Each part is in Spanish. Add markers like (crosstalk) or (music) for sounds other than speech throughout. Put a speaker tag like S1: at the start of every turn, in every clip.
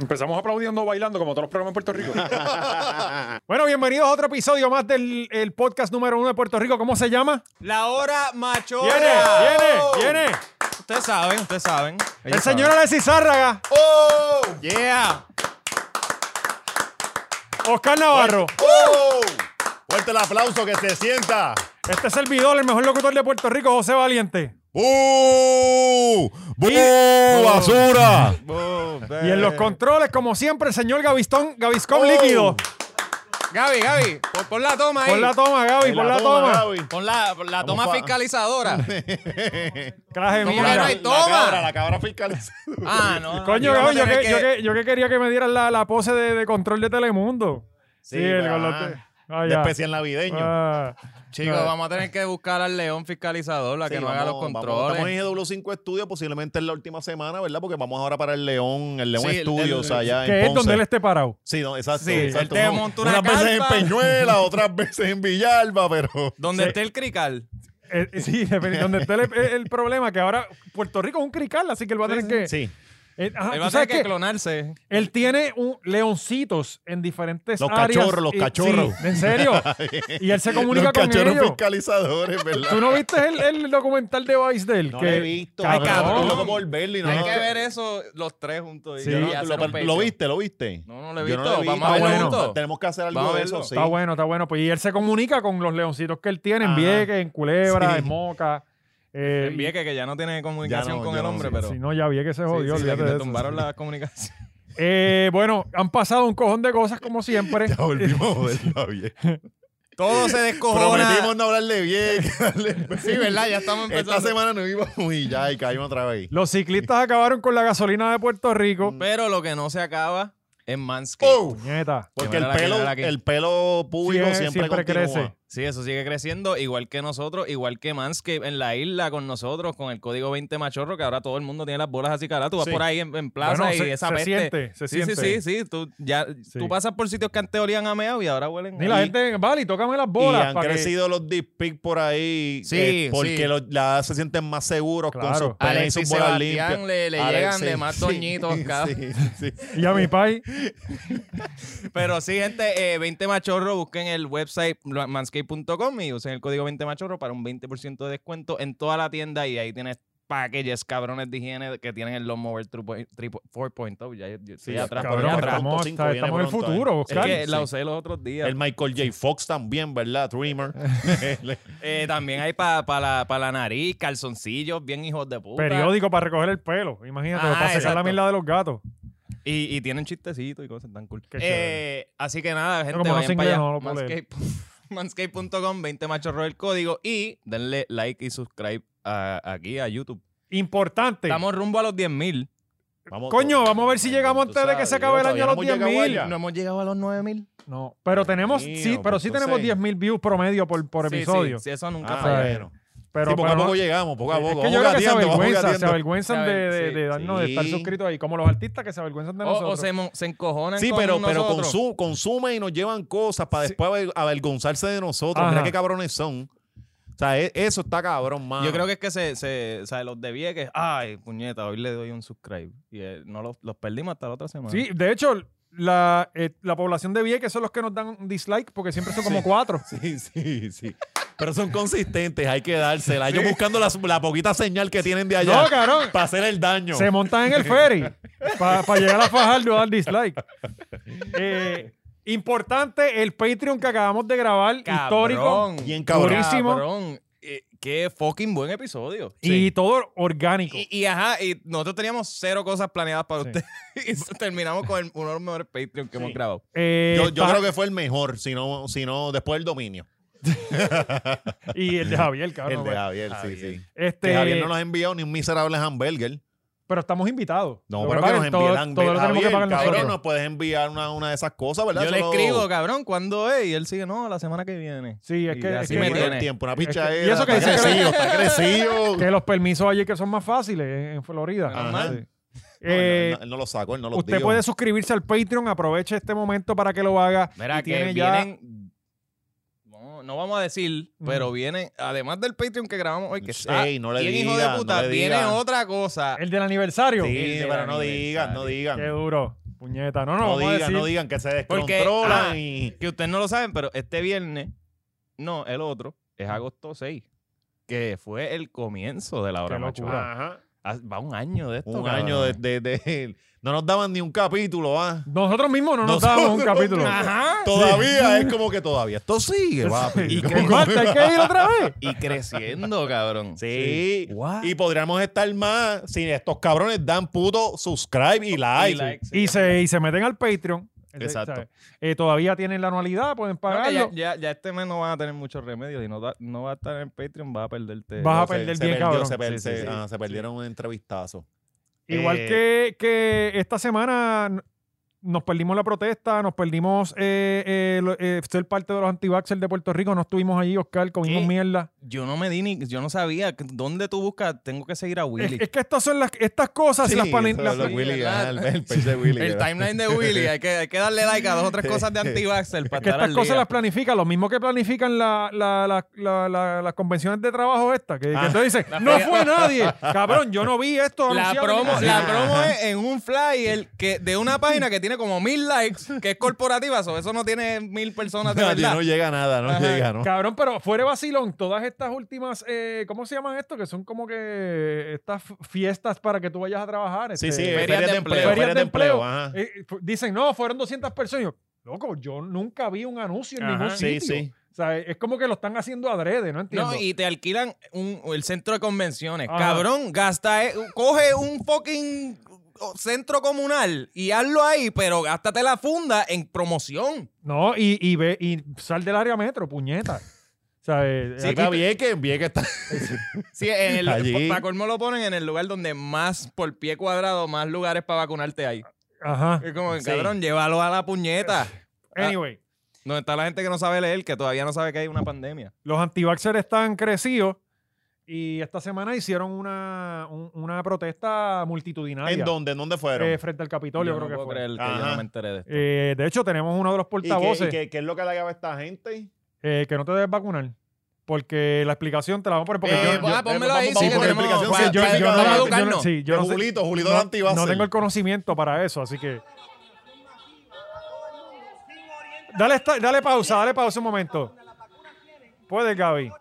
S1: Empezamos aplaudiendo, bailando, como todos los programas en Puerto Rico. bueno, bienvenidos a otro episodio más del el podcast número uno de Puerto Rico. ¿Cómo se llama?
S2: La hora machorra.
S1: ¡Viene, viene,
S2: ¡Oh!
S1: viene!
S2: Ustedes saben, ustedes saben.
S1: El señor Alexis Zárraga,
S2: ¡Oh! ¡Yeah!
S1: Oscar Navarro,
S3: ¡Oh! Fuerte el aplauso que se sienta.
S1: este servidor, el mejor locutor de Puerto Rico, José Valiente.
S3: ¡Uh! ¡Uh! ¡Basura!
S1: Y en los controles, como siempre, el señor Gavistón, Gaviscón Líquido.
S2: Gaby, Gaby, pon, pon la toma ahí.
S1: Por la toma, Gavi, por la, toma.
S2: Pon la, pon la toma
S3: pa-
S2: fiscalizadora.
S1: Clase
S2: ¿Cómo que
S1: mierda.
S2: no hay toma?
S3: La cabra, la cabra fiscal.
S2: ah, no. no,
S1: Coño, Gaby,
S2: aquí vamos a
S1: yo
S2: tener
S1: que, yo, que, yo que quería que me dieran la, la pose de, de control de Telemundo. Sí, el, con los
S3: ah,
S1: te- Ah,
S3: de
S1: ya.
S3: especial navideño.
S1: Ah.
S2: Chicos, vamos a tener que buscar al león fiscalizador, la que
S3: Sí,
S2: no
S3: vamos-
S2: haga los
S3: vamos-
S2: controles.
S3: estamos en GW5 Estudio, posiblemente en la última semana, ¿verdad? Porque vamos ahora para el León, el León
S2: Sí, el-
S3: Studios
S2: el-
S3: allá en
S1: que es
S3: Ponce.
S1: donde él esté parado.
S3: Sí, no, exacto.
S2: Sí,
S3: exacto.
S2: él te
S3: No,
S2: monta una
S3: unas veces en
S2: carpa.
S3: Peñuela, otras veces en Villalba, pero...
S2: Donde
S1: Sí.
S2: esté el crical.
S1: Eh, eh, sí, (laughs) depende- donde esté el, el- el problema, que ahora Puerto Rico es un crical, así que él va a tener que...
S3: Sí.
S1: Eh, ajá,
S2: Él
S1: tú
S2: va a tener
S1: sabes
S2: que
S1: que
S2: clonarse.
S1: él tiene un leoncitos en diferentes
S3: Los
S1: áreas.
S3: cachorros, los
S1: y-
S3: cachorros.
S1: sí, en serio. y él se comunica
S3: (laughs) Los
S1: con
S3: cachorros
S1: ellos.
S3: fiscalizadores, ¿verdad?
S1: ¿Tú no viste el, el documental de Vice de él?
S3: No
S1: que,
S3: lo he visto.
S1: Ay,
S3: pero
S1: cabrón.
S3: Estoy loco por verlo y no,
S2: Hay
S3: no-
S2: que ver eso los tres juntos. y-
S1: Sí.
S2: y
S3: yo no-
S2: hacer
S3: lo,
S2: un
S3: per-
S2: pecho.
S3: lo viste, lo viste.
S2: No, no lo he
S3: Yo
S2: visto. Vamos a
S3: Pero
S1: verlo
S3: bueno,
S2: juntos.
S3: Tenemos que hacer algo
S2: Vamos a
S3: de eso,
S2: verlo.
S3: sí.
S1: Está bueno, está bueno. Pues, y él se comunica con los leoncitos que él tiene en
S3: Ajá.
S1: Vieques, en Culebra,
S3: Sí.
S1: en Moca. eh,
S2: En Vieques, que ya no tiene comunicación
S3: no,
S2: con
S3: ya
S2: el
S3: no,
S2: hombre,
S3: sí,
S2: pero.
S1: Si no, ya Vieques se
S2: Sí,
S1: jodió.
S2: sí,
S1: olvídate
S2: le
S1: de eso.
S2: tumbaron la comunicación.
S1: Eh, bueno, han pasado un cojón de cosas como
S3: (laughs)
S1: siempre.
S3: Ya volvimos a
S2: (laughs)
S3: verlo bien.
S2: Todo se descojona.
S3: Prometimos no hablarle bien. que darle-
S2: Sí, ¿verdad? Ya estamos empezando.
S3: Esta semana nos íbamos y ya, y caímos otra vez.
S1: Los ciclistas acabaron con la gasolina de Puerto Rico.
S3: Mm.
S2: Pero lo que no se acaba es Manscaped.
S3: ¡Oh!
S1: Puñeta.
S3: Porque
S2: Qué
S3: el
S2: manera de
S3: pelo,
S2: quedar aquí.
S3: el pelo público
S1: Sie-
S3: siempre,
S1: siempre
S3: continúa.
S1: crece.
S2: Sí, eso sigue creciendo, igual que nosotros, igual que Manscaped en la isla con nosotros, con el código 20 machorro, que ahora todo el mundo tiene las bolas así caradas. Tú vas
S3: Sí.
S2: por ahí en, en plaza
S1: Bueno,
S2: y
S1: se-
S2: esa
S1: se
S2: peste.
S1: siente, se
S2: sí,
S1: siente.
S2: sí, sí, sí. Tú, ya,
S1: Sí.
S2: tú pasas por sitios que antes olían a meado y ahora huelen.
S1: Ni la
S2: ahí.
S1: gente, vale, tócame las
S3: Y
S1: bolas.
S3: han
S1: pa' que-
S3: crecido los dick pics por ahí
S2: Sí,
S3: eh, porque
S2: sí.
S3: los- la- se sienten más seguros
S1: Claro.
S3: con sus pelos y
S2: Alexis
S3: sus bolas
S2: Sebastián
S3: limpias.
S2: le, le llegan
S3: Alexis,
S2: de más
S3: (laughs) sí,
S2: doñitos cada-
S3: sí, sí.
S1: Y a mi pai.
S2: Pero sí, gente, eh, 20 Machorro, busquen el website ma- manscape.com y usen el código 20 Machorro para un 20% de descuento en toda la tienda y ahí tienes packages cabrones de higiene que tienen el Lawnmower 3.0, 4.0, oh, ya yo- yo estoy
S3: Sí,
S2: atrás,
S1: Cabrón,
S2: pero
S3: Pero
S2: atrás.
S1: estamos,
S3: 3.5 viene
S1: estamos en el
S3: pronto,
S1: futuro,
S3: eh.
S2: Es
S1: Oscar.
S2: que la
S3: sí.
S2: usé los otros días.
S3: El Michael J. Fox también, ¿verdad?
S1: (laughs)
S3: Dreamer.
S2: Eh, también hay para la, pa' la nariz, calzoncillos, bien hijos de puta.
S1: Periódico para recoger el pelo. Imagínate,
S2: Ah,
S1: para secar la
S2: exacto.
S1: mierda de los gatos.
S2: Y, y tienen chistecitos y cosas tan cool.
S1: Qué
S2: Eh,
S1: chévere.
S2: así que nada, gente,
S1: como no sé
S2: vayan para
S1: inglés,
S2: allá.
S1: no lo puedo leer.
S2: (laughs) Manscape- Manscape.com, 20 machorro el código y denle like y subscribe a- aquí a YouTube.
S1: Importante.
S2: Estamos rumbo a los 10.000 mil.
S3: Vamos
S1: Coño,
S3: todos.
S1: vamos a ver si
S3: Ay,
S1: llegamos
S3: tú
S1: antes de que
S3: sabes,
S1: se acabe el
S3: todavía
S1: año a
S3: no
S1: los
S3: hemos llegado
S1: 10.000.
S3: allá.
S2: No hemos llegado a los 9.000 mil
S1: No, pero tenemos,
S3: mío,
S1: sí, pero
S3: pues
S1: sí
S3: entonces-
S1: tenemos 10.000 views promedio por, por episodio.
S2: Sí, sí, eso nunca
S3: Ah,
S2: falla.
S3: bueno.
S1: Pero,
S3: Sí, poco a
S1: pero no-
S3: poco llegamos, poco a
S1: Es
S3: poco.
S1: que yo
S3: Vamos
S1: creo que se
S3: gateando, vamos
S1: avergüenzan, se
S3: gateando.
S1: avergüenzan de, de-
S2: Sí,
S1: de darnos, de estar
S3: sí.
S1: suscritos ahí, como los artistas que se avergüenzan de
S2: O, o
S1: nosotros.
S2: se, mo- se encojonan
S3: Sí,
S2: con
S3: pero, pero
S2: nosotros.
S3: consu- consumen y nos llevan cosas para
S1: Sí.
S3: después aver- avergonzarse de nosotros.
S1: Ajá.
S3: Mira qué cabrones son. O sea, e- eso está cabrón, mano.
S1: Ah.
S2: Yo creo que es que se, se o sea, los de Vieques, ay, puñeta, hoy le doy un subscribe. Y eh, no los, los perdimos hasta la otra semana.
S1: Sí, de hecho, la, eh, la población de Vieques son los que nos dan un dislike porque siempre son como cuatro.
S3: (laughs) Sí, sí, sí. Pero son consistentes, hay que dársela. Ellos buscando las- la, poquita señal que tienen de allá
S1: No, cabrón.
S3: para hacer el daño.
S1: Se montan en el ferry para llegar a Fajardo a dar
S3: (laughs)
S1: dislike. Eh, importante, el Patreon que acabamos de grabar, histórico.
S3: Bien cabrón.
S1: durísimo.
S2: Cabrón. Eh, qué fucking buen episodio.
S1: Y todo orgánico.
S2: Y, y ajá, y nosotros teníamos cero cosas planeadas para
S1: Sí.
S2: usted. (laughs) y s- terminamos con el- uno de los mejores Patreon que hemos grabado.
S1: Eh,
S3: Yo, yo
S1: pa-
S3: creo que fue el mejor, si no, si no después el dominio.
S1: Y el de Javier, cabrón.
S3: el de
S1: pues.
S3: Javier,
S2: Javier.
S3: sí, sí.
S1: Este,
S3: Que Javier no nos ha enviado ni un miserable hamburger.
S1: Pero estamos invitados.
S3: No,
S1: Lo
S3: pero
S1: pasa
S3: que nos
S1: es todo-
S3: envíe el hamburger.
S1: todo lo tenemos que
S3: Javier,
S1: pagar
S3: cabrón,
S1: nosotros.
S3: nos puedes enviar una, una de esas cosas, ¿verdad?
S2: Yo le
S3: Solo-
S2: escribo, cabrón, ¿cuándo es? Y él sigue, no, la semana que viene.
S1: Sí, es
S2: Y
S1: que- es
S2: así
S1: que-
S2: me
S3: Todo el
S2: tiene.
S3: tiempo, una
S1: que-
S3: picha
S1: y eso que
S3: está
S1: dice (laughs) que-
S3: crecido, está crecido.
S1: Que los permisos ayer que son más fáciles eh, en, en Florida.
S3: Ajá.
S1: Sí.
S3: No, él
S1: Eh,
S3: no- él no lo sacó, él no lo
S1: usted puede suscribirse al Patreon, aproveche este momento para que lo haga.
S2: Mira,
S1: Y
S2: que
S1: tiene ya-
S2: vienen. No, no vamos a decir,
S1: Ujú.
S2: pero vienen, además del Patreon que grabamos hoy, que está
S3: Ey, no le
S2: bien hijo
S3: diga,
S2: de puta,
S3: no le
S2: viene
S3: diga.
S2: otra cosa.
S1: El del aniversario.
S3: Sí,
S2: el del
S3: pero no digan, no
S2: aniversario.
S1: Qué
S3: digan.
S1: duro. Puñeta, no, no,
S3: No
S1: vamos a
S3: digan,
S1: decir.
S3: no digan que se
S2: Porque,
S3: descontrolan
S2: ah,
S3: y
S2: Que ustedes no lo saben, pero este viernes, no, el otro, es agosto 6, que fue el comienzo de la hora
S1: Qué
S2: machorra.
S1: locura.
S3: Ajá.
S2: Ah, Va un año de esto.
S3: un
S2: cabrón.
S3: año de, de- de- No nos daban ni un capítulo, ¿ah?
S1: Nosotros mismos no nos
S3: Nosotros-
S1: dábamos un capítulo.
S2: Ajá.
S3: Todavía es como que todavía. Esto sigue, papi. (laughs)
S2: Y
S3: Como-
S2: creo-
S1: Marta, hay que ir otra vez.
S2: Y creciendo, cabrón.
S3: Sí.
S2: What?
S3: Y podríamos estar más si estos cabrones dan puto subscribe y like.
S2: Y like, sí.
S1: Y se, y se meten al Patreon.
S2: Exacto.
S1: ¿sabes? Eh, todavía tienen la anualidad, pueden
S2: No, que
S1: pagarlo.
S2: ya, ya- ya este mes no van a tener muchos remedios y no, da- no va a estar en Patreon, va a perderte.
S1: Vas a
S3: Se-
S1: perder
S3: se
S1: bien,
S3: perdió,
S1: cabrón.
S3: Se,
S2: Sí,
S3: per-
S2: sí,
S3: se-
S2: sí.
S3: ah, se perdieron un entrevistazo.
S1: Igual
S3: Eh,
S1: que, que esta semana n- nos perdimos la protesta, nos perdimos eh, eh, lo- eh, ser parte de los anti de Puerto Rico, no estuvimos allí, Oscar, comimos
S2: ¿Qué?
S1: mierda.
S2: Yo no me di ni, yo no sabía que- dónde tú buscas, tengo que
S1: (laughs)
S2: seguir a
S1: Es,
S2: Willy.
S1: es que estas son las estas cosas,
S3: Sí,
S1: las palen-
S3: eso
S1: las-
S3: es lo
S2: sí,
S3: Willy,
S2: ¿verdad?
S3: ah, el,
S1: (laughs)
S3: el page de Willy.
S2: el
S3: ¿verdad?
S2: timeline de Willy, hay que, hay que darle like a dos o tres cosas de anti-vaxxer para
S1: que
S2: estar
S1: estas
S2: al
S1: cosas
S2: día.
S1: las planifican, lo mismo que planifican la- la- la- la- la- las convenciones de trabajo estas, que, que
S3: Ah,
S1: te dicen, no fue
S3: (laughs)
S1: nadie, cabrón, yo no vi esto.
S2: La
S1: anunciado".
S2: promo,
S1: Sí.
S2: la
S1: (laughs)
S2: promo es en un flyer que de una página que tiene como mil likes, que es corporativa, so, eso no tiene mil personas de
S3: (laughs) No, tío,
S2: verdad.
S3: no llega nada, no
S2: Ajá.
S3: llega, ¿no?
S1: Cabrón, pero fuera de vacilón, todas estas últimas, eh, ¿cómo se llaman esto? Que son como que estas f- fiestas para que tú vayas a trabajar.
S3: Sí,
S1: este,
S3: sí,
S2: Ferias
S3: ferias,
S2: de
S3: de
S2: empleo.
S3: empleo.
S1: ferias de empleo.
S3: ajá.
S1: Eh, eh, fu- dicen, no, fueron 200 personas. Y yo, Loco, yo nunca vi un anuncio en
S2: Ajá.
S1: ningún
S3: Sí,
S1: sitio.
S3: sí.
S1: O sea, es como que lo están haciendo adrede, no entiendo.
S2: No, y te alquilan un- el centro de convenciones.
S1: Ajá.
S2: Cabrón, gasta, eh, coge un fucking oh, centro comunal y hazlo ahí, pero gástate la funda en promoción.
S1: No, y, y ve, y sal del área metro, puñeta. O sea, eh,
S3: Sí,
S1: aquí-
S3: está bien que bien que está.
S2: Sí, en el,
S3: Allí.
S2: para colmo lo ponen en el lugar donde más por pie cuadrado, más lugares para vacunarte hay.
S1: Ajá.
S2: Es como,
S3: Sí.
S2: cabrón, llévalo a la puñeta.
S3: ah.
S1: Anyway,
S2: Donde está la gente que no sabe leer, que todavía no sabe que hay una pandemia.
S1: los antivaxxers están crecidos y esta semana hicieron una, un- una protesta multitudinaria.
S3: ¿En dónde? ¿En dónde fueron?
S1: Ah, eh, frente al Capitolio,
S2: yo
S1: creo
S2: no
S1: que
S2: puedo
S1: fue.
S2: creer que yo
S3: Ajá.
S2: no me enteré de esto.
S1: Eh, de hecho, tenemos uno de los
S3: ¿Y qué,
S1: portavoces
S3: y qué- qué es lo que le daba a esta gente?
S1: eh, que no te debes vacunar. Porque la explicación te la vamos a poner. Porque
S2: Eh,
S1: yo- yo,
S2: pues, ah, pónmelo ahí,
S3: vamos
S2: sí,
S3: a poner
S2: que tenemos-
S3: explicación
S2: porque
S1: yo-
S3: científica
S1: yo no-
S2: para
S3: de-
S1: yo no-
S2: educarnos.
S1: sí, yo
S3: de
S1: no sé-
S3: Julito, Julito
S1: no-
S3: Danti va a
S1: no
S3: ser.
S1: tengo el conocimiento para eso, así que. Dale, esta- dale pausa, dale pausa un momento. Puede, Gaby.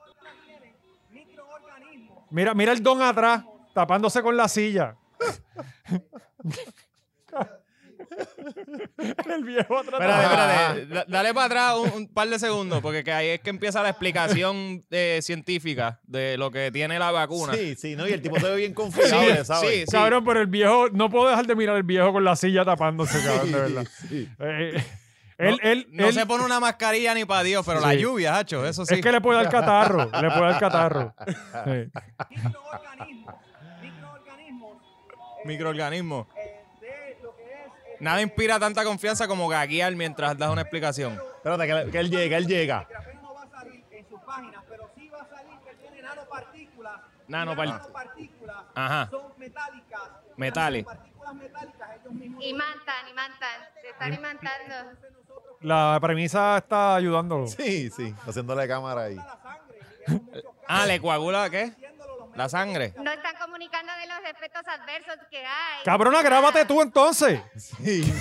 S1: Mira, mira el don atrás, tapándose con la silla. (laughs) el viejo atrás.
S2: Espérate, espérate. Da- Dale para atrás un, un par de segundos, porque que ahí es que empieza la explicación eh, científica de lo que tiene la vacuna.
S3: Sí, sí, no, y el tipo se
S1: (laughs)
S3: ve bien confiable, ¿sabes?
S2: sí.
S1: Cabrón, pero el viejo, no puedo dejar de mirar al viejo con la silla tapándose, cabrón, de verdad.
S3: sí.
S1: Eh, eh, él, él,
S2: No
S1: él-
S2: se pone una mascarilla ni para Dios, pero la
S1: Sí.
S2: lluvia, hacho, eso sí.
S1: Es que le puede dar catarro, le puede dar
S3: (laughs)
S1: catarro. Sí.
S4: microorganismos, microorganismos
S2: Microorganismo.
S4: eh, de lo que es eh,
S2: Nada inspira tanta confianza como gaguear mientras das una explicación.
S3: Espérate, que, la- que él llega, él llega.
S4: el grafeno no va a salir en sus páginas, pero sí va a salir que tiene nanopartículas. Y
S2: Nanopart-
S4: las nanopartículas
S2: Ajá.
S4: son metálicas.
S2: Metales.
S4: Las partículas metálicas ellos mismos
S5: Imantan, imantan, se están imantando.
S1: La premisa está ayudándolo.
S3: Sí, sí, haciéndole cámara ahí.
S4: la sangre. y en muchos
S2: Ah, ¿le coagula qué? La sangre.
S5: No están comunicando de los efectos adversos que hay.
S1: Cabrona, grábate tú entonces.
S3: Sí.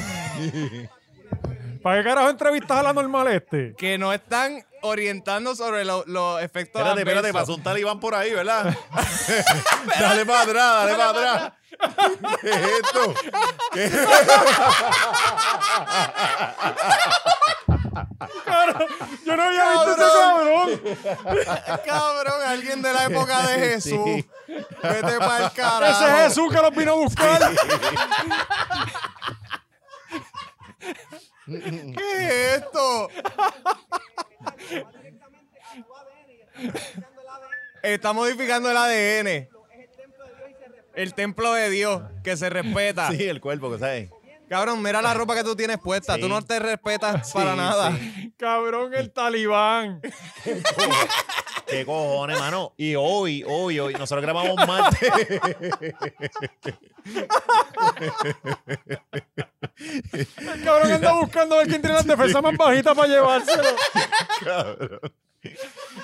S1: ¿Para qué carajo entrevistas a la normal este?
S2: Que no están orientando sobre lo- los efectos
S3: Espérate, espérate,
S2: adversos.
S3: pasó un talibán por ahí, ¿verdad? (laughs) dale para atrás, dale para atrás. ¿Qué es esto?
S1: Yo no había visto ese cabrón.
S2: Cabrón, alguien de la época de Jesús.
S3: (laughs) Sí.
S2: Vete para el carajo.
S1: Ese es Jesús que los vino a buscar.
S2: ¿Qué es esto?
S4: va directamente a tu ADN y está modificando
S2: Está modificando el
S4: el ADN.
S2: ADN.
S4: Es el templo de
S2: El templo de Dios
S4: Dios y se respeta.
S2: que se respeta.
S3: Sí, el cuerpo, que sabes.
S2: Cabrón, mira la ropa que tú tienes puesta. Tú
S3: Sí.
S2: no te respetas para nada.
S1: Cabrón, el talibán.
S3: ¿Qué cojones, mano? Y hoy, hoy, hoy, nosotros grabamos un (laughs) martes.
S1: El cabrón anda buscando a ver quién tiene las defensas más bajitas para llevárselo.
S3: cabrón.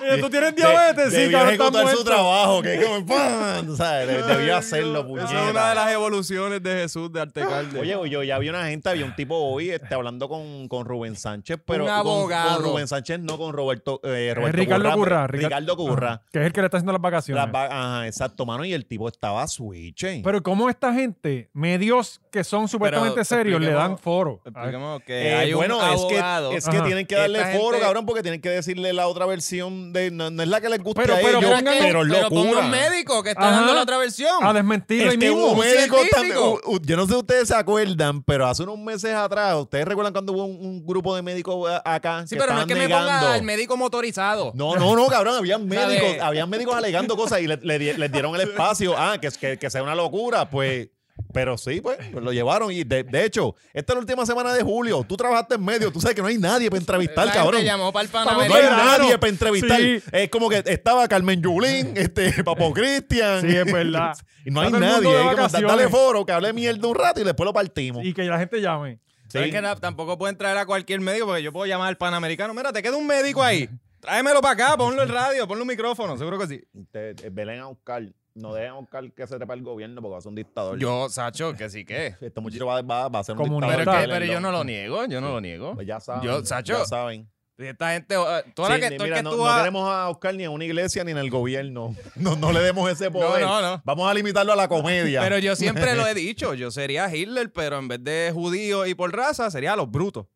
S1: Eh, Tú tienes diabetes, sí,
S3: debió
S1: cabrón, estás
S3: ejecutar su
S1: muerto.
S3: trabajo, que es como ¡pam! Tú ¿sabes? de- Debió hacerlo,
S2: Esa es una de
S3: puñeta.
S2: las evoluciones de Jesús de Artecalde.
S3: Oye, oye, yo ya vi una gente, había un tipo hoy este, hablando con, con Rubén Sánchez, pero
S2: Un
S3: con-
S2: abogado.
S3: con, Rubén Sánchez no con Roberto, eh, Roberto
S1: Ricardo Curra.
S3: pero- Ricardo Curra.
S1: Ajá, Ah, Que es el que le está haciendo las vacaciones.
S3: Las va- ajá, exacto, mano. Y el tipo estaba switch. eh.
S1: Pero como esta gente, medios que son supuestamente serios, le dan
S2: expliquemos-
S1: foro.
S2: Expliquemos que
S3: Eh,
S2: hay
S3: bueno,
S2: un
S3: es que-
S2: abogado.
S3: es que,
S1: Ajá.
S3: tienen que
S2: Esta
S3: darle foro,
S2: gente-
S3: cabrón, porque tienen que decirle la otra versión de no, no es la que les gusta
S1: Pero-
S3: a
S1: pero
S3: ellos,
S1: pongan-
S3: pero es
S2: pero ponga
S3: locura.
S2: un médico que está
S1: Ajá.
S2: dando la otra versión.
S1: A desmentir
S3: Es
S1: ahí
S3: que
S1: mismo.
S3: hubo médicos
S2: científico.
S3: también- u- u- yo no sé si ustedes se acuerdan, pero hace unos meses atrás, ¿ustedes recuerdan cuando hubo un, un grupo de médicos a- acá?
S2: sí,
S3: que
S2: pero no es
S3: estaban
S2: que me
S3: negando?
S2: ponga al médico motorizado.
S3: No, no, no, cabrón,
S2: (laughs)
S3: habían médicos,
S2: de-
S3: habían médicos alegando cosas y le- le di- les dieron el espacio, ah, que, que, que sea una locura, pues, pero sí, pues, pues lo llevaron y de, de hecho, esta es la última semana de julio, tú trabajaste en medio, tú sabes que no hay nadie para entrevistar,
S2: La gente
S3: cabrón.
S2: llamó para el
S3: No hay
S1: Claro.
S2: Panamericano.
S3: nadie para entrevistar.
S1: Sí.
S3: Es como que estaba Carmen
S1: (laughs)
S3: Yulín, este, Papo Cristian.
S1: Sí, es verdad.
S3: (laughs) Y no
S1: Está
S3: hay
S1: todo el mundo de
S3: nadie. Hay que mandar,
S1: vacaciones.
S3: dale foro, que hable mierda un rato y después lo partimos.
S1: Y que la gente llame.
S2: Pero es que na- tampoco pueden traer a cualquier médico porque yo puedo llamar al Panamericano. Mira, te queda un médico
S3: (laughs)
S2: ahí. Tráemelo para acá, ponlo en radio, ponle un micrófono, seguro que sí.
S3: Te- te- eh, Velen a buscar. No dejen a buscar que se trepa el gobierno porque va a ser un dictador.
S2: Yo, Sacho, que sí que.
S3: Este muchacho va, va- va a ser un
S1: Comunista.
S3: dictador.
S2: Pero,
S1: Pero
S2: que-
S1: está-
S2: pero yo no lo niego, yo no lo niego.
S3: Pues ya saben.
S2: Yo, Sacho.
S3: Ya saben.
S2: Esta gente, eh, toda la
S3: Sí,
S2: que,
S3: ni-
S2: todo el
S3: mira,
S2: que
S3: no,
S2: tú
S3: no
S2: ha-
S3: queremos a buscar ni en una iglesia ni en el gobierno. (laughs) No, no le demos ese poder.
S2: no, no.
S3: Vamos a limitarlo a la comedia.
S2: Pero yo siempre
S3: (laughs)
S2: lo he dicho, yo sería Hitler, pero en vez de judío y por raza, sería los brutos.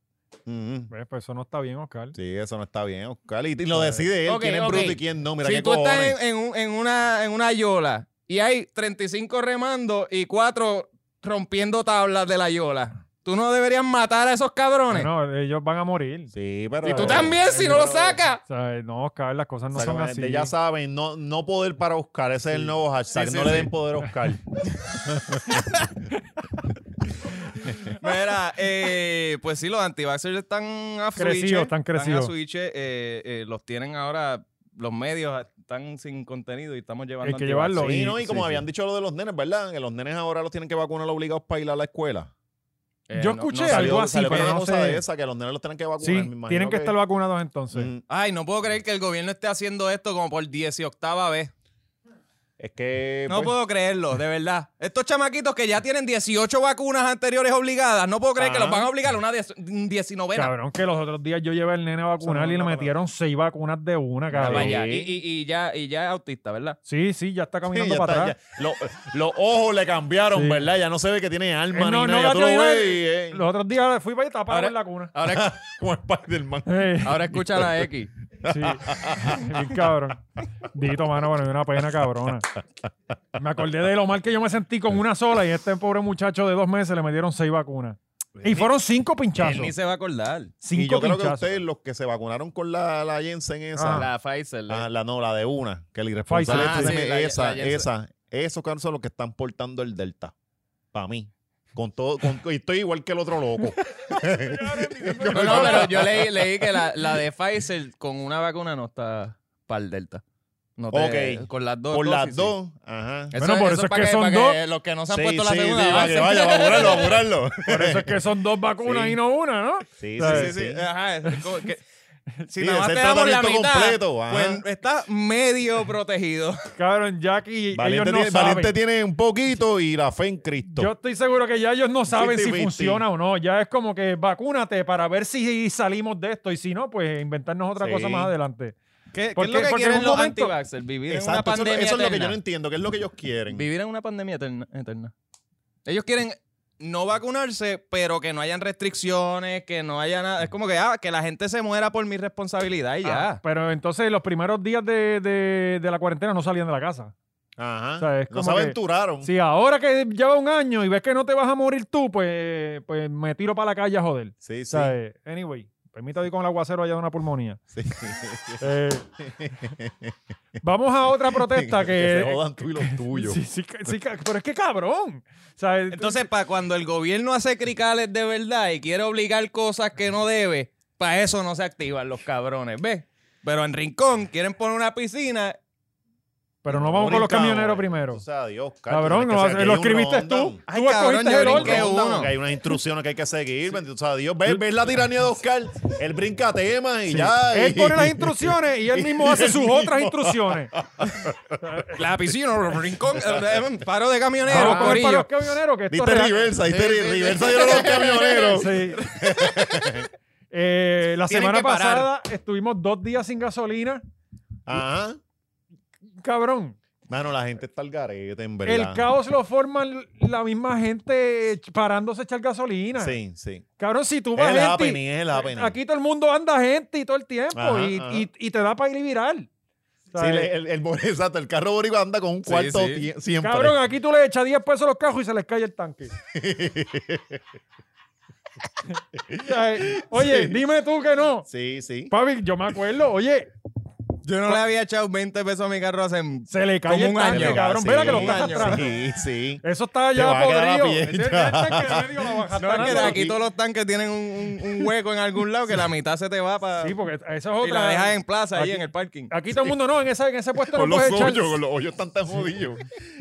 S3: Mm.
S1: Pues, pues eso no está bien, Oscar.
S3: Sí, eso no está bien, Oscar. Y, y lo decide él,
S2: Ok,
S3: quién es
S2: ok.
S3: bruto y quién no. Mira
S2: si
S3: qué
S2: tú estás
S3: cojones.
S2: en, en un- en una, en una yola y hay 35 remando y 4 rompiendo tablas de la yola, ¿tú no deberías matar a esos cabrones?
S1: No, ellos van a morir.
S3: Sí, pero...
S2: y tú también, si no lo sacas.
S1: O sea, no, Oscar, las cosas no
S3: O sea,
S1: son
S3: como
S1: así.
S3: gente, Ya saben, no, no poder para Oscar. Ese es el nuevo hashtag.
S2: Sí, sí,
S3: no le
S2: sí.
S3: den poder
S2: (laughs)
S3: a Oscar.
S2: Mira, eh, pues sí, los antivaxxers están a
S1: Crecidos,
S2: switch,
S1: están crecidos.
S2: a switch, eh, eh, los tienen ahora, los medios están sin contenido y estamos llevando
S1: Hay que llevarlo.
S2: antivaxxers.
S3: Sí,
S1: Y-
S3: ¿no? Y como
S1: sí, sí.
S3: habían dicho lo de los nenes, ¿verdad? Que los nenes ahora los tienen que vacunar obligados para ir a la escuela.
S2: Eh,
S1: Yo
S2: no-
S1: escuché
S2: no
S1: algo
S2: salió-
S1: así,
S3: salió
S1: pero
S3: una
S1: no
S3: cosa
S1: sé.
S3: de esa, que los nenes los tienen que vacunar. me
S1: sí,
S3: imagino
S1: tienen que estar vacunados entonces.
S3: Mm,
S2: Ay, no puedo creer que el gobierno esté haciendo esto como por 18 octava vez.
S3: Es que...
S2: No
S3: pues,
S2: puedo creerlo, de verdad. Estos chamaquitos que ya tienen 18 vacunas anteriores obligadas, no puedo creer que
S3: Ajá.
S2: los van a obligar a una 19.
S1: Cabrón, que los otros días yo llevé al nene a vacunar
S3: no,
S1: y le
S3: no, no.
S1: metieron seis vacunas de una,
S3: Mira,
S1: cabrón.
S2: Vaya,
S3: Sí.
S2: y, y- y ya, y ya es autista, ¿verdad?
S1: Sí, sí, ya está
S3: sí,
S1: caminando
S3: ya
S1: para
S3: está,
S1: atrás.
S3: ya. Lo- Los ojos le cambiaron,
S1: Sí.
S3: ¿verdad? Ya no se ve que tiene
S1: Él
S3: alma
S1: no,
S3: ni
S1: no
S3: nada. Ya tú lo
S1: la tiene-
S3: ves y, eh,
S1: Los otros días fui para allá para
S2: Ahora-
S1: ver la cuna.
S2: Ahora,
S3: como (laughs) Spider-Man.
S1: Eh,
S2: ahora escucha
S3: (laughs)
S2: la X.
S1: sí. Bien cabrón. Dito, mano, bueno, me dio una pena cabrona. Me acordé de lo mal que yo me sentí con una sola y a este pobre muchacho de dos meses le metieron seis vacunas. Y fueron cinco
S2: Él ni
S1: pinchazos.
S2: se va a acordar.
S1: Cinco
S3: Y yo creo que
S1: pinchazos.
S3: ustedes, los que se vacunaron con la, la Jensen esa,
S1: Ah.
S2: La Pfizer. la-
S3: Ah, la no, la de una, que el irresponsable
S1: Pfizer.
S3: este
S2: Ah,
S3: se
S2: sí,
S3: me-
S2: la-
S3: esa,
S2: la Janssen.
S3: esa, esos cabrones son los que están portando el Delta. Para mí. Con todo, con, y estoy igual que el otro
S1: (laughs)
S3: loco. (laughs)
S2: No, no, pero yo leí, leí que la, la de Pfizer con una vacuna no está para el Delta. No te-
S3: Ok.
S2: Con las dos.
S3: Por las
S2: dosis, sí.
S3: dos. Ajá.
S1: Bueno, por eso es
S2: pa'
S1: que son
S2: pa'
S1: dos.
S2: que los que no se han
S3: Sí,
S2: puesto la
S3: sí,
S2: segunda.
S3: sí, para que
S2: avancen.
S3: vaya, va a curarlo, va a curarlo.
S1: Por eso es que son dos vacunas
S3: Sí.
S1: y no una, ¿no?
S3: (laughs) Sí,
S1: Sí,
S3: sí, Eh, sí. sí.
S2: Ajá, es como que- (laughs) si
S3: Sí,
S2: nada más
S3: ese
S2: te damos la
S3: tratamiento
S2: mitad,
S3: completo, ajá.
S2: pues estás medio protegido. (laughs)
S1: Cabrón, Jackie, ellos
S3: Valiente,
S1: no
S3: tiene,
S1: saben.
S3: Valiente tiene un poquito y la fe en Cristo.
S1: Yo estoy seguro que ya ellos no saben si
S3: 50-50.
S1: funciona o no. Ya es como que vacúnate para ver si salimos de esto y si no, pues inventarnos otra
S3: Sí.
S1: cosa más adelante.
S2: ¿Qué, qué
S1: Porque-
S2: es lo que
S1: porque en
S2: quieren
S1: un
S2: los
S1: momento-
S2: antivaxxers? Vivir en una
S3: Exacto, eso, es lo-
S2: pandemia
S3: eso es lo que yo
S2: eterna.
S3: no entiendo, que es lo que ellos quieren.
S2: Vivir en una pandemia eterna, eterna. Ellos quieren no vacunarse, pero que no hayan restricciones, que no haya nada. Es como que, ah, que la gente se muera por mi responsabilidad y ya.
S1: Ah, pero entonces los primeros días de, de- de la cuarentena no salían de la casa.
S3: Ajá.
S1: O sea, es
S3: no se
S1: como que-
S3: aventuraron.
S1: Si ahora que lleva un año y ves que no te vas a morir tú, pues, pues me tiro para la calle a joder.
S3: Sí,
S1: O
S3: sí.
S1: sea, eh, anyway, permítame ir con el aguacero allá de una pulmonía.
S3: sí.
S1: (laughs) Eh, vamos a otra protesta
S3: (laughs) (laughs) que
S1: que...
S3: se jodan tú y los tuyos.
S1: (laughs) Sí, sí, ca- sí, ca- pero es que cabrón. O sea, eh,
S2: Entonces, para cuando el gobierno hace cricales de verdad y quiere obligar cosas que no debe, para eso no se activan los cabrones, ¿ves? Pero en Rincón quieren poner una piscina
S1: Pero no vamos con los
S3: brincamos,
S1: camioneros
S3: eh.
S1: primero.
S3: O sea, Dios, Carlos,
S1: Cabrón,
S3: hay que
S1: no,
S3: ser- que hay
S1: lo
S3: un
S1: escribiste tú.
S3: rundown.
S2: Ay,
S1: tú
S2: cabrón,
S1: escogiste
S2: yo
S1: el
S2: brinqué
S1: orden.
S2: uno.
S3: Que hay unas instrucciones que hay que seguir, bendito sea Dios. Ves ves la tiranía de Oscar, él brinca temas y ya.
S1: Él
S3: (laughs) y-
S1: pone las instrucciones y él
S3: (laughs)
S1: mismo hace sus otras instrucciones.
S2: La piscina, rincón, eh, paro de camionero,
S1: Vamos a coger para los
S2: corillo.
S1: camioneros que esto
S3: Diste
S1: es real.
S3: reversa, diste
S2: Sí,
S3: re-
S2: sí, sí.
S3: reversa dieron los camioneros.
S1: (laughs) Sí. Eh, la
S2: Tienen
S1: semana
S2: que parar.
S1: pasada estuvimos dos días sin gasolina.
S3: Ajá.
S1: Cabrón,
S3: Mano, la gente está al garete, en verdad.
S1: el caos lo forman la misma gente parándose a echar gasolina.
S3: Sí, sí.
S1: Cabrón, si tú
S3: Es
S1: vas
S3: el
S1: gente y-
S3: happening, es el happening.
S1: Aquí todo el mundo anda gente y todo el tiempo
S3: Ajá,
S1: y,
S3: ajá.
S1: y- y te da para ir y viral. O
S3: Sí,
S1: sea, eh,
S3: el, el, el- (laughs) exacto, el carro boricua anda con un
S2: Sí,
S3: cuarto
S2: sí.
S3: tie- siempre.
S1: Cabrón, aquí tú le echas 10 pesos a los cajos y se les cae el
S3: (laughs)
S1: tanque. O sea, eh, Oye,
S3: Sí.
S1: dime tú que no.
S3: Sí, sí.
S1: Pavi, yo me acuerdo, oye,
S2: Yo no le había echado 20 pesos a mi carro hace...
S1: se le cae
S2: Como
S1: el
S2: un
S1: tanque,
S2: año.
S1: cabrón.
S3: Sí,
S1: Mira que lo
S2: un
S1: estás
S2: año.
S1: atrás.
S3: Sí, sí.
S1: Eso está
S3: Te va
S1: ya
S3: a quedar la
S1: podrido.
S3: piel.
S1: Este
S3: (laughs)
S1: tanque medio lo bajaste
S2: No, es que
S1: nada.
S2: aquí todos los tanques tienen un, un- un hueco en algún lado que la mitad se te va para...
S1: Sí, porque esa es otra.
S2: y la dejas en plaza, ahí
S1: Aquí-
S2: en el parking.
S1: Aquí todo el mundo no, en, esa, en ese puesto
S3: Con
S1: no
S3: los
S1: puedes echar.
S3: hoyos, con los hoyos están tan jodidos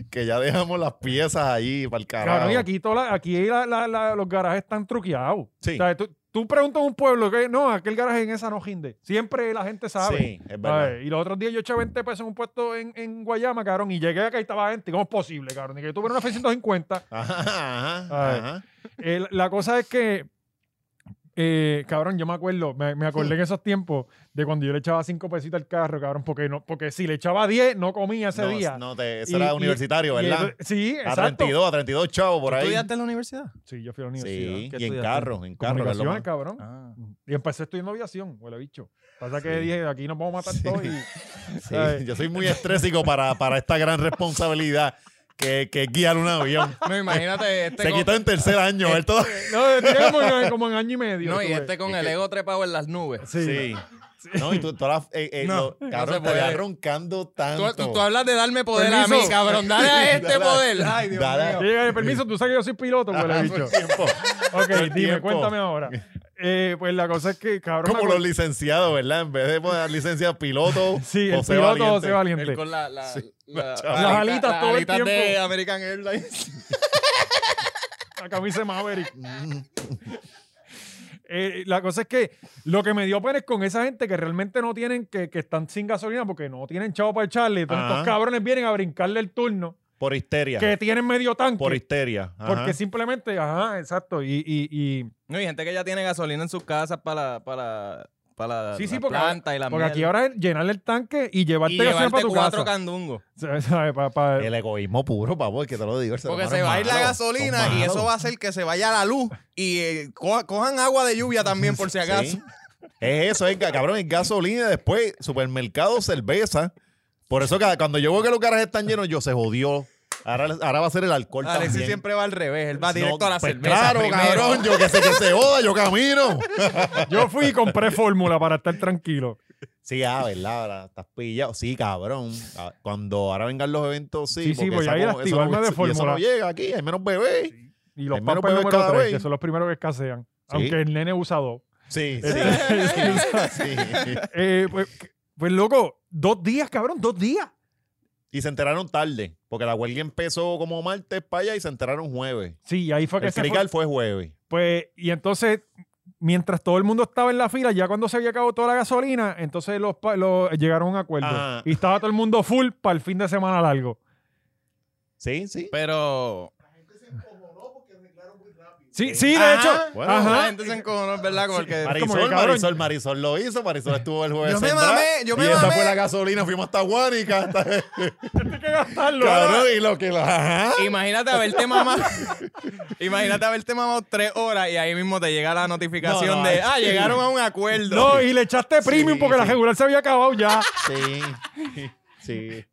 S3: que ya dejamos las piezas ahí para el carajo.
S1: Cabrón, y aquí, toda la- aquí la- la- la- los garajes están truqueados.
S3: Sí.
S1: O sea, tú, tú preguntas a un pueblo que no, aquel garaje en esa no jinde. Siempre la gente sabe.
S3: Sí, es verdad.
S1: ¿Sabes? Y los otros días yo eché 20 pesos en un puesto en, en Guayama, cabrón, y llegué acá y estaba gente. ¿Cómo es posible, cabrón? Y que yo tuve una F-150.
S3: Ajá,
S1: Ay.
S3: ajá, ajá.
S1: Eh, la- la cosa es que, eh, cabrón, yo me acuerdo, me, me acordé en esos tiempos de cuando yo le echaba 5 pesitos al carro, cabrón, porque, no, porque si le echaba 10, no comía ese
S3: No,
S1: día.
S3: No, te, eso
S1: Y-
S3: era
S1: y-
S3: universitario,
S1: Y
S3: ¿verdad?
S1: eso- sí,
S3: a
S1: exacto.
S3: 32, a 32 chavos por ahí.
S2: ¿Estudiaste en la universidad?
S1: Sí, yo fui a la universidad.
S3: Sí,
S2: ¿Qué
S3: y en
S2: estudiaste?
S3: carros, en carros. que es lo
S1: Comunicaciones,
S3: más-
S1: cabrón.
S2: Ah.
S1: Y empecé estudiando aviación, huele bicho. Pasa que
S3: Sí.
S1: dije, aquí nos vamos a matar
S3: Sí.
S1: todos y...
S3: (laughs) Sí,
S1: Ay.
S3: yo soy muy estrésico para, para esta gran responsabilidad que, que es guiar un avión.
S2: No, imagínate
S1: (laughs)
S2: este
S3: Se
S2: con,
S3: quitó en tercer año, él todo.
S1: No, tenía como, en- como en año y medio.
S2: no, y
S1: estuve.
S2: este con el ego trepado en las nubes.
S1: Sí.
S3: No, y tú, tú ahora, eh, eh,
S2: No,
S3: lo-
S2: no
S3: cabrón,
S2: se
S3: te
S2: puede.
S3: vas roncando
S2: Tú,
S3: tanto.
S2: tú- tú hablas de darme poder a mí,
S1: Permiso. (laughs)
S2: cabrón. Dale a este
S3: Dale a-
S2: poder. Ay, Dios
S3: dale a-
S1: Yo
S2: mío.
S1: llegué, permiso, tú sabes que yo soy piloto, huele bicho.
S3: Ah, pues, Tiempo.
S1: Ok,
S3: Todo
S1: dime,
S3: el (laughs) tiempo.
S1: cuéntame
S3: (laughs)
S1: ahora. Eh, pues la cosa es que, cabrón...
S3: Como
S1: me
S3: los
S1: acuerdo-
S3: licenciados, ¿verdad? En vez de poner licencia piloto,
S1: (laughs) Sí, el
S3: José
S1: piloto
S3: Valiente.
S1: José Valiente.
S2: Él con la, la, la-
S3: chaval.
S1: Las
S2: alita-
S1: alitas todo el
S2: alitas de
S1: tiempo.
S2: American Airlines. (laughs)
S1: La camisa de Maverick.
S3: (laughs)
S1: Eh, la cosa es que lo que me dio pena es con esa gente que realmente no tienen, que, que están sin gasolina porque no tienen chavo para echarle. Entonces
S3: Ajá.
S1: estos cabrones vienen a brincarle el turno
S3: Por histeria.
S1: que tienen medio tanque.
S3: Por histeria. Ajá.
S1: porque simplemente, ajá, exacto. Y, y, y
S2: No, y gente que ya tiene gasolina en sus casas para, para, para
S1: Sí, sí,
S2: la
S1: porque-
S2: planta y la
S1: porque aquí
S2: mierda.
S1: ahora es llenarle el tanque y llevarte
S2: y
S1: gasolina
S2: llevarte
S1: para tu
S2: cuatro
S1: casa.
S2: candungos.
S1: (laughs) ¿Sabes? Pa- pa-
S3: El egoísmo puro, papo, es que te lo digo. el ser
S2: Porque
S3: humano
S2: se
S3: es
S2: va a ir la
S3: malo,
S2: gasolina
S3: son
S2: y
S3: malos.
S2: eso va a hacer que se vaya la luz y eh, co- cojan agua de lluvia también por si acaso.
S3: (laughs) Sí. Es eso, es, ga- cabrón, es gasolina, después supermercado, cerveza. Por eso cada- cuando yo veo que los garajes están llenos, yo se jodió. Ahora, ahora va a ser el alcohol
S2: Alexis
S3: también.
S2: siempre va al revés, él va directo
S3: No,
S2: a la
S3: pues
S2: cerveza
S3: Claro,
S2: primero.
S3: cabrón, yo que sé que se joda, yo camino.
S1: Yo fui y compré fórmula para estar tranquilo.
S3: Sí, ah, verdad, ahora estás pillado. Sí, cabrón. Ah, Cuando ahora vengan los eventos,
S1: Sí,
S3: sí.
S1: pues sí,
S3: porque
S1: voy a ir a
S3: eso no-
S1: activarme de
S3: y eso
S1: fórmula.
S3: no llega aquí, hay menos bebés.
S1: Y los
S3: Hay menos
S1: papas
S3: bebés
S1: número
S3: cada
S1: 3,
S3: vez.
S1: que son los primeros que escasean.
S3: Sí.
S1: Aunque el nene usa dos.
S3: Sí, sí. (laughs) sí.
S1: Eh, pues, pues, loco, dos días, cabrón, dos días.
S3: Y se enteraron tarde, porque la huelga empezó como martes para allá y se enteraron jueves.
S1: Sí, y ahí fue que
S3: El
S1: se fue-
S3: crical fue jueves.
S1: Pues, y entonces, mientras todo el mundo estaba en la fila, ya cuando se había acabado toda la gasolina, entonces los, pa- los- llegaron a un acuerdo.
S3: Ajá.
S1: Y estaba todo el mundo full para el fin de semana largo.
S3: Sí, sí.
S2: Pero
S1: Sí, sí, de
S2: Ajá.
S1: hecho.
S3: Bueno,
S1: ajá.
S2: la gente se encojonó, es ¿verdad? Como el que-
S1: Mari-
S3: Marisol,
S1: como que, cabrón.
S3: Marisol, Marisol lo hizo, Marisol estuvo el jueves.
S2: Yo me
S3: sembrada,
S2: mamé, yo me
S3: y esa
S2: mamé.
S3: fue la gasolina, fuimos hasta
S1: (laughs)
S3: Guánica. hasta-
S1: Hay que gastarlo.
S3: cabrón, y lo que lo. Ajá.
S2: Imagínate haberte mamado. (laughs) imagínate haberte mamado tres horas y ahí mismo te llega la notificación
S3: No, no,
S2: de
S3: ay.
S2: ah, llegaron a un acuerdo.
S1: No, y le echaste premium
S3: Sí,
S1: porque la
S3: sí.
S1: regular se había acabado ya.
S3: Sí. (laughs) Sí.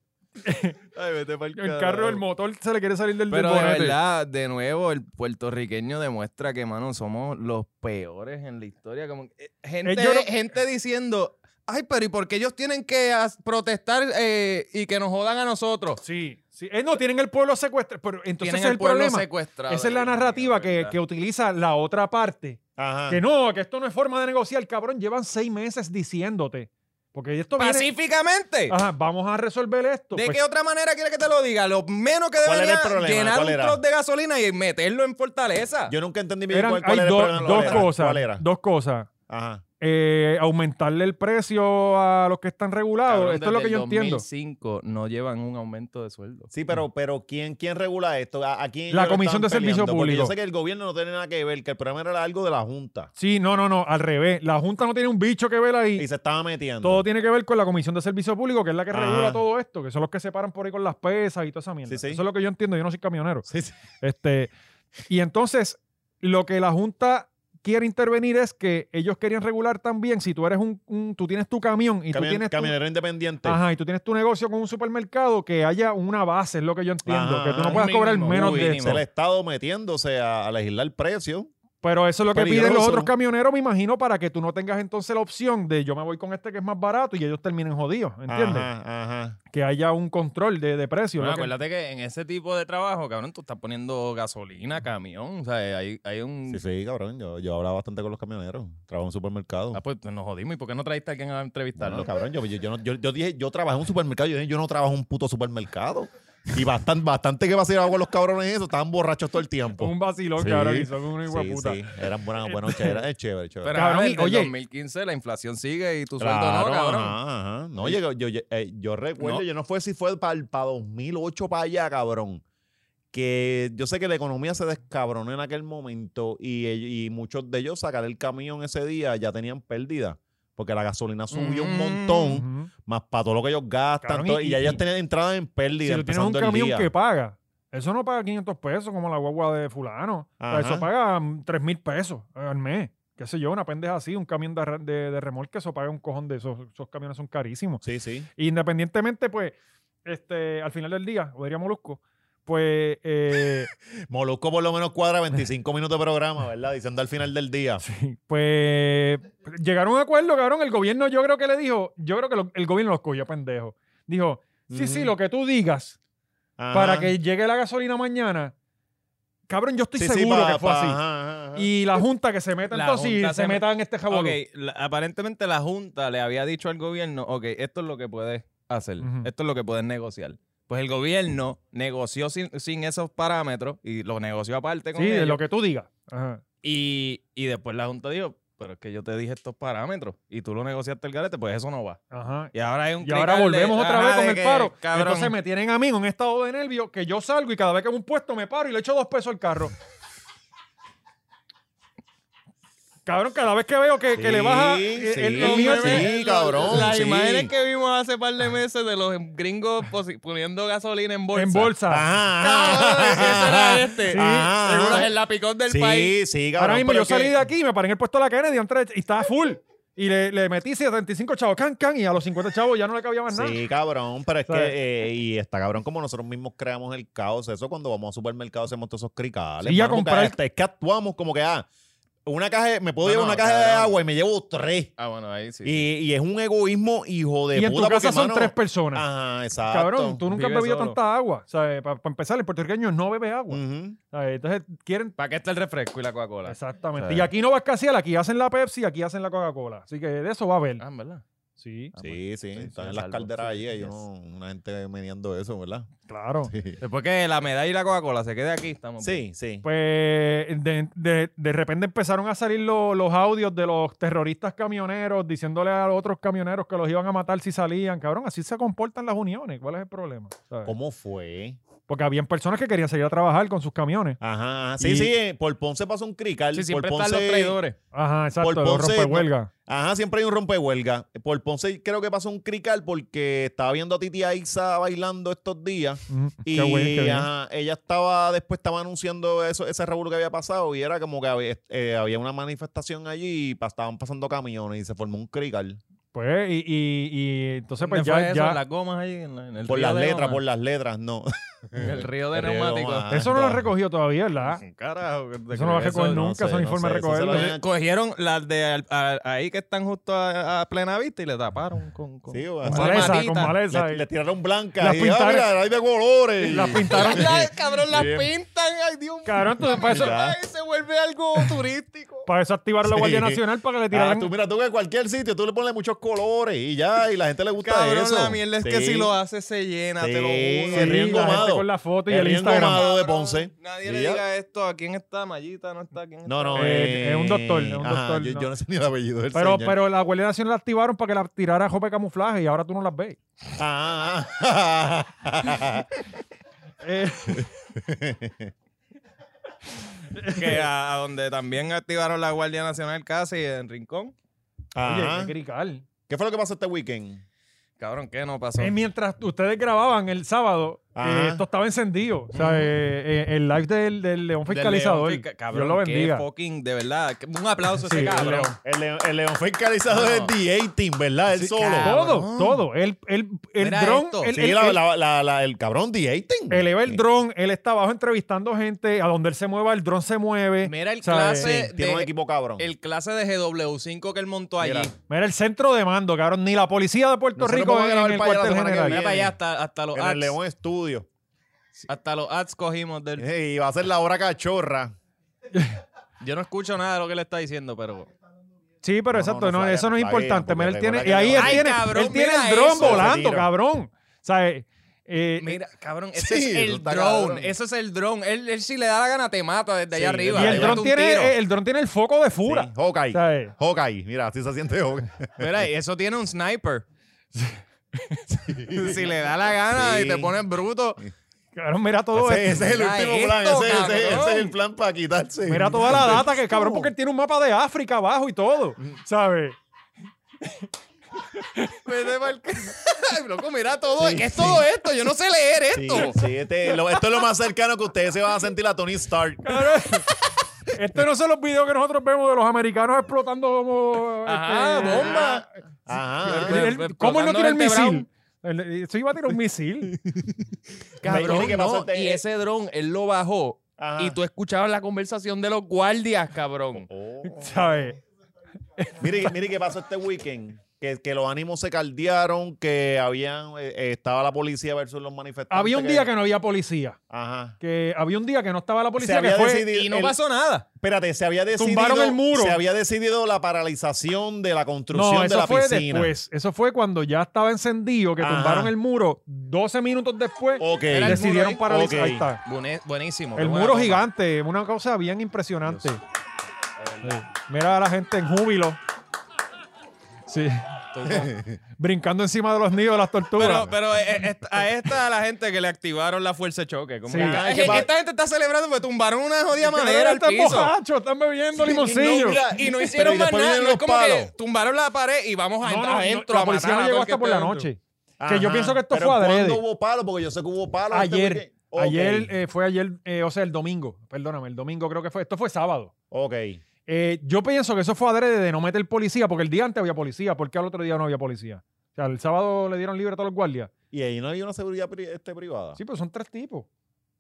S2: Ay, vete pa'l
S1: El carro,
S2: carajo.
S1: el motor se le quiere salir (laughs) del
S2: Pero de
S1: bonete.
S2: verdad, de nuevo, el puertorriqueño demuestra que, mano, somos los peores en la historia. Como, que, eh, gente,
S1: Eh, yo no-
S2: gente diciendo, ay, pero ¿y por qué ellos tienen que as- protestar eh, y que nos jodan a nosotros?
S1: Sí, sí. Eh, no, tienen el pueblo secuestrado. Pero entonces
S2: Tienen
S1: ese es el
S2: pueblo
S1: problema.
S2: secuestrado.
S1: Esa es la narrativa que, que utiliza la otra parte.
S3: Ajá.
S1: Que no, que esto no es forma de negociar, cabrón. Llevan seis meses diciéndote. Porque esto viene-
S2: Pacíficamente.
S1: Ajá, vamos a resolver esto.
S2: ¿De
S1: Pues,
S2: qué otra manera quiere que te lo diga? Lo menos que
S3: ¿Cuál era el
S2: debería
S3: problema?
S2: llenar
S3: ¿Cuál
S2: un
S3: era?
S2: trozo de gasolina y meterlo en Fortaleza.
S3: Yo nunca entendí bien
S1: eran-
S3: cuál, cuál
S1: hay
S3: era el
S1: dos-
S3: problema.
S1: dos
S3: ¿Cuál era?
S1: cosas.
S3: ¿Cuál era?
S1: Dos cosas.
S3: Ajá.
S1: Eh, aumentarle el precio a los que están regulados.
S2: Cabrón,
S1: esto es lo
S2: desde
S1: que yo
S2: el
S1: entiendo.
S2: 2005 no llevan un aumento de sueldo.
S3: Sí, pero, pero ¿quién, ¿quién regula esto? ¿A, a quién
S1: La
S3: ellos le
S1: Comisión
S3: están
S1: de Servicio
S3: peleando? Porque
S1: Público.
S3: Yo sé que el gobierno no tiene nada que ver, que el problema era algo de la Junta.
S1: Sí, no, no, no, al revés. La Junta no tiene un bicho que ver ahí.
S3: Y se estaba metiendo.
S1: Todo tiene que ver con la Comisión de Servicio Público, que es la que
S3: Ajá.
S1: regula todo esto, que son los que se paran por ahí con las pesas y toda esa mierda.
S3: Sí, sí.
S1: Eso es lo que yo entiendo, yo no soy camionero.
S3: Sí, sí.
S1: Este, y entonces, lo que la Junta quiere intervenir es que ellos querían regular también si tú eres un, un- tú tienes tu camión y
S3: Camion-
S1: tú tienes tu-
S3: camionero independiente.
S1: Ajá, y tú tienes tu negocio con un supermercado que haya una base, es lo que yo entiendo,
S3: Ajá,
S1: que tú
S3: ajá.
S1: no puedas
S2: Un
S1: cobrar
S2: mínimo,
S1: menos
S2: un
S1: de
S2: mínimo.
S3: Es
S1: eso.
S3: el Estado metiéndose a, a legislar el precio.
S1: Pero eso es lo que piden los
S3: Peligroso.
S1: otros camioneros, me imagino, para que tú no tengas entonces la opción de yo me voy con este que es más barato y ellos terminen jodidos, ¿entiendes?
S3: Ajá, ajá.
S1: Que haya un control de, de precios.
S2: Bueno,
S1: lo que-
S2: acuérdate que en ese tipo de trabajo, cabrón, tú estás poniendo gasolina, camión. O sea, hay, hay un.
S3: Sí, sí, cabrón. Yo, yo hablaba bastante con los camioneros. Trabajo en un supermercado.
S2: Ah, pues nos jodimos. ¿Y por qué no trajiste a alguien a entrevistarlo?
S3: Bueno, cabrón, yo, yo, yo, no- yo- yo dije, yo trabajo en un supermercado. Yo dije, yo no trabajo en un puto supermercado. Y bastante, bastante que va a ser agua los cabrones eso. Estaban borrachos todo el tiempo.
S1: un vacilón
S3: Sí.
S1: que ahora son una
S3: Sí,
S1: hijueputa.
S3: sí. Eran buenas, buenas noches. Era, es chévere, chévere.
S2: Pero
S1: Cabrón,
S2: ahora,
S1: y-
S2: desde
S1: oye.
S2: el 2015 la inflación sigue y tu
S3: Claro,
S2: sueldo no, cabrón.
S3: Ajá, ajá. No, yo, yo, yo- eh, yo recuerdo,
S2: No.
S3: yo no fue si fue para 2008 para allá, cabrón. Que yo sé que la economía se descabronó en aquel momento y, ell- y muchos de ellos sacar el camión ese día ya tenían pérdida. Porque la gasolina subió un
S2: Mm.
S3: montón,
S1: Ujú.
S3: más para todo lo que ellos gastan.
S1: Cabrón,
S3: todo,
S1: y-
S3: y, ya
S1: y-
S3: ellos tenían entrada en
S1: Si
S3: pérdida
S1: tú tienes un
S3: empezando el
S1: camión
S3: día.
S1: que paga, eso no paga 500 pesos como la guagua de fulano. O sea,
S3: Ajá.
S1: eso paga mm, 3 mil pesos al mes. Qué sé yo, una pendeja así, un camión de, re- de- de remolque, eso paga un cojón de esos. Esos camiones son carísimos.
S3: Sí, sí.
S1: Independientemente, pues, este, al final del día, o diría Molusco, pues, eh, (laughs)
S3: Molusco por lo menos cuadra 25 minutos de programa, ¿verdad? Diciendo al final del día.
S1: sí, pues, llegaron a un acuerdo, cabrón. El gobierno, yo creo que le dijo, yo creo que lo- el gobierno los cogió, pendejo. Dijo, sí, sí,
S3: Ujú.
S1: lo que tú digas
S3: Ajá.
S1: para que llegue la gasolina mañana. Cabrón, yo estoy
S3: Sí, sí,
S1: seguro
S3: pa-
S1: que fue
S3: pa-
S1: así.
S3: ajá, ajá, ajá.
S1: Y la junta que se meta
S2: La
S1: entonces y
S2: junta
S1: se,
S2: se
S1: meta en este jabón.
S2: Ok, la- aparentemente la Junta le había dicho al gobierno, ok, esto es lo que puedes hacer,
S1: Ujú.
S2: esto es lo que puedes negociar. Pues el gobierno negoció sin, sin esos parámetros y lo negoció aparte con
S1: Sí, de
S2: ellos.
S1: lo que tú digas. Ajá.
S2: y, y después la Junta dijo, pero es que yo te dije estos parámetros y tú lo negociaste el garete, pues eso no va.
S1: Ajá.
S2: Y ahora hay un
S1: Y ahora
S2: crical de-
S1: volvemos otra
S2: ajá,
S1: vez con
S2: de
S1: el
S2: que,
S1: paro.
S2: cabrón,
S1: Entonces me tienen a mí en un estado de nervio que yo salgo y cada vez que en un puesto me paro y le echo dos pesos al carro. cabrón, cada vez que veo que, que le baja
S3: Sí,
S1: eh,
S3: sí,
S1: el, el mío
S3: sí,
S1: es-
S3: cabrón.
S2: Las
S3: sí.
S2: imágenes que vimos hace par de meses de los gringos posi- poniendo gasolina en bolsa.
S1: en bolsa.
S3: Ajá,
S2: Cabrón, ese
S3: ajá, (laughs)
S2: era este.
S1: Sí.
S3: Ajá.
S2: En una- en la picón del
S3: Sí,
S2: país.
S3: sí, cabrón.
S1: Ahora mismo
S3: pero
S1: yo
S3: es que-
S1: salí de aquí y me paré en el puesto de la Kennedy entré, y estaba full. Y le, le metí 75 chavos, can, can, y a los 50 chavos ya no le cabía más nada.
S3: Sí, cabrón, pero es
S1: ¿Sabes?
S3: que, eh, y está cabrón como nosotros mismos creamos el caos, eso cuando vamos a supermercados hacemos todos esos cricales.
S1: Sí, a
S3: mano, porque
S1: comprar-
S3: hasta Es que actuamos como que, ah, una caja, me puedo
S2: No,
S3: llevar
S2: no,
S3: una caja de
S2: cabrón.
S3: agua y me llevo tres.
S2: Ah, bueno, ahí sí.
S3: Y, y es un egoísmo hijo de
S1: Y
S3: puta.
S1: en tu casa
S3: porque,
S1: son
S3: mano,
S1: tres personas.
S3: Ajá, exacto.
S1: Cabrón, tú nunca has
S2: Vive
S1: bebido
S2: solo.
S1: tanta agua. Para empezar, el puertorriqueño no bebe agua.
S3: Ujú.
S1: ¿sabes? Entonces quieren.
S2: ¿Para qué está el refresco y la Coca-Cola?
S1: Exactamente.
S3: Sí.
S1: Y aquí no va a escasear, aquí hacen la Pepsi, aquí hacen la Coca-Cola. Así que de eso va a haber.
S2: Ah, en ¿verdad?
S1: Sí,
S2: Ah, bueno.
S3: Sí, sí,
S2: Sí,
S3: están
S2: sí,
S3: en las
S2: salvo.
S3: calderas
S2: Sí,
S3: allí, hay
S2: yes.
S3: uno- una gente meneando eso, ¿verdad?
S1: claro.
S3: Sí,
S2: Después que la medalla y la Coca-Cola se quede aquí, estamos. bien.
S3: sí. sí.
S1: Pues de, de- de repente empezaron a salir lo- los audios de los terroristas camioneros diciéndole a los otros camioneros que los iban a matar si salían. Cabrón, así se comportan las uniones. ¿Cuál es el problema? ¿Sabes?
S3: ¿Cómo fue?
S1: Porque habían personas que querían salir a trabajar con sus camiones.
S3: Ajá, ajá. sí,
S1: Y-
S3: sí, eh, por Ponce pasó un crical.
S2: Sí,
S3: por
S2: siempre
S3: Ponce,
S2: están los traidores.
S1: Ajá, exacto. Los
S3: Ponce, no-
S1: rompehuelga.
S3: Ajá, siempre hay un rompehuelga. Por Ponce creo que pasó un crical porque estaba viendo a Titi Aiza bailando estos días.
S1: Ujú.
S3: Y
S1: Qué bueno, qué bien.
S3: ajá, ella estaba, después estaba anunciando eso, ese revuelo que había pasado y era como que había, eh, había una manifestación allí y pa- estaban pasando camiones y se formó un crical.
S1: Pues, y, y- y entonces, pues
S2: ¿Dónde
S1: ya.
S2: fue eso?
S1: ya-
S2: En las gomas ahí, en, la- en el
S3: Por
S2: río
S3: las
S2: de
S3: letras,
S2: gomas.
S3: por las letras, no. (laughs)
S2: En el río de
S3: El río de
S2: neumáticos.
S3: gomas.
S1: Eso no lo han
S3: Anda.
S1: recogido todavía, ¿verdad?
S2: Carajo, que te
S1: Eso no va a
S2: crees,
S1: recoger
S2: eso no
S1: nunca, son informes
S3: sé, eso se lo
S1: recogerlos.
S3: habían-
S2: Pues, Cogieron las de al- a- ahí que están justo a, a plena vista y le taparon con. con-
S3: Sí,
S1: Con
S3: va.
S2: Vale,
S1: maleza,
S2: matita.
S1: con maleza.
S3: le,
S1: y-
S3: le tiraron blanca.
S1: Las
S3: y, ah,
S1: pintaron-
S3: mira, hay de colores.
S1: (laughs) Las pintaron.
S3: (laughs)
S2: La- cabrón, las
S3: Bien.
S2: pintan. Ay, Dios mío.
S1: Cabrón, tú- para eso,
S3: (laughs) Ya.
S2: Ay, se vuelve algo turístico.
S3: (laughs)
S1: para eso activar la
S3: Sí.
S1: Guardia Nacional para que le
S3: Ah,
S1: tiraran.
S3: tú, mira, tú que en cualquier sitio, tú le pones muchos colores y ya, y la gente le gusta
S2: Cabrón,
S3: eso.
S2: la mierda es que
S3: Sí.
S2: si lo haces se llena,
S3: Sí,
S2: te lo
S1: Sí,
S2: juro.
S3: el río
S1: la gente
S3: engomado.
S1: con la foto y
S3: El
S1: el,
S3: río
S1: Instagram.
S3: engomado.
S2: Cabrón,
S3: de Ponce.
S2: Nadie
S3: Y
S2: le
S3: ya.
S2: diga esto. ¿A quién está? Mallita, no está. ¿Quién está?
S3: No, no,
S1: Eh, es un doctor, es un
S3: ajá,
S1: doctor,
S3: yo,
S1: no.
S3: yo no sé ni el apellido del
S1: Pero,
S3: señor.
S1: pero la Guardia Nacional la activaron para que la tirara ropa de camuflaje y ahora tú no las ves.
S3: Ah, ah, ah.
S1: (laughs) Eh,
S2: Que a, a donde también activaron la Guardia Nacional casi en Rincón.
S1: oye,
S3: Ajá.
S1: qué crical.
S3: ¿Qué fue lo que pasó este weekend?
S2: Cabrón, ¿qué no pasó?
S1: Eh, mientras ustedes grababan el sábado,
S3: Ajá.
S1: eh, esto estaba encendido. O sea, eh, eh, el live del, del León
S2: Del
S1: Fiscalizador.
S2: León Fisca-
S1: Dios lo
S2: cabrón, qué
S1: bendiga.
S2: fucking, de verdad. que- Un aplauso a ese
S1: Sí, el
S2: cabrón.
S1: León.
S3: El León, el León fue encabezado del D-18, ¿verdad? Él
S2: Sí,
S3: solo.
S2: cabrón.
S1: Todo, todo. El, el, el
S2: Mira
S1: dron.
S2: esto.
S1: el-
S3: Sí,
S1: el-
S3: la-
S1: el-
S3: la- la- la- el cabrón D-18.
S1: eleva el dron, él está abajo entrevistando gente. A donde él se mueva, el dron se mueve.
S2: Mira el
S1: O sea, eh,
S2: clase
S3: Tiene un
S2: de,
S3: equipo cabrón.
S2: el clase de GW5 que él montó allí.
S3: Mira.
S1: Mira el centro de mando, cabrón. Ni la policía de Puerto
S3: Nosotros
S1: Rico
S3: vamos a
S1: en,
S3: grabar
S1: el
S3: para allá la
S1: cuartel
S3: semana que
S1: general.
S2: Mira
S3: viene.
S2: para allá hasta, hasta los
S3: en el León Eh.
S2: ads.
S3: Studio.
S2: Hasta los ads cogimos del.
S3: Y va a ser la hora cachorra.
S2: Yo no escucho nada de lo que le está diciendo, pero.
S1: Sí, pero
S3: No,
S1: exacto,
S3: no
S1: no,
S3: flaguean,
S1: eso no es
S3: flaguean,
S1: importante.
S3: porque
S1: Mira, él tiene, y
S3: recuerda que
S1: ahí él
S3: le-
S2: Ay,
S1: tiene,
S2: cabrón,
S1: él tiene
S2: mira
S1: el dron
S2: eso, ese
S1: volando,
S3: tiro.
S1: cabrón. O sea, eh, eh,
S2: Mira, cabrón, ese
S3: Sí,
S2: es
S3: eso
S2: el
S3: está cabrón.
S2: drone. Eso es el drone. Él, él si le da la gana te mata desde allá
S3: Sí,
S2: arriba.
S1: y
S2: le
S1: el
S2: mete
S1: dron
S2: un
S1: tiene,
S2: tiro.
S1: eh, el dron tiene el foco de fura.
S3: Sí, Hawkeye.
S2: eh.
S1: ¿Sabes?
S3: Hawkeye. Mira, así se siente
S2: (laughs)
S3: Hawkeye.
S2: Mira, y eso tiene un sniper. (laughs) si le da la gana
S3: Sí.
S2: y te pones
S3: (laughs)
S2: bruto.
S1: Cabrón, mira todo
S3: ese,
S1: esto.
S3: ese es el
S2: Mira
S3: último
S2: esto,
S3: plan. Ese, ese-
S2: cabrón.
S3: ese es el plan para quitarse.
S1: Mira toda la data que cabrón, porque él tiene un mapa de África abajo y todo.
S2: Mm.
S1: ¿Sabes?
S2: Vete pa'l ca- (laughs) Ay, loco, mira todo.
S3: Sí,
S2: ¿Qué es
S3: sí.
S2: todo esto? Yo no sé leer
S3: (laughs) Sí,
S2: esto.
S3: sí, este- lo- esto es lo más cercano que ustedes se van a sentir a Tony Stark.
S1: Estos Este no son los videos que nosotros vemos de los americanos explotando como.
S2: Ajá,
S1: este,
S2: bomba. Pues,
S3: Ajá.
S1: el- el-
S2: Explotando
S1: ¿Cómo él no tiene el
S2: gente
S1: misil? El- Eso iba a tirar un misil.
S2: (laughs) Cabrón,
S3: Dime qué pasó
S2: no.
S3: este-
S2: Y ese dron, él lo bajó.
S3: Ajá.
S2: Y tú escuchabas la conversación de los guardias, cabrón.
S1: (laughs)
S3: Oh.
S1: ¿Sabes?
S3: Mire, mire qué pasó este weekend. Que, que los ánimos se caldearon, que habían eh, estaba la policía versus los manifestantes.
S1: Había un día que no había policía.
S3: Ajá.
S1: que había un día que no estaba la policía que
S3: había
S1: fue
S3: decidido-
S2: Y no
S3: el-
S2: pasó nada.
S3: Espérate, se había decidido.
S1: Tumbaron el muro.
S3: Se había decidido la paralización de la construcción
S1: no
S3: de
S1: eso
S3: la
S1: fue
S3: piscina.
S1: después eso fue cuando ya estaba encendido que
S3: Ajá.
S1: tumbaron el muro 12 minutos después
S3: Ok.
S2: Era el muro
S1: decidieron
S2: ahí.
S1: paralizar
S3: Ok.
S1: ahí está
S2: Bune- buenísimo. qué
S1: el
S2: buena
S1: muro
S2: toma.
S1: gigante una cosa bien impresionante Sí. mira a la gente en júbilo
S2: (laughs)
S1: sí brincando encima de los nidos de las tortugas
S2: Pero, pero eh, eh, est- a esta a la gente que le activaron la fuerza de choque. Como
S1: Sí.
S2: que,
S1: Ah,
S2: "Ay,
S3: ¿qué pa-
S2: esta gente está celebrando porque tumbaron una jodida
S1: Cabrón,
S2: madera al
S1: están
S2: piso.
S1: borrachos, este están bebiendo
S2: No,
S1: limoncillo
S2: mira, y no hicieron
S3: y
S2: más
S3: después
S2: nada. No
S3: vienen
S2: es
S3: los
S2: como
S3: palos.
S2: que tumbaron la pared y vamos
S1: No, no,
S2: adentro
S1: no,
S2: adentro
S1: la
S2: a
S1: policía
S2: matar
S1: no
S2: a
S1: llegó
S2: todo el que
S1: hasta por la
S2: esté
S1: noche
S2: adentro.
S1: que yo
S3: Ajá.
S1: pienso que esto
S3: Pero
S1: fue adrede
S3: ¿Cuándo hubo palo? Porque yo sé que hubo palo. este
S1: ayer
S3: weekend. Ok,
S1: ayer eh, fue ayer eh, o sea el domingo perdóname el domingo creo que fue esto fue sábado
S3: ok.
S1: Eh, yo pienso que eso fue adrede de no meter policía, porque el día antes había policía, porque al otro día no había policía. O sea, el sábado le dieron libre a todos los guardias.
S3: Y ahí no hay una seguridad pri- este, privada.
S1: Sí, pero son tres tipos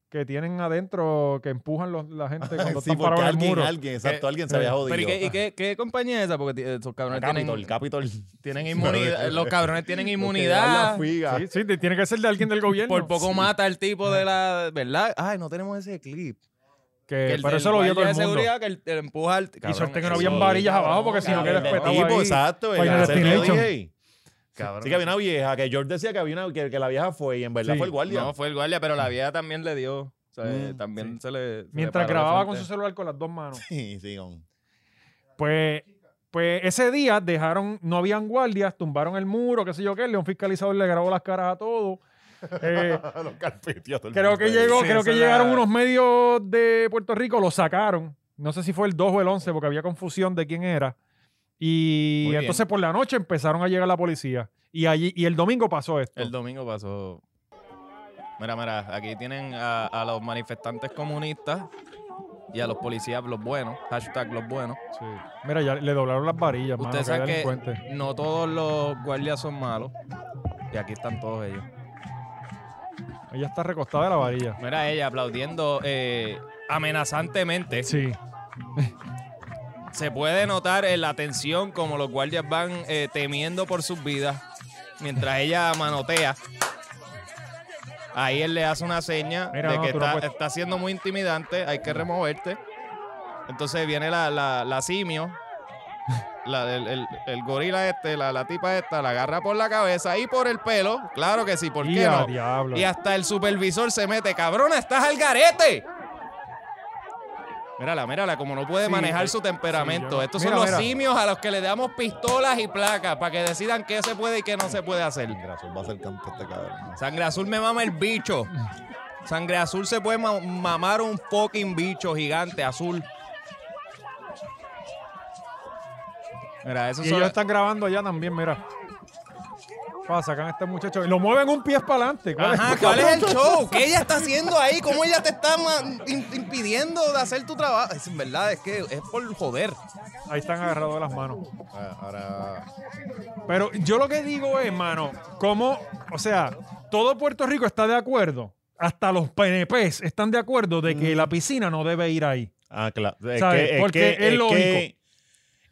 S1: que tienen adentro, que empujan los- la
S2: (laughs)
S1: gente cuando
S3: Sí,
S1: están
S3: porque
S1: parados en el
S3: alguien,
S1: muro.
S3: alguien, exacto, alguien se
S1: eh,
S3: había
S1: pero
S3: jodido.
S2: Pero ¿y qué, y qué, qué compañía es esa? Porque ti- esos cabrones
S3: Capitol,
S2: tienen,
S3: Capitol.
S2: tienen
S3: Pero,
S2: inmunidad.
S3: eh,
S2: Los cabrones tienen
S3: La
S2: inmunidad.
S3: figa.
S1: Sí, sí, te- tiene que ser de alguien del gobierno.
S2: (laughs) Por poco mata al tipo de la. ¿Verdad? Ay, no tenemos ese clip.
S1: Que,
S2: el
S1: pero
S2: del
S1: Eh, eso lo vio todo
S2: guardia
S1: el
S2: de
S1: mundo.
S2: seguridad que el, el empuja al. Cabrón,
S1: suerte que no
S2: eso-
S1: habían varillas abajo, porque si no
S2: cabrón,
S1: queda
S3: El
S1: espetado
S3: tipo,
S1: ahí.
S3: exacto. el
S1: Final
S3: hacer
S1: Destination.
S3: todo ahí.
S2: cabrón.
S3: Sí que había una vieja, que George decía que había una, que, que la vieja fue y en verdad
S1: Sí.
S3: fue el guardia.
S2: No, fue el guardia, pero la vieja también le dio. O sea, eh,
S3: Mm,
S2: también se le. se le
S1: Mientras
S2: paró de
S1: grababa con su
S2: frente.
S1: celular con las dos manos. (laughs)
S3: Sí, sí, con-
S1: Pues, pues ese día dejaron, no habían guardias, tumbaron el muro, qué sé yo qué, el león fiscalizador le grabó las caras a todos. Eh,
S3: (laughs) Los carpeteos, todo el
S1: Creo
S3: mundo
S1: que
S3: ahí.
S1: llegó,
S2: Sí,
S1: creo
S2: esa
S1: que
S2: es
S1: llegaron
S2: la-
S1: unos medios de Puerto Rico, lo sacaron. No sé si fue el 2 o el 11 porque había confusión de quién era. Y
S2: Muy bien.
S1: entonces por la noche empezaron a llegar la policía. Y allí y el domingo pasó esto.
S2: El domingo pasó. Mira, mira, aquí tienen a, a los manifestantes comunistas y a los policías, los buenos, hashtag los buenos.
S1: Sí. Mira, ya le doblaron las varillas, mano,
S2: Ustedes
S1: que
S2: saben
S1: delincuente.
S2: que no todos los guardias son malos. Y aquí están todos ellos.
S1: Ella está recostada de la varilla.
S2: Mira ella aplaudiendo eh, amenazantemente.
S1: Sí.
S2: Se puede notar en la tensión como los guardias van eh, temiendo por sus vidas mientras ella manotea. Ahí él le hace una seña
S1: Mira,
S2: de
S1: no,
S2: que
S1: tú no
S2: está,
S1: puedes.
S2: está siendo muy intimidante, hay que removerte. Entonces viene la, la, la simio la- el, el- el gorila este, la, la tipa esta, la agarra por la cabeza y por el pelo. Claro que sí, ¿por
S1: Y
S2: qué
S1: a
S2: no?
S1: diablo.
S2: Y hasta el supervisor se mete. ¡Cabrona, estás al garete! Mírala, mírala, como no puede
S1: Sí,
S2: manejar
S1: eh,
S2: su temperamento.
S1: sí, yo-
S2: Estos
S1: mira,
S2: son los
S1: mira.
S2: simios a los que le damos pistolas y placas para que decidan qué se puede y qué no se puede hacer.
S3: Grasol va a ser canto este cabrón.
S2: Sangre Azul me mama el bicho. Sangre Azul se puede ma- mamar un fucking bicho gigante azul. Mira, eso
S1: Y ellos están grabando allá también, mira. Pa, sacan a este muchacho. Y lo mueven un pie para adelante. ¿Cuál es? (laughs)
S2: Ajá, ¿cuál es el show? ¿Qué ella está haciendo ahí? ¿Cómo ella te está ma- im- impidiendo de hacer tu trabajo? Es en verdad, es que es por joder.
S1: Ahí están agarrados de las manos.
S3: Ah, Ahora.
S1: Pero yo lo que digo es, mano, cómo, o sea, todo Puerto Rico está de acuerdo. Hasta los PNPs están de acuerdo de
S3: Mm.
S1: que la piscina no debe ir ahí.
S3: Ah, claro. Es
S1: ¿Sabes?
S3: que, es
S1: Porque
S3: que,
S1: es
S3: es
S1: lógico.
S3: que-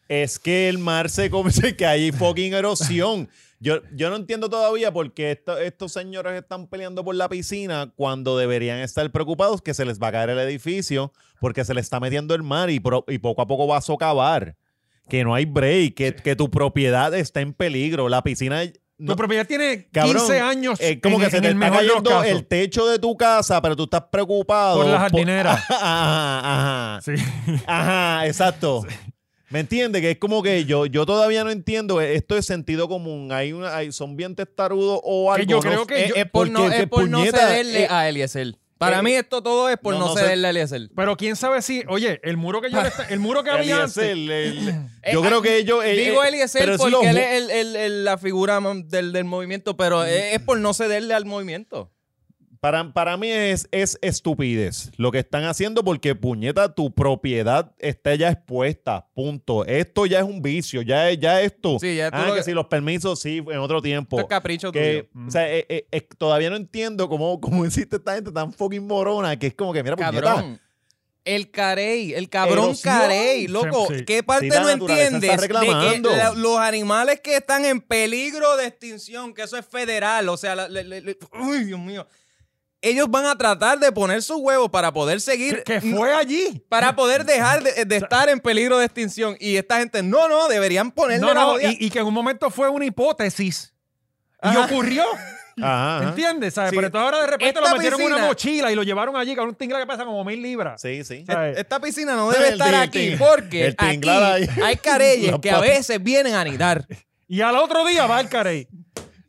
S3: es que el mar (laughs) se comienza que hay fucking erosión. Yo, yo no entiendo todavía por qué esto- estos señores están peleando por la piscina cuando deberían estar preocupados que se les va a caer el edificio porque se le está metiendo el mar y, pro- y poco a poco va a socavar. Que no hay break, que, que tu propiedad está en peligro. La piscina.
S1: Tu
S3: no-
S1: propiedad tiene 15
S3: Cabrón,
S1: años.
S3: eh, como
S1: en-
S3: que se
S1: en
S3: te
S1: el
S3: está
S1: mejor de los
S3: cayendo
S1: casos,
S3: el techo de tu casa, pero tú estás preocupado.
S1: por la
S3: por-
S1: jardinera.
S3: (laughs) Ajá, ajá.
S1: Sí.
S3: Ajá, exacto. ¿Me entiendes? Que es como que yo, yo todavía no entiendo. Esto es sentido común. Hay una, hay- son bien testarudos o
S1: Que
S3: algo.
S1: yo creo
S3: sé,
S1: que yo-
S3: eh, que puñeta, eh,
S2: a Eliezer.
S3: eh,
S2: esto todo es
S3: no, no sé. Eh,
S2: a Eliezer.
S1: Pero quién sabe si, oye, el muro que yo le está- el muro que había antes.
S3: Eliezer, el- el-
S2: Eh,
S3: yo
S2: ah,
S3: creo que ellos. eh,
S2: Digo
S3: eh,
S2: Eliezer
S3: pero es
S2: porque
S3: lo
S2: él
S3: ju- Mm.
S2: es el- el- el- la figura mam- del, del movimiento, pero es, es por no cederle al movimiento.
S3: Para, para mí es, es estupidez lo que están haciendo porque, puñeta, tu propiedad está ya expuesta. Punto. Esto ya es un vicio. Ya es, ya esto.
S2: Sí, ya tú
S3: ah,
S2: lo-
S3: que si los permisos, sí, en otro tiempo.
S2: Esto es capricho
S3: que,
S2: tuyo.
S1: tuyo.
S3: o sea, eh, eh, eh, todavía no entiendo cómo, cómo (laughs) existe esta gente tan fucking morona que es como que, mira, puñeta,
S2: Cabrón. El carey, el cabrón
S3: Erosión.
S2: carey, loco.
S1: Sí, sí.
S2: ¿Qué parte
S3: la
S2: no
S3: naturaleza está
S2: entiendes de que
S3: reclamando.
S2: la- los animales que están en peligro de extinción, que eso es federal, o sea, la- le- le- le- uy, Dios mío. Ellos van a tratar de poner sus huevos para poder seguir
S1: Que fue allí.
S2: para poder dejar de, de estar en peligro de extinción. Y esta gente, no, no, deberían ponerle
S1: No,
S2: la
S1: no,
S2: jodida-
S1: y, y que en un momento fue una hipótesis. Y
S2: Ajá.
S3: (laughs)
S1: ocurrió.
S3: Ajá, ajá.
S1: ¿Entiendes? ¿Sabes?
S2: Sí.
S1: Pero entonces ahora de repente
S2: Esta
S1: lo metieron en
S2: piscina-
S1: una mochila y lo llevaron allí con un tingla que pesa como mil libras.
S3: Sí, sí.
S1: ¿Sabes?
S2: Esta piscina no debe
S3: El
S2: estar
S3: ting- el
S2: aquí
S3: ting-
S2: porque
S3: el
S2: aquí
S3: tinglar ahí.
S1: (laughs)
S2: hay careyes
S3: La
S2: que a
S3: pata.
S2: veces vienen a anidar.
S1: Y al otro día va el carey.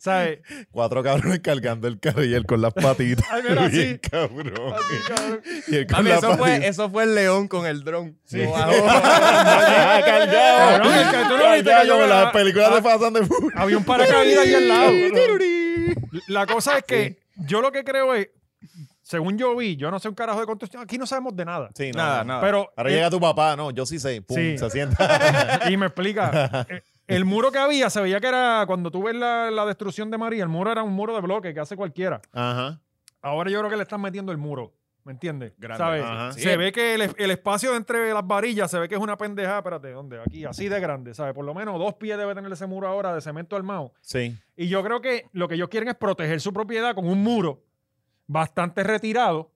S1: ¿Sabes?
S3: Cuatro cabrones cargando el carril con las patitas.
S1: Ay, mira, sí.
S3: Bien, cabrón. Y el con
S2: Papi,
S3: las
S2: eso fue,
S3: patitas.
S2: eso fue el león con el dron. Lo bajó.
S1: (laughs)
S3: Ah, cargado.
S1: Cabrón, es que tú no viste que
S3: Cargado
S1: yo
S3: como
S1: la-
S3: las películas de Fast and the Furious.
S1: Había un paracaídas ahí al lado. La cosa es que yo lo que creo es, según yo vi, yo no sé un carajo de construcción, aquí no sabemos de nada.
S3: Sí, no,
S2: Nada,
S3: no.
S2: nada.
S1: Pero
S3: Ahora
S1: eh,
S3: llega tu papá, no, yo sí sé. Pum,
S1: Sí. (laughs)
S3: se sienta.
S1: y me
S3: (laughs)
S1: explica, eh, el muro que había se veía que era, cuando tú ves la, la destrucción de María, el muro era un muro de bloque que hace cualquiera.
S3: Ajá.
S1: Ahora yo creo que le están metiendo el muro. ¿Me entiendes?
S2: Grande.
S1: ¿Sabes?
S3: Ajá.
S1: Se ve que el, el espacio entre las varillas se ve que es una pendejada. Espérate, ¿dónde? Aquí, así de grande, ¿sabes? Por lo menos dos pies debe tener ese muro ahora de cemento armado.
S3: Sí.
S1: Y yo creo que lo que ellos quieren es proteger su propiedad con un muro bastante retirado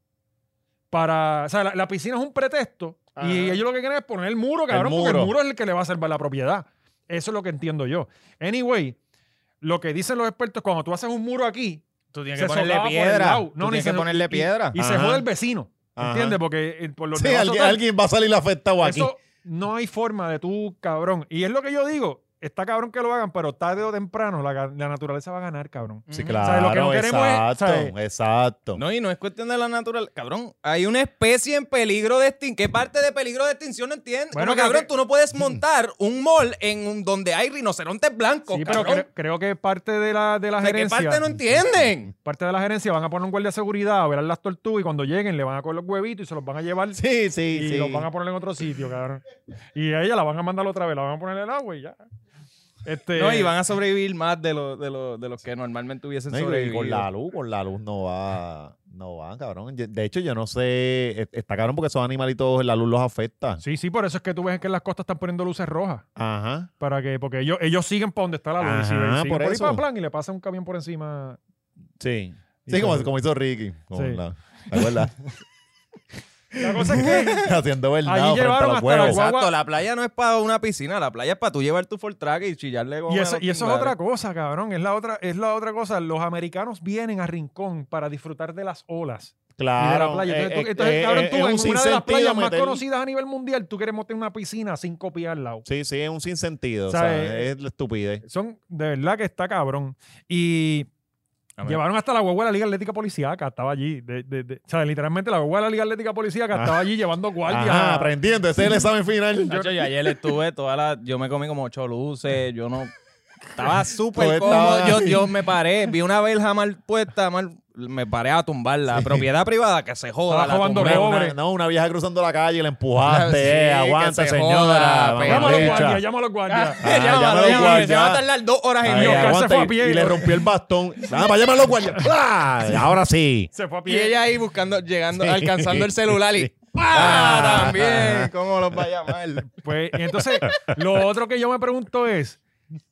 S1: para... O sea, la, la piscina es un pretexto
S3: Ajá.
S1: y ellos lo que quieren es poner el muro, cabrón, porque
S3: muro.
S1: el muro es el que le va a salvar la propiedad. Eso es lo que entiendo yo. Anyway, lo que dicen los expertos, cuando tú haces un muro aquí...
S2: Tú
S1: se
S2: tienes
S1: solapa por el lado. No, ni se- y- Y, se
S3: Ajá.
S1: jode el vecino,
S3: Ajá.
S1: ¿entiendes? Porque eh, por los
S3: Sí,
S1: demás
S3: alguien,
S1: total,
S3: alguien va a salir afectado aquí.
S1: eso no hay forma de tú, cabrón. Y es lo que yo digo. Está cabrón que lo hagan, pero tarde o temprano la, ga- la naturaleza va a ganar, cabrón.
S3: Sí,
S2: Ujú.
S3: claro.
S1: mm, ¿Sabes? Lo que no queremos es-
S3: exacto,
S1: ¿sabes?
S3: exacto.
S2: No, y no es cuestión de la naturaleza. Cabrón, hay una especie en peligro de extinción. ¿Qué parte de peligro de extinción no entiendes?
S1: Bueno,
S2: Como,
S1: creo
S2: cabrón,
S1: que-
S2: tú no
S1: (laughs)
S2: puedes montar un mall en un- donde hay rinocerontes blancos,
S1: Sí, pero
S2: cabrón.
S1: cre- creo que parte de la, de la
S2: O sea, ¿Qué
S1: gerencia.
S2: parte no entienden?
S1: parte de la gerencia van a poner un guardia de seguridad a ver las tortugas y cuando lleguen le van a coger los huevitos y se los van a llevar
S3: Sí, sí,
S1: y
S3: sí.
S1: los van a poner en otro sitio, cabrón. Y a ella la van a mandar otra vez, la van a poner en el agua y ya. Este,
S2: No, y van a sobrevivir más de los de lo, de los que normalmente hubiesen
S3: No, y- y
S2: sobrevivido.
S3: con la luz, con la luz no va, no va, cabrón. Yo- De hecho, yo no sé, es- está cabrón porque esos animalitos, la luz los afecta.
S1: Sí, sí, por eso es que tú ves que en las costas están poniendo luces rojas.
S3: Ajá.
S1: Para que, porque ellos, ellos siguen para donde está la luz. y si
S3: Ajá,
S1: siguen
S3: por
S1: por ahí
S3: eso.
S1: para plan y le pasa un camión por encima.
S3: Sí.
S1: Y
S3: Sí, como,
S1: todo.
S3: como hizo Ricky. con
S1: Sí.
S3: la- ¿te acuerdas?
S1: La cosa es
S3: (laughs)
S1: que
S3: Haciendo verdad
S1: Allí
S3: frente a
S1: llevaron
S3: los
S1: hasta la
S3: huevos.
S1: guagua.
S2: Exacto, la playa no es para una piscina, la playa es para tú llevar tu full track y chillarle con
S1: Y eso, y eso es otra cosa, cabrón. Es la otra, es la otra cosa. Los americanos vienen a Rincón para disfrutar de las olas y de la
S3: Claro.
S1: playa. Entonces, tú-
S3: eh,
S1: entonces,
S3: eh,
S1: cabrón,
S3: eh,
S1: tú
S3: es
S1: en una de las
S3: sinsentido
S1: playas más
S3: meter-
S1: conocidas a nivel mundial, tú quieres meter una piscina sin copiar al lado.
S3: Sí, sí, es un sinsentido. O sea,
S1: ¿Sabes?
S3: es la estupidez.
S1: Son, de verdad que está cabrón. Y llevaron hasta la guagua de la Liga Atlética Policiaca, estaba allí. De, de- de- o sea, literalmente la guagua de la Liga Atlética Policiaca
S3: Ah.
S1: estaba allí llevando
S3: Ajá,
S1: guardia.
S3: aprendiendo. Ese es el examen final.
S2: Nacho, yo ayer estuve toda la. Yo me comí como ocho luces, yo no. Estaba súper
S3: Pues
S2: cómodo.
S3: estaba-
S2: Yo, yo me paré, vi una verja mal puesta, mal, me paré a tumbarla. Propiedad privada que se joda.
S1: Estaba
S2: La
S1: robando
S2: tumbé.
S3: Una- una-
S1: pobre.
S3: no, una vieja cruzando la calle, la
S2: Sí,
S3: empujaste. eh,
S2: que
S3: aguanta,
S2: se
S3: señora.
S2: joda,
S3: mamá
S2: pero-
S1: Llámalo los
S3: bicha.
S1: guardias, llámalo los guardias.
S2: Eh, llámalo,
S3: llámalo,
S2: llámalo,
S3: guardia.
S2: se va a tardar dos horas en
S3: Ahí,
S1: Dios,
S2: llegar.
S1: que se
S3: aguanta,
S1: fue a
S3: y-
S1: pie,
S3: y le
S1: ¿no?
S3: rompió el bastón. Nada, para llamar a los guardias.
S1: (laughs)
S3: ¡Pla! Ahora sí.
S1: Se fue a
S2: Y
S1: pie.
S2: ella ahí buscando, llegando,
S3: Sí.
S2: alcanzando el celular y
S3: Ah.
S2: ¡Ah! También, ¿cómo los va a llamar?
S1: Pues, y entonces, lo otro que yo me pregunto es,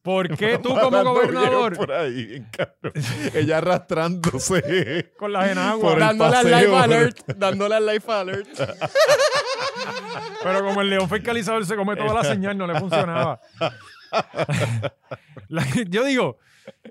S1: ¿por qué tú como
S3: Matando
S1: gobernador
S3: viejos por ahí, bien cabrón. Ella arrastrándose.
S1: con las enaguas?
S3: Por el
S2: Dándole al
S3: paseo,
S2: life
S3: por el-
S2: alert, dándole al life alert.
S1: Pero como el león fiscalizador se come toda la señal, no le funcionaba. La- yo digo,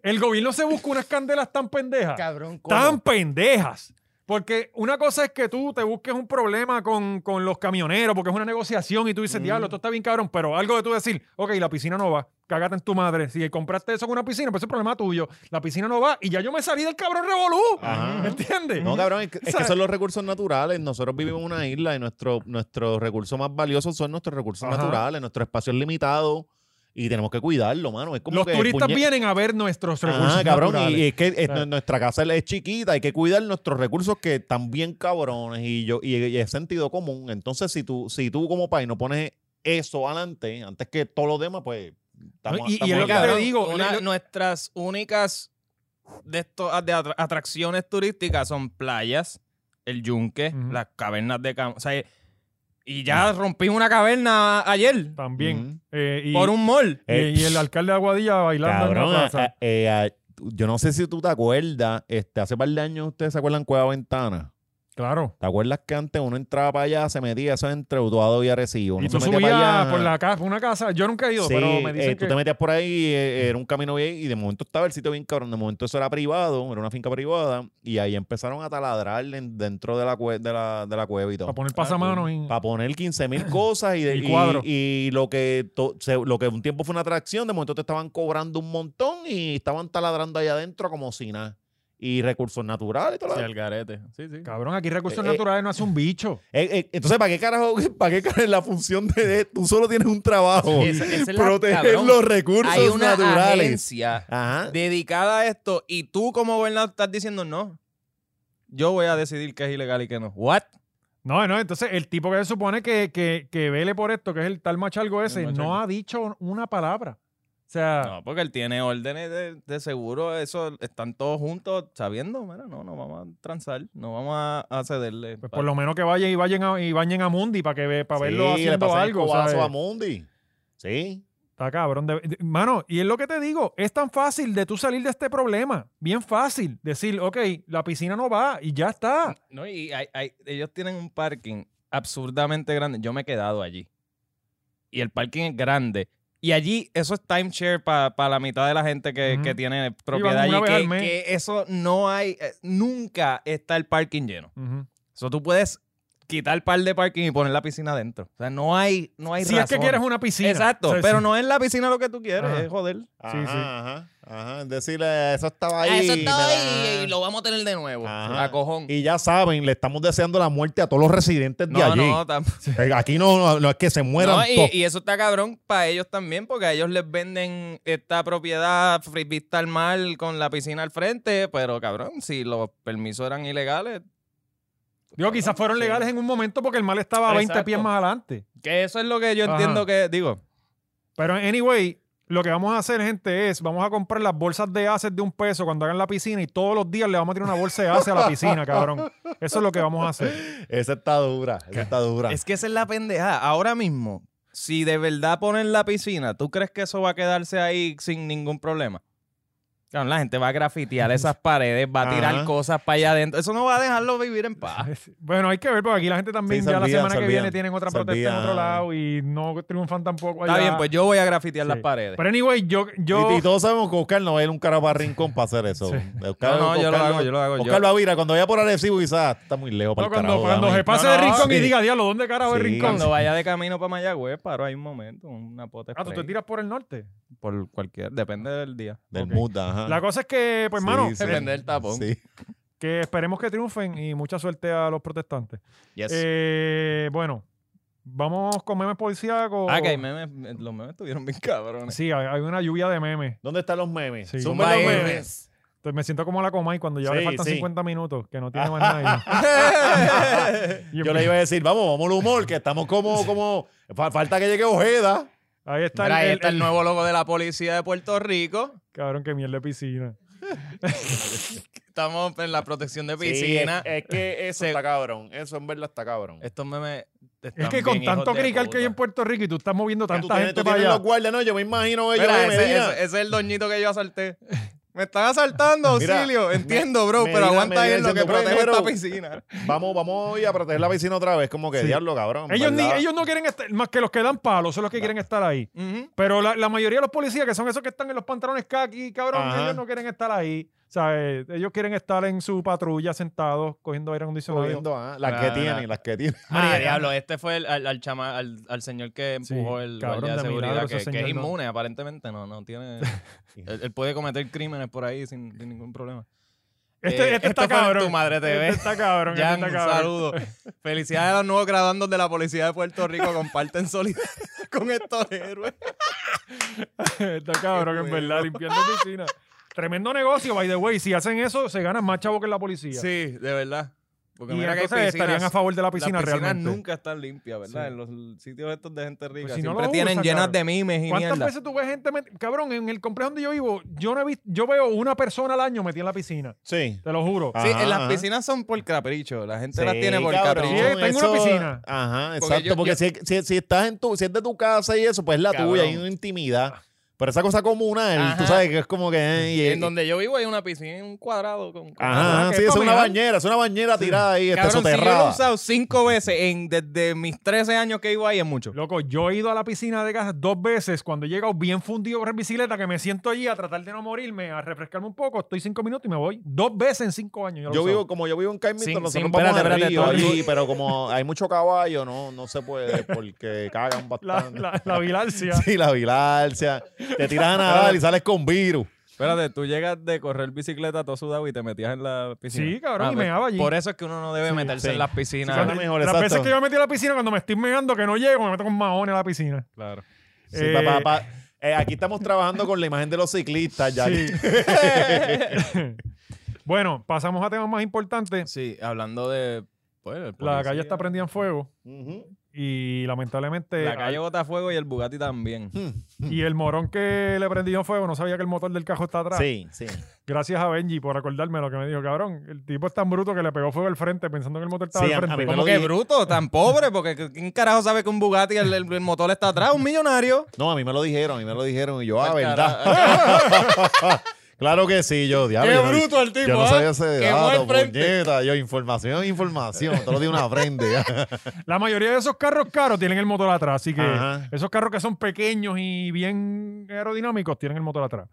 S1: el gobierno se busca unas candelas tan pendejas.
S2: (laughs) Cabrón,
S1: Tan pendejas. Porque una cosa es que tú te busques un problema con, con los camioneros, porque es una negociación y tú dices, diablo, esto está bien cabrón, pero algo de tú decir, ok, la piscina no va, cágate en tu madre. Si compraste eso con una piscina, pues ese es problema tuyo. La piscina no va y ya yo me salí del cabrón revolú.
S3: Ajá.
S1: ¿Entiendes?
S3: No, cabrón, es que, es que
S1: ¿Sabes?
S3: son los recursos naturales. Nosotros vivimos en una isla y nuestro- nuestros recursos más valiosos son nuestros recursos
S1: Ajá.
S3: naturales. Nuestro espacio es limitado y tenemos que cuidarlo, mano. Es como
S1: Los
S3: que
S1: turistas
S3: puñe-
S1: vienen a ver nuestros recursos.
S3: Ah, cabrón,
S1: naturales.
S3: y es que es-
S1: ¿Sabes?
S3: nuestra casa es chiquita, hay que cuidar nuestros recursos que están bien cabrones y yo y, y es sentido común. Entonces, si tú si tú como país no pones eso adelante antes que todo lo demás, pues estamos,
S1: y- y
S3: estamos
S1: es lo
S3: ahí,
S1: que te
S3: cabrón.
S1: digo,
S2: una-
S1: le- le-
S2: nuestras únicas de esto- de atra- atracciones turísticas son playas, el yunque,
S1: Ujú.
S2: las cavernas de cam- o sea, y ya rompí una caverna ayer
S1: También.
S3: Ujú.
S1: Eh, y,
S2: por un mall.
S1: y-
S3: Eh,
S1: y el alcalde de Aguadilla bailando en
S3: Cabrón,
S1: la
S3: a-
S1: plaza.
S3: a- eh, a- yo no sé si tú te acuerdas, este, hace par de años ustedes se acuerdan Cueva Ventana.
S1: Claro.
S3: ¿Te acuerdas que antes uno entraba para allá, se metía, eso es entre Utuado y Arecibo?
S1: Y
S3: uno
S1: tú
S3: se metía para
S1: subías
S3: allá.
S1: por la casa, por una casa. Yo nunca he ido,
S3: Sí,
S1: pero me
S3: eh,
S1: dicen
S3: tú
S1: que...
S3: te metías por ahí, eh, era un camino bien, y de momento estaba el sitio bien cabrón. De momento eso era privado, era una finca privada, y ahí empezaron a taladrar en- dentro de la, cue- de la, de la cueva y todo.
S1: Para poner pasamanos y-
S3: Para poner 15 mil cosas y, de-
S1: Y
S3: y-
S1: cuadros.
S3: y lo, que to- se- lo que un tiempo fue una atracción, de momento te estaban cobrando un montón y estaban taladrando allá adentro como si nada. Y recursos naturales y todo. lo-
S2: garete. Sí, sí.
S1: Cabrón, aquí recursos
S3: Eh, eh.
S1: naturales no hace un bicho.
S3: Eh, eh, entonces, ¿para qué carajo? (laughs) ¿Para qué carajo la función de, de- tú solo tienes un trabajo?
S2: Esa- esa es la-
S3: proteger
S2: cabrón,
S3: los recursos
S2: Hay una
S3: naturales.
S2: agencia
S3: Ajá.
S2: dedicada a esto y tú como gobernador estás diciendo no. Yo voy a decidir que es ilegal y que no. What?
S1: No, no, entonces el tipo que se supone que, que, que vele por esto, que es el tal machalgo ese,
S2: Machalgo.
S1: no ha dicho una palabra. O sea,
S2: No, porque él tiene órdenes de, de seguro, eso están todos juntos sabiendo, mira, no, no vamos a transar, no vamos a, a cederle.
S1: pues por lo menos que vayan y vayan a, y bañen a Mundi para que ve- para verlo
S3: Sí, le
S1: haciendo
S3: pasan el
S1: algo.
S3: cobazo
S1: ¿sabes?
S3: a Mundi. Sí.
S1: Está cabrón. de- de- mano, y es lo que te digo, es tan fácil de tú salir de este problema. Bien fácil. Decir, ok, la piscina no va y ya está.
S2: Ah, No, y hay- hay- ellos tienen un parking absurdamente grande. Yo me he quedado allí. Y el parking es grande. Y allí eso es timeshare para la mitad de la gente que,
S1: Ujú.
S2: que tiene propiedad
S1: van una
S2: allí.
S1: vez al
S2: Que,
S1: mes.
S2: que eso no hay, eh, nunca está el parking lleno.
S1: Ujú.
S2: Eso tú puedes quitar el par de parking y poner la piscina adentro. O sea, no hay, no hay
S1: Si es que
S2: razón.
S1: quieres una piscina.
S2: Exacto,
S1: O sea,
S2: pero
S1: sí.
S2: no es la piscina lo que tú quieres,
S1: Ajá.
S2: es joder.
S3: Ajá,
S1: sí.
S3: ajá. Ajá. Decirle, eso estaba ahí.
S2: Ah, Eso está
S3: me da-
S2: ahí y lo vamos a tener de nuevo.
S3: Ajá.
S2: A cojón.
S3: Y ya saben, le estamos deseando la muerte a todos los residentes de
S2: no,
S3: allí.
S2: no, (laughs) tam-
S3: Eh, Aquí no, no, no es que se mueran
S2: No, y,
S3: todos.
S2: y eso está cabrón para ellos también, porque a ellos les venden esta propiedad fri- vista al mar con la piscina al frente, pero cabrón, si los permisos eran ilegales,
S1: Digo, quizás fueron
S2: Sí.
S1: legales en un momento porque el mal estaba a 20
S2: Exacto.
S1: pies más adelante.
S2: que eso es lo que yo
S1: Ajá.
S2: entiendo que, digo,
S1: Pero anyway, lo que vamos a hacer, gente, es vamos a comprar las bolsas de haces de un peso cuando hagan la piscina y todos los días le vamos a tirar una bolsa de haces a la
S3: (laughs)
S1: piscina, cabrón. Eso es lo que vamos a hacer.
S3: Esa está dura, esa está dura.
S2: es que esa es la pendejada. Ahora mismo, si de verdad ponen la piscina, ¿tú crees que eso va a quedarse ahí sin ningún problema? Cabrón, la gente va a grafitear esas paredes, va a tirar
S3: Ajá.
S2: cosas para allá adentro. Eso no va a dejarlo vivir en paz.
S1: Bueno, hay que ver, porque aquí la gente también
S3: Sí, se
S1: ya la
S3: olvidan,
S1: semana
S3: se
S1: que viene
S3: olvidan,
S1: tienen otra
S3: se
S1: protesta en otro
S3: olvidan.
S1: lado y no triunfan tampoco allá.
S2: Está bien, pues yo voy a grafitear
S1: Sí.
S2: las paredes.
S1: Pero anyway, yo... yo
S3: Y, y todos sabemos que Oscar no es un carajo para rincón para hacer eso.
S1: Sí.
S3: Oscar-
S2: No, no, yo lo
S3: Oscar
S2: hago, yo lo hago, yo-
S3: Oscar Bavira, cuando vaya por Arecibo, quizás está muy lejos para
S1: no,
S3: el
S1: cuando
S3: carajo,
S1: cuando
S3: dame.
S1: se pase
S2: No,
S1: de rincón
S2: sí.
S1: y diga, diablo, ¿dónde carajo es
S3: Sí.
S1: rincón?
S2: Cuando vaya de camino para Mayagüez, paro ahí un momento, una pota
S1: Ah, tú te
S2: spray,
S1: tiras por el norte.
S2: por cualquier, depende del día.
S3: Del
S1: Ok.
S3: mood, ajá.
S1: La cosa es que, pues,
S3: Ah. Sí,
S1: hermano,
S3: sí.
S2: Depende del tapón.
S3: Sí.
S1: que esperemos que triunfen y mucha suerte a los protestantes.
S2: Yes.
S1: Eh, bueno, vamos con memes policíacos.
S2: ah, que hay memes, los memes estuvieron bien cabrones.
S1: Sí, hay, hay una lluvia de memes.
S3: ¿Dónde están los memes?
S1: Sí.
S3: Zumba
S1: Zumba
S3: los
S1: memes.
S3: memes.
S1: Entonces me siento como la coma y cuando ya le
S3: Sí,
S1: faltan
S3: sí.
S1: 50 minutos, que no
S3: (laughs)
S1: tiene más nada. Y-
S3: Yo le iba a decir, vamos, vamos al humor, que estamos como, como, fa- falta que llegue Ojeda.
S1: Ahí está, el,
S2: Mira, ahí
S1: el-
S2: está (laughs) el
S1: el-
S2: nuevo logo de la policía de Puerto Rico.
S1: Cabrón, que mierda de piscina.
S2: Estamos en la protección de
S3: Sí, es,
S2: piscina.
S3: es que eso
S2: Se-
S3: está cabrón, eso en verdad está cabrón.
S2: Estos memes
S1: Es que con tanto crical que hay en Puerto Rico y tú estás moviendo
S3: Tú
S1: tanta
S3: tienes-
S1: gente
S3: tú
S1: para
S3: tienes
S1: allá.
S3: los guardias, no, yo me imagino ellos.
S2: Mira,
S3: eh,
S2: ese,
S3: Medina.
S2: ese- ese es el doñito que yo asalté. Me están asaltando,
S3: Mira,
S2: auxilio. Entiendo, bro,
S3: Medina-
S2: pero aguanta
S3: Medina
S2: ahí en lo que
S3: diciendo,
S2: protege esta
S3: "Bueno,
S2: piscina.
S3: Vamos, vamos hoy a proteger la piscina otra vez, como que
S1: Sí.
S3: diablo, cabrón.
S1: Ellos, ni-
S3: ¿verdad?
S1: ellos no quieren estar, más que los que dan palos, son los que quieren estar ahí.
S2: Ujú.
S1: Pero la, la mayoría de los policías, que son esos que están en los pantalones kaki, cabrón,
S3: Ajá.
S1: ellos no quieren estar ahí. ¿sabes? Ellos quieren estar en su patrulla sentados, cogiendo aire acondicionado.
S3: Viendo, ah, las
S2: Nada,
S3: que tienen, las que tienen.
S2: Ah, diablo, este fue el- al, al chama- al- al señor que
S1: Sí,
S2: empujó el
S1: cabrón,
S2: guardia de
S1: de milagro
S2: seguridad,
S1: ese
S2: que, que
S1: señor
S2: es
S1: no-
S2: inmune, aparentemente no, no tiene... él, él puede cometer crímenes por ahí sin, sin ningún problema.
S1: Este,
S2: Eh,
S1: este
S2: esto
S1: está
S2: fue en
S1: cabrón.
S2: Tu madre te
S1: Este está cabrón, este
S2: Jan,
S1: está
S2: un
S1: cabrón. (laughs)
S2: saludo. Felicidades a los nuevos graduandos de la Policía de Puerto Rico. Comparten solidaridad (laughs) con estos héroes.
S1: Este Está cabrón, en
S2: bueno.
S1: verdad, limpiando piscina. Tremendo negocio, by the way. Si hacen eso, se ganan más chavo que la policía.
S2: Sí, de verdad. Porque
S1: y
S2: mira que hay
S1: entonces estarían
S2: piscinas-
S1: a favor de la piscina
S2: las piscinas
S1: realmente.
S2: nunca están limpias, ¿verdad?
S1: Sí.
S2: En los sitios estos de gente rica.
S1: Pues si no
S2: siempre
S1: lo
S2: tienen
S1: usan,
S2: llenas
S1: cabrón.
S2: de mimes y
S1: ¿Cuántas
S2: mierda.
S1: veces tú ves gente met- Cabrón, en el complejo donde yo vivo, yo no he visto, yo veo una persona al año metida en la piscina.
S3: Sí.
S1: Te lo juro.
S3: Ah,
S2: Sí,
S3: Ajá,
S2: en las
S3: ajá.
S2: piscinas son por capricho. La gente
S3: Sí,
S2: las tiene por
S3: cabrón,
S2: capricho.
S1: Sí, tengo una piscina.
S3: Ajá,
S2: Porque
S3: exacto.
S2: yo-
S3: porque
S2: yo-
S3: si, si- si estás en tu, si es de tu casa y eso, pues es la
S2: Cabrón.
S3: tuya, hay una intimidad. Pero esa cosa comunal,
S2: Ajá.
S3: tú sabes que es como que. eh, y-
S2: En donde yo vivo hay una piscina en un cuadrado con... con-
S3: Ajá,
S1: que
S3: sí,
S1: esto,
S3: es una
S1: mira.
S3: bañera, es una bañera tirada ahí, está
S2: Cabrón, si yo lo he
S3: soterrada.
S2: usado cinco veces en, desde mis 13 años que vivo ahí es mucho.
S1: Loco, yo he ido a la piscina de casa dos veces cuando he llegado bien fundido con la bicicleta, que me siento allí a tratar de no morirme, a refrescarme un poco, estoy cinco minutos y me voy. Dos veces en cinco años. lo
S3: Yo
S1: uso.
S3: vivo, como yo vivo en Caimito,
S2: Sin-
S3: nosotros
S2: sin-
S3: vamos
S2: espérate,
S3: al
S2: espérate,
S3: río
S2: todo el-
S3: allí, pero como hay mucho caballo, no, no se puede porque
S1: (laughs)
S3: cagan
S1: la,
S3: bastante.
S1: la, la (laughs)
S2: (laughs)
S1: bilancia.
S3: (laughs) Sí, la vilarcia. Te tiras a nadar y sales con virus.
S2: Espérate, tú llegas de correr bicicleta todo sudado y te metías en la piscina.
S1: Sí, cabrón, y
S2: pues,
S1: meaba allí.
S2: Por eso es que uno no debe meterse
S3: sí.
S2: en las
S3: Sí,
S2: piscinas.
S3: cuando- mejor,
S1: Las
S3: exacto.
S1: veces que yo me metí a la piscina, cuando me estoy meando, que no llego, me meto con mahones a la piscina.
S2: claro.
S3: Sí,
S1: Eh,
S3: papá, papá. Eh, aquí estamos trabajando con la imagen de los ciclistas. Ya
S1: Sí. bueno, pasamos a temas más importantes.
S2: Sí, hablando de... bueno, el
S1: La calle
S2: policía.
S1: está prendida en fuego
S3: (laughs) Ujú.
S1: y
S3: Este,
S1: lamentablemente
S2: La calle bota fuego y el Bugatti también.
S1: y el morón que le prendió en fuego no sabía que el motor del cajo está atrás.
S3: sí, sí.
S1: Gracias a Benji por acordarme lo que me dijo, cabrón. El tipo es tan bruto que le pegó fuego al frente pensando que el motor estaba
S3: Sí,
S1: al
S3: a- a
S1: frente.
S3: mí me
S2: Como
S3: lo
S2: que
S3: dije.
S2: bruto, tan pobre, porque ¿quién carajo sabe que un Bugatti, el, el- el motor está atrás? Un millonario.
S3: No, a mí me lo dijeron, a mí me lo dijeron y yo, ah,
S2: Al
S3: ¿verdad? (laughs) Claro que sí, yo, diablo.
S2: Qué
S3: yo no-
S2: bruto el tipo,
S3: Yo no
S2: ¿ah?
S3: sabía ese
S2: Quemó el
S3: dato,
S2: frente.
S3: puñeta. Yo, información, información. Te lo di una frente.
S1: La mayoría de esos carros caros tienen el motor atrás, así que
S3: Ajá.
S1: esos carros que son pequeños y bien aerodinámicos tienen el motor atrás,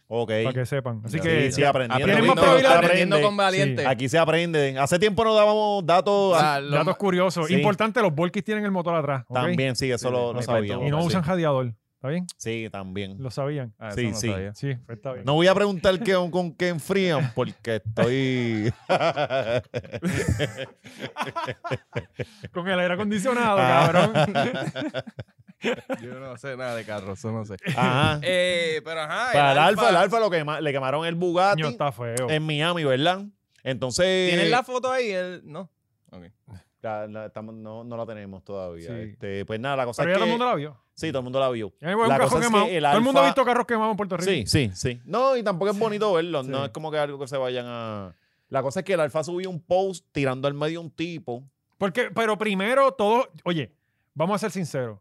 S3: (laughs) ok.
S1: para que sepan. Así
S3: Sí,
S1: que
S3: sí, aprendiendo.
S1: Tienen más
S2: Aprendiendo,
S1: probabilidad-
S2: aprendiendo con
S3: Aprende.
S2: valiente.
S1: Sí.
S3: Aquí se aprende. Hace tiempo no dábamos datos. ah,
S2: O sea, lo-
S1: datos curiosos.
S3: sí.
S1: Importante, los Volkis tienen el motor atrás. ¿ok?
S3: También, sí, eso lo, lo
S2: Sí,
S3: sabíamos.
S1: Y no
S3: sí.
S1: usan jadeador, ¿está bien?
S3: Sí, también.
S1: Lo sabían.
S2: Ah, eso
S3: Sí, sí.
S2: sabía.
S1: Sí, pues está bien.
S3: No voy a preguntar qué, con qué enfrían porque
S2: (laughs)
S3: estoy...
S1: Con el aire acondicionado,
S3: Ah. (laughs)
S1: cabrón.
S2: Yo no sé nada de carros, eso no sé.
S3: Ajá.
S2: Eh, pero ajá.
S3: Para el Alfa, el Alfa lo quema- le quemaron el Bugatti
S1: Niño, está feo.
S3: en Miami, ¿verdad? Entonces...
S2: ¿Tienes la foto ahí? El, no. Ok.
S3: La- la- estamos- no, no la tenemos todavía.
S1: Sí.
S3: Este, pues nada, la cosa
S1: Pero
S3: es
S1: ya
S3: que...
S1: todo el mundo la vio.
S3: Sí, todo el mundo la vio.
S1: Anyway, un
S3: la
S1: carro
S3: cosa es
S1: quemado.
S3: que el
S1: Todo el mundo ha
S3: Alfa-
S1: visto carros quemados en Puerto Rico.
S3: Sí, sí, sí. No, y tampoco es bonito verlo. No
S1: Sí.
S3: es como que algo que se vayan a... La cosa es que el Alfa subió un post tirando al medio un tipo.
S1: Porque, pero primero, todo. Oye, vamos a ser sinceros.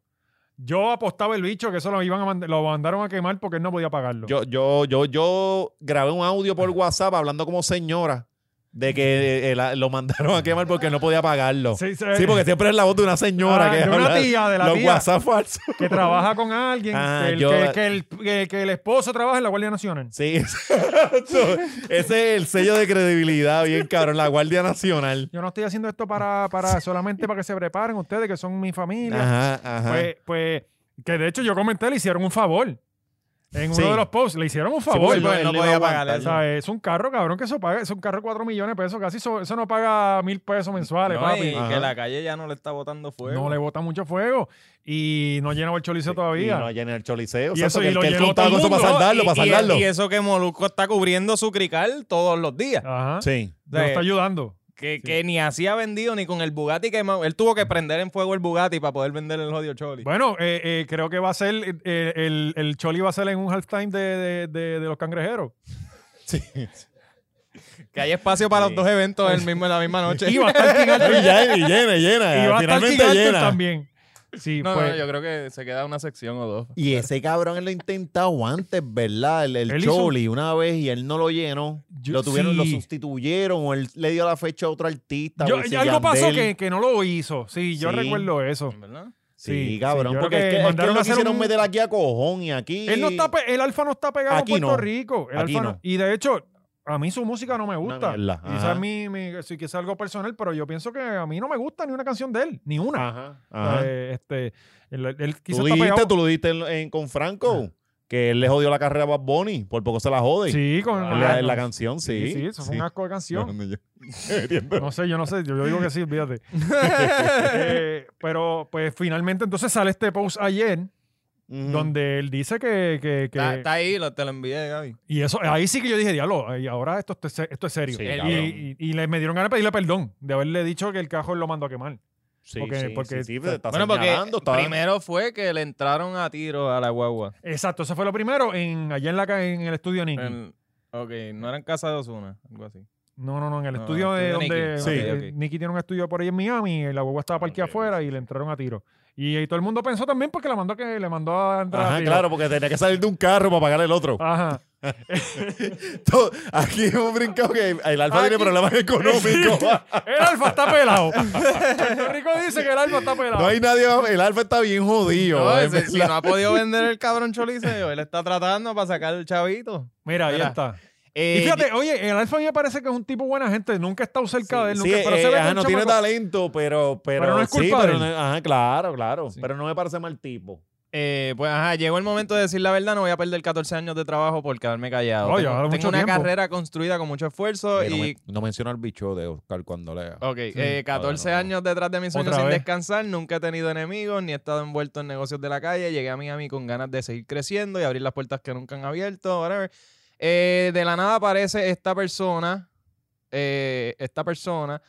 S1: Yo apostaba el bicho que eso lo, iban a mand- lo mandaron a quemar porque él no podía pagarlo.
S3: Yo, yo, yo, yo grabé un audio por WhatsApp hablando como señora de que eh, la- lo mandaron a quemar porque no podía pagarlo. Sí,
S1: Sí, sí.
S3: porque siempre es la voz de una señora
S1: Ah,
S3: que
S1: de una
S3: habla-
S1: tía, de la
S3: los
S1: tía.
S3: WhatsApp falsos. (laughs)
S1: que trabaja con alguien,
S3: Ah,
S1: que, el,
S3: yo-
S1: que- que el- que- que el esposo trabaja en la Guardia Nacional.
S3: Sí, exacto. ese es el sello de credibilidad, bien cabrón, la Guardia Nacional.
S1: Yo no estoy haciendo esto para,
S3: (laughs)
S1: para solamente para que se preparen ustedes, que son mi familia.
S3: Ajá, ajá.
S1: Pues, pues, que de hecho yo comenté, le hicieron un favor. En uno
S3: Sí.
S1: de los posts, le hicieron un
S3: Sí, porque
S1: favor. pues,
S2: él no- él no
S3: iba a
S2: podía
S3: aguantar.
S2: pagar
S1: O sea, es un carro, cabrón, que eso paga, es un carro 4 millones de pesos, casi eso, eso no paga mil pesos mensuales,
S2: No,
S1: papi.
S2: y
S3: Ajá.
S2: que la calle ya no le está botando fuego.
S1: No le bota mucho fuego y no llena el cholizo
S3: Y no
S1: todavía.
S3: llena el choliseo.
S1: Y
S3: exacto,
S1: eso,
S3: que
S1: y
S3: él-
S1: lo
S3: que él
S1: llenó
S3: contaba
S1: todo el
S3: con eso para
S1: mundo,
S3: saldarlo, para
S2: y,
S3: saldarlo.
S1: (laughs)
S2: y eso que Molusco está cubriendo su crical todos los días.
S3: Ah,
S1: Ajá.
S3: Sí.
S1: Lo está ayudando.
S2: Que, que ni así ha vendido ni con el Bugatti que ma- él tuvo que prender en fuego el Bugatti para poder vender el odio Choli.
S1: Bueno, eh, eh, creo que va a ser eh, el, el Choli va a ser en un halftime de, de, de- de los
S2: (laughs)
S1: cangrejeros.
S2: Que hay espacio para los dos eventos el mismo, en la
S1: (laughs)
S2: misma noche.
S1: Y
S2: (laughs)
S1: va a estar King
S3: Y
S1: Arthur-
S3: llena, y llena, y llena.
S1: y va a estar King
S3: Eh, Finalmente
S1: Arthur
S3: llena.
S1: también. Sí,
S2: no,
S1: pues,
S2: no, yo creo que se queda una sección o dos.
S3: Y ese cabrón él lo ha intentado antes, ¿verdad? El, el
S1: Él hizo-
S3: Choli una vez y él no lo llenó.
S1: Yo-
S3: lo tuvieron, lo
S1: sí.
S3: sustituyeron o él le dio la fecha a otro artista.
S1: yo-
S3: o si
S1: y algo pasó
S3: Yandel-
S1: que, que no lo hizo. Sí, yo
S3: Sí.
S1: recuerdo eso.
S2: ¿Verdad?
S3: Sí,
S1: sí,
S3: cabrón,
S1: sí, yo
S3: porque
S1: creo
S3: es
S1: que
S3: que, es que
S1: mandaron
S3: lo
S1: a hacer
S3: quisieron
S1: un-
S3: meter aquí a cojón y aquí...
S1: Él no está, pe- el alfa no está pegado
S3: Aquí
S1: en Puerto
S3: no.
S1: Rico. El
S3: Aquí
S1: alfa
S3: no.
S1: no- Y de hecho, a mí su música no me
S3: Una
S1: gusta.
S3: mierda, ajá.
S1: Quizás mi, mi, sí que es algo personal, pero yo pienso que a mí no me gusta ni una canción de él, ni una.
S3: Ajá, ajá.
S1: Eh, este, él, él quizás
S3: Tú
S1: está
S3: dijiste,
S1: pegado- Ah.
S3: tú lo dijiste en, en- con Franco, que él le jodió la carrera a Bad Bunny, por poco se la jode.
S1: Sí, con
S3: En la, en la canción, sí.
S1: Sí, sí, eso fue un asco de canción.
S3: Bueno,
S1: (laughs)
S3: yo- entiendo.
S1: No sé, yo no sé, yo, yo digo que sí,
S3: (laughs)
S1: fíjate. Eh, pero pues finalmente entonces sale este post ayer
S3: Ujú.
S1: donde él dice que... que- que-
S2: Está, está ahí, lo, te lo envié, Gaby.
S1: Y eso, ahí sí que yo dije, diablo, ahí ahora esto, es- esto es serio.
S3: Sí,
S1: y,
S3: cabrón.
S1: y- y le, me dieron ganas de pedirle perdón, de haberle dicho que el cajón lo mandó a quemar.
S3: Sí,
S1: porque-
S3: sí,
S1: porque-
S3: sí, sí, te está
S2: Bueno, porque
S3: señalando, está-
S2: primero fue que le entraron a tiro a la guagua.
S1: Exacto, eso fue lo primero en, allá en, la, ca- en el estudio Nicky.
S2: En- ok, no era en casa de Osuna, algo así.
S1: No, no, no, en el
S2: No,
S1: estudio de
S2: estudio
S1: donde
S2: Nicky.
S3: Sí.
S1: eh,
S2: Ok, ok.
S1: Nicky tiene un estudio por ahí en Miami, y la guagua estaba parqueada
S3: Ok,
S1: afuera y le entraron a tiro. Y, y todo el mundo pensó también porque la mandó que le mandó a entrar a
S3: Ajá,
S1: tiro.
S3: claro, porque tenía que salir de un carro para pagar el otro.
S1: Ajá.
S3: Todo- Aquí hemos brincado que el alfa
S1: Aquí- (laughs)
S3: tiene problemas económicos.
S1: El alfa está
S3: (laughs)
S1: pelado. Puerto Rico dice que el alfa está pelado.
S3: No hay nadie, el alfa está bien jodido. eh.
S2: No,
S3: es
S2: si, si
S3: verdad.
S2: no
S1: (laughs)
S2: ha podido vender el cabrón Choliseo, él está tratando para sacar el chavito.
S1: Mira, ahí
S2: Mira.
S1: está.
S2: Eh,
S1: Y fíjate, oye, el alfa a mí me parece que es un tipo buena gente. Nunca he estado cerca de él.
S3: Sí,
S1: Nunca, pero
S3: eh,
S1: se ve que
S3: ajá,
S1: un
S3: no tiene
S1: chamaco-
S3: talento, pero, pero,
S1: Pero no es
S3: sí,
S1: culpa
S3: pero
S1: de él.
S3: no- ajá, claro, claro.
S2: Sí.
S3: Pero no me parece mal tipo.
S2: eh, pues ajá, llegó el momento de decir la verdad, no voy a perder 14 años de trabajo por quedarme callado.
S1: No,
S2: tengo
S1: ya,
S2: tengo
S1: mucho
S2: una
S1: tiempo.
S2: carrera construida con mucho esfuerzo
S3: Oye, no,
S2: y...
S3: men- no menciona el bicho de Oscar cuando lea.
S2: Ok, eh, 14
S3: Ahora no.
S2: años detrás de mis sueños
S1: Otra
S2: sin
S1: vez.
S2: descansar, nunca he tenido enemigos, ni he estado envuelto en negocios de la calle, llegué a Miami con ganas de seguir creciendo y abrir las puertas que nunca han abierto, whatever. Eh, de la nada aparece esta persona, eh, esta persona,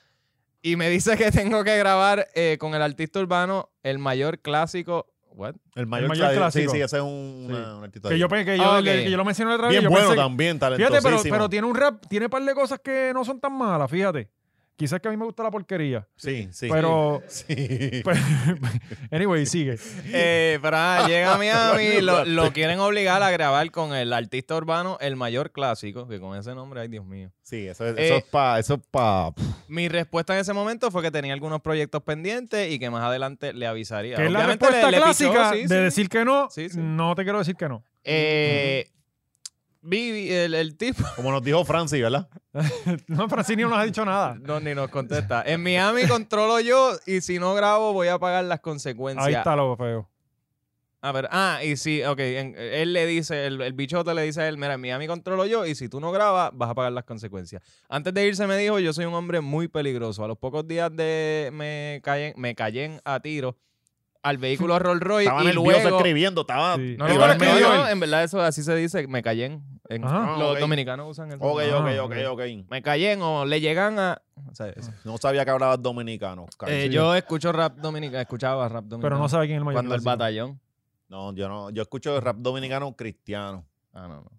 S2: y me dice que (laughs) tengo que grabar eh, con el artista urbano el mayor clásico,
S1: (laughs)
S2: what?
S3: El mayor,
S1: mayor
S3: clave-
S1: clásico.
S3: Sí, sí, ese es un,
S1: Sí.
S3: una- un artista
S1: Que yo,
S3: bien-
S1: pe- que yo-
S2: Ok.
S1: que- que yo lo mencioné otra vez.
S3: Ah, bien
S1: yo
S3: bueno
S1: pensé que-
S3: también,
S1: Fíjate,
S3: talentosísimo.
S1: pero, pero tiene un rap, tiene un par de cosas que no son tan malas, fíjate. Quizás que a mí me gusta la porquería.
S3: Sí, sí.
S1: (laughs) Pero, pues,
S3: Sí.
S1: pero- (laughs) anyway, sigue.
S2: Eh, pero ah,
S1: (laughs)
S2: llega a Miami, lo, lo quieren obligar a grabar con el artista urbano el mayor clásico, que con ese nombre, ay Dios mío.
S3: Sí, eso, es-
S2: Eh,
S3: eso es para... Eso es pa,
S2: Mi respuesta en ese momento fue que tenía algunos proyectos pendientes y que más adelante le avisaría.
S1: Que es la
S2: Obviamente,
S1: respuesta
S2: le- le pichó,
S1: clásica
S2: sí,
S1: de
S2: sí.
S1: decir que no.
S2: Sí, sí.
S1: No te quiero decir que no. (laughs)
S2: Eh, Vivi, el, el tipo, (laughs)
S3: como nos dijo Francis, ¿verdad?
S1: No, Francini no nos ha dicho nada.
S2: no, ni nos contesta. En Miami controlo yo y si no grabo voy a pagar las consecuencias.
S1: Ahí está lo feo.
S2: A ver, ah, y si, ok, en- eh, él le dice, el, el bichote le dice a él, mira, en Miami controlo yo y si tú no grabas, vas a pagar las consecuencias. Antes de irse me dijo, yo soy un hombre muy peligroso. A los pocos días de me caen, me caen a tiro al vehículo Rolls Royce
S3: Estaba
S2: y
S3: nervioso
S2: luego...
S3: escribiendo, estaba...
S1: Sí.
S2: No,
S1: Eso
S2: no,
S1: lo
S2: no,
S1: escribió
S2: no,
S1: él.
S2: no, en verdad eso así se dice, me cayen. En-
S1: Ajá.
S2: Los
S3: Ah, Ok.
S2: dominicanos usan eso.
S3: Ok, ok,
S1: Ah.
S3: ok, ok.
S2: Me cayen o le llegan a... o sea, eso.
S3: No sabía que hablabas dominicano, Oscar.
S2: Eh,
S3: Ah, Sí.
S2: Yo escucho rap dominicano, escuchaba rap dominicano.
S1: Pero no sabe quién es el mayor.
S2: Cuando el
S1: clásico.
S2: batallón.
S3: No, yo no. Yo escucho rap dominicano cristiano.
S2: Ah, no, no.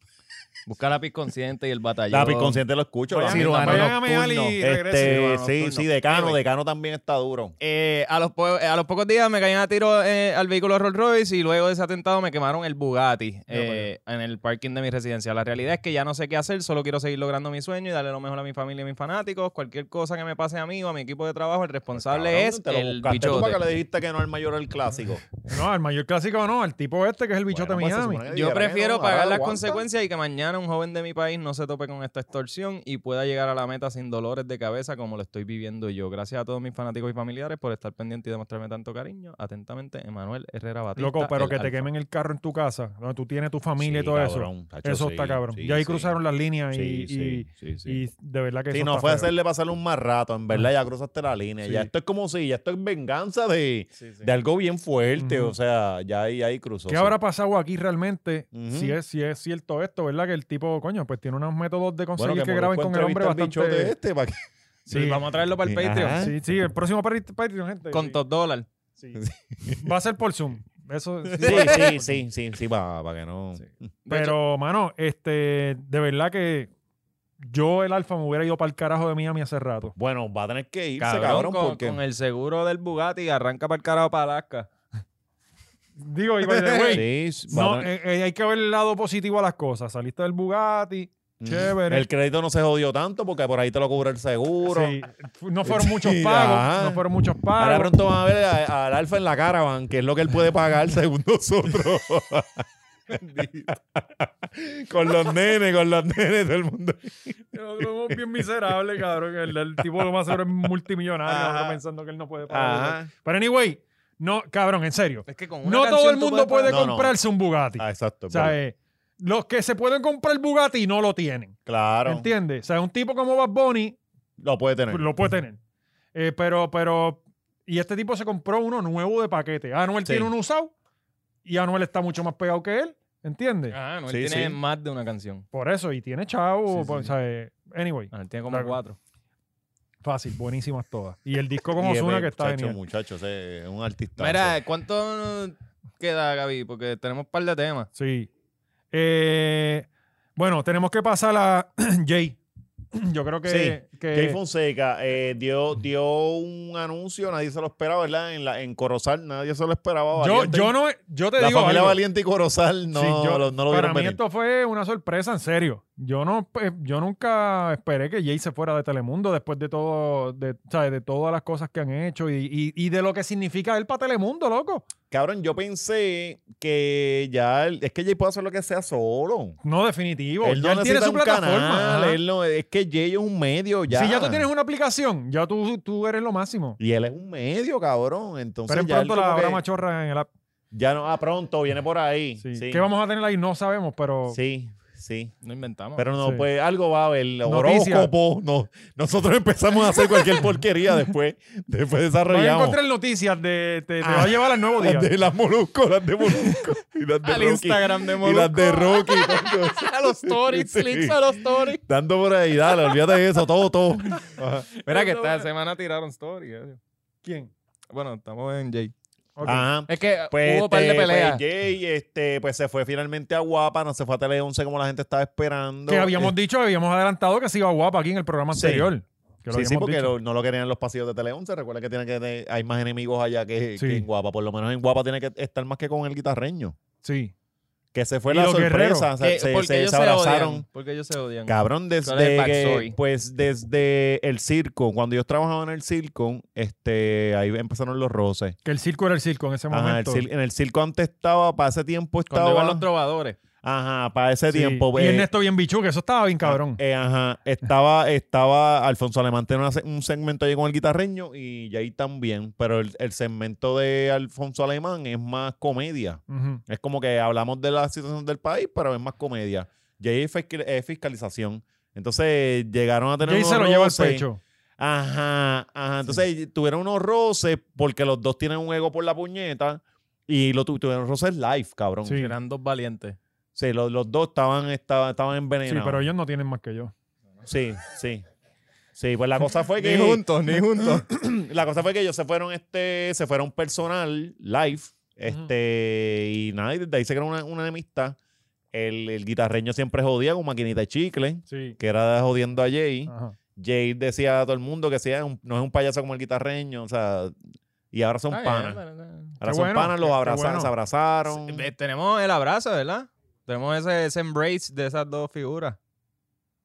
S2: Busca lápiz consciente y el batallón.
S3: Lápiz consciente lo escucho.
S2: Vayan-
S3: lápiz.
S2: Cirujano
S1: vayan a mear
S2: nocturno.
S1: y regresen.
S3: Este,
S2: Cirujano
S3: sí,
S2: nocturno.
S3: sí, decano.
S2: Anyway.
S3: Decano también está duro.
S2: Eh, a, los po- eh, a los pocos días me caían a tiro eh, al vehículo Rolls Royce y luego de ese atentado me quemaron el Bugatti eh, en el parking de mi residencia. La realidad es que ya no sé qué hacer, solo quiero seguir logrando mi sueño y darle lo mejor a mi familia y mis fanáticos. Cualquier cosa que me pase a mí o a mi equipo de trabajo, el responsable
S3: Pues, Cabrón,
S2: es
S3: te lo
S2: el
S3: buscaste tú para
S2: bichote.
S3: que le dijiste que no al mayor el clásico.
S1: No, al mayor clásico no, al tipo este que es el bichote
S3: Bueno, pues, se
S1: Miami.
S3: supone que
S2: Yo
S3: dijeron que
S2: prefiero
S3: no, ahora
S2: pagar las
S3: aguanta.
S2: consecuencias y que mañana un joven de mi país no se tope con esta extorsión y pueda llegar a la meta sin dolores de cabeza como lo estoy viviendo yo. Gracias a todos mis fanáticos y familiares por estar pendientes y demostrarme tanto cariño. Atentamente, Emanuel Herrera Batista.
S1: Loco, pero
S2: el
S1: que te
S2: Alfa.
S1: quemen el carro en tu casa, donde tú tienes tu familia y
S3: Sí,
S1: todo
S3: cabrón,
S1: eso.
S3: tacho,
S1: eso
S3: sí,
S1: está cabrón.
S3: sí,
S1: y ahí
S3: sí.
S1: cruzaron las líneas
S3: Sí,
S1: y,
S3: sí,
S1: y-
S3: sí, sí.
S1: y de verdad que
S3: Sí,
S1: eso
S3: no
S1: está
S3: fue
S1: feo.
S3: hacerle pasarle un más rato, en verdad ya cruzaste la línea. Ya
S1: Sí.
S3: esto es como si, ya esto es venganza de,
S2: Sí, sí.
S3: de algo bien fuerte.
S1: Ujú.
S3: O sea, ya ahí, ahí cruzó.
S1: ¿Qué
S3: sí.
S1: habrá pasado aquí realmente?
S3: Ujú.
S1: si, es, si es cierto esto, ¿verdad? Que el tipo, coño, pues tiene unos métodos de conseguir
S3: Bueno,
S1: que, graben con el hombre bastante...
S3: de este para que
S2: Sí, vamos a traerlo para el
S3: Ajá.
S2: Patreon.
S1: Sí, sí, el próximo Patri- Patreon, gente.
S2: Con
S1: sí.
S2: dos dólares.
S1: Sí. Va a ser por Zoom.
S3: (laughs)
S1: Eso sí.
S3: Sí, sí, sí, sí, sí, para que no.
S1: Pero, mano, este, de verdad que yo, el Alfa, me hubiera ido para el carajo de Miami hace rato.
S3: Bueno, va a tener que irse,
S2: Cabrón,
S3: cabrón,
S2: con,
S3: porque.
S2: con el seguro del Bugatti arranca para el carajo para Alaska.
S1: Digo, y (laughs) by the way,
S3: sí, va a
S1: no,
S3: tener-
S1: eh, eh, hay que ver el lado positivo a las cosas. Saliste del Bugatti,
S3: Mm.
S1: chévere.
S3: El crédito no se jodió tanto porque por ahí te lo cubre el seguro.
S1: Sí, no fueron
S3: (laughs)
S1: muchos
S3: Sí,
S1: pagos,
S3: ajá.
S1: no fueron muchos
S3: Ahora
S1: pagos.
S3: pronto van a ver a- al Alfa en la caravan, que es lo que él puede pagar según (laughs) nosotros. con los nenes, con los nenes del mundo.
S1: Nosotros somos bien miserables, cabrón. El, el tipo lo más seguro es multimillonario,
S2: Ajá.
S1: nosotros pensando que él no puede pagar. Pero anyway, no, cabrón, en serio.
S2: Es que con
S1: No todo el mundo puede
S3: pagar- No, no.
S1: comprarse un Bugatti.
S3: Ah, exacto.
S1: O sea, eh, los que se pueden comprar Bugatti no lo tienen.
S3: claro.
S1: ¿Entiendes? O sea, un tipo como Bad Bunny
S3: Lo puede tener.
S1: pues, lo puede tener. Eh, pero, pero, y este tipo se compró uno nuevo de paquete. Anuel
S3: Sí.
S1: tiene uno usado y Anuel está mucho más pegado que él. ¿Entiendes?
S2: Ah, no, él
S3: Sí,
S2: tiene
S3: sí.
S2: más de una canción.
S1: Por eso, y tiene chavo.
S2: Sí, sí,
S1: pues,
S2: sí.
S1: o sea, eh, anyway,
S2: Ah, él tiene como
S1: Claro.
S2: cuatro.
S1: fácil, buenísimas todas. Y el disco con
S3: (laughs) Y es
S1: Ozuna que está Eh,
S3: muchacho,
S1: genial.
S3: muchacho, ese es un artista.
S2: Mira, ¿cuánto queda, Gaby? Porque tenemos un par de temas.
S1: Sí. Eh, bueno, tenemos que pasar a (clears throat) Jay. Yo creo que.
S3: Sí,
S1: que-
S3: Jay Fonseca eh, dio, dio un anuncio, nadie se lo esperaba, ¿verdad? En, la, en Corozal, nadie se lo esperaba.
S1: yo,
S3: Valiente-
S1: yo no. Yo te
S3: la
S1: digo.
S3: familia
S1: algo.
S3: Valiente y Corozal no,
S1: Sí, yo-
S3: lo, no lo
S1: para
S3: vieron
S1: mí
S3: venir.
S1: esto fue una sorpresa, en serio. Yo no, pues, yo nunca esperé que Jay se fuera de Telemundo después de todo, de, ¿sabes? de todas las cosas que han hecho y, y- y de lo que significa él para Telemundo, loco.
S3: Cabrón, yo pensé que ya, él- es que Jay puede hacer lo que sea solo.
S1: No, definitivo.
S3: Él
S1: ya
S3: no
S1: él tiene
S3: necesita
S1: su
S3: un
S1: plataforma.
S3: canal,
S1: ajá.
S3: él no- es que Jay es un medio ya.
S1: Si ya tú tienes una aplicación, ya tú, tú eres lo máximo.
S3: Y él es un medio, cabrón. Entonces
S1: Pero en
S3: ya él
S1: pronto
S3: como
S1: la habrá
S3: que-
S1: machorra en el app.
S3: Ya no, ah, pronto, viene por ahí.
S1: Sí.
S3: Sí, sí.
S1: ¿Qué vamos a tener ahí? No sabemos, pero
S3: sí.
S2: No inventamos.
S3: Pero no,
S1: Sí.
S3: pues algo va a haber.
S1: Noticias.
S3: Horóscopo. No, nosotros empezamos a hacer cualquier porquería después. Después
S1: voy a
S3: desarrollamos.
S1: encontrar noticias de. Te, te
S3: Ah.
S1: va a llevar al
S3: (laughs)
S1: nuevo día.
S3: Las de las moluscos, las de molusco. Y las de
S2: al
S3: Rocky.
S2: Instagram de
S3: Y
S2: Molusco.
S3: las de Rocky. coño.
S1: (laughs)
S2: A los (laughs) stories,
S3: Sí.
S2: clips a los stories.
S3: Dando por ahí, dale, olvídate de eso, todo, todo. Ajá.
S2: Mira que esta semana tiraron stories.
S1: ¿Quién?
S2: Bueno, estamos en Jay. eh,
S1: Ok. Eh,
S3: Ajá.
S2: Es que
S3: Pues,
S2: hubo un par de
S3: este, pues,
S2: peleas.
S3: Jay, este, pues se fue finalmente a Guapa, no se fue a Tele 11 como la gente estaba esperando. Eh,
S1: Que habíamos dicho, habíamos adelantado que se iba guapa aquí en el programa
S3: Sí.
S1: anterior. Que lo
S3: sí, sí,
S1: habíamos
S3: porque
S1: dicho.
S3: lo- no lo querían en los pasillos de Tele 11. Recuerda que, tiene que tener- hay más enemigos allá que,
S1: Sí.
S3: que en Guapa. Por lo menos en Guapa tiene que estar más que con el guitarreño.
S1: Sí.
S3: Que se fue
S1: Y
S3: la
S1: los guerreros,
S3: sorpresa. o sea,
S2: Que-
S3: se,
S2: porque
S3: se-
S2: ellos
S3: se
S2: se
S3: abrazaron.
S2: odian. Porque ellos se odian.
S3: Cabrón,
S2: ¿Cuál es el
S3: desde
S2: backstory?
S3: que, pues desde el circo, cuando yo trabajaba en el circo, este, ahí empezaron los roces.
S1: Que el circo era el circo en ese
S3: Ajá, el
S1: momento.
S3: cir- en el circo antes estaba, para ese tiempo
S2: Cuando
S3: estaba.
S2: iban los trovadores.
S3: Ajá, para ese
S1: Sí.
S3: tiempo.
S1: Y
S3: eh,
S1: Ernesto bien bichu, que eso estaba bien cabrón.
S3: eh, ajá, estaba, estaba Alfonso Alemán tenía una se- un segmento ahí con el guitarreño y Jay también, pero el, el segmento de Alfonso Alemán es más comedia.
S1: Ujú.
S3: Es como que hablamos de la situación del país, pero es más comedia. Jay es fiscal- es fiscalización. Entonces llegaron a tener
S1: Jay
S3: unos
S1: se lo lleva al
S3: roces.
S1: pecho.
S3: Ajá, ajá. Entonces tuvieron unos roces porque los dos tienen un ego por la puñeta y lo tu- tuvieron roces live, cabrón.
S1: Sí.
S2: Eran dos valientes.
S3: Sí, los, los dos estaban, estaban, estaban
S1: Sí,
S3: envenenados.
S1: pero ellos no tienen más que yo.
S3: Sí, sí. Sí, pues la cosa
S1: (laughs)
S3: fue que
S2: ni juntos.
S3: (clears throat) la cosa fue que ellos se fueron este se fueron personal live este y nada, y desde ahí se creó una, una enemistad el, el guitarreño siempre jodía con maquinita de chicle,
S1: Sí.
S3: que era jodiendo a Jay.
S1: Ajá.
S3: Jay decía a todo el mundo que sea un- no es un payaso como el guitarreño, o sea, y ahora son panas. Ahora
S1: Qué
S3: son
S1: bueno,
S3: panas, los
S1: qué
S3: abrazaron,
S1: bueno.
S3: se abrazaron.
S2: (laughs) Eh, Tenemos el abrazo, ¿verdad? Tenemos ese, ese embrace de esas dos figuras.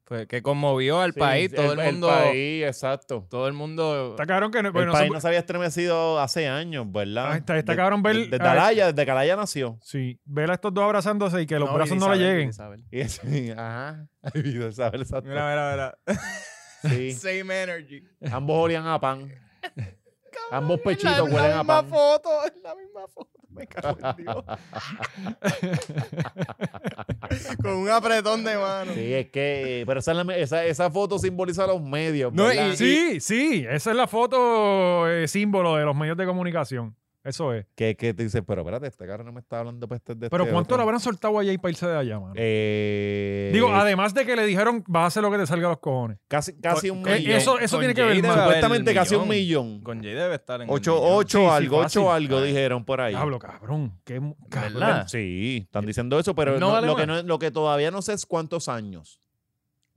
S2: Pues, que conmovió al
S3: Sí,
S2: país, todo el, mundo.
S3: país, exacto.
S2: Todo el mundo.
S1: Está cabrón que no, bueno, no
S3: el país
S1: se-
S3: no se había estremecido hace años, ¿verdad?
S1: Ah, está- está
S3: De-
S1: cabrón ver-
S3: de- Desde
S1: a-
S3: Alaya, desde que Alaya nació.
S1: Sí, ver a estos dos abrazándose y que los brazos no le
S2: Isabel,
S1: lleguen.
S2: Isabel.
S3: Y es- (laughs) ajá. Ay, Dios, sabe, exacto.
S2: Mira, mira,
S1: (laughs)
S3: Sí.
S2: mira. Same energy.
S3: Ambos olían a pan. Ambos
S2: la,
S3: pechitos
S2: la
S3: huelen a
S2: misma
S3: pan.
S2: foto, es la misma foto. Me cago en Dios. Con un apretón de mano.
S3: Sí, es que. Pero esa, es la me- esa, esa foto simboliza a los medios.
S2: No,
S3: ¿verdad?
S2: y-
S1: Sí, sí, esa es la foto eh, símbolo de los medios de comunicación. Eso es.
S3: Que, que te dices, pero espérate, este cabrón no me está hablando pestes de
S1: Pero
S3: este
S1: ¿cuánto
S3: otro.
S1: le habrán soltado a Jay para irse de allá, mano?
S3: Eh,
S1: Digo, además de que le dijeron, vas a hacer lo que te salga a los cojones.
S3: Casi, casi un
S1: con-
S3: millón.
S1: eso- eso tiene que ver,
S2: debe
S1: mano.
S2: haber
S3: Supuestamente
S2: el
S3: casi un
S2: millón.
S3: millón.
S2: Con Jay debe estar en. el
S3: Ocho,
S2: millón.
S3: ocho
S1: Sí, sí,
S3: algo, ocho
S1: fácil. Ah,
S3: algo dijeron por ahí. Ah,
S1: Diablo, cabrón. Qué mu- cabrón.
S2: ¿Verdad?
S3: Sí, están diciendo eso,
S1: Pues
S3: pero
S2: No
S3: no-
S2: vale
S3: lo, que
S2: más.
S3: no- lo que todavía no sé es cuántos años.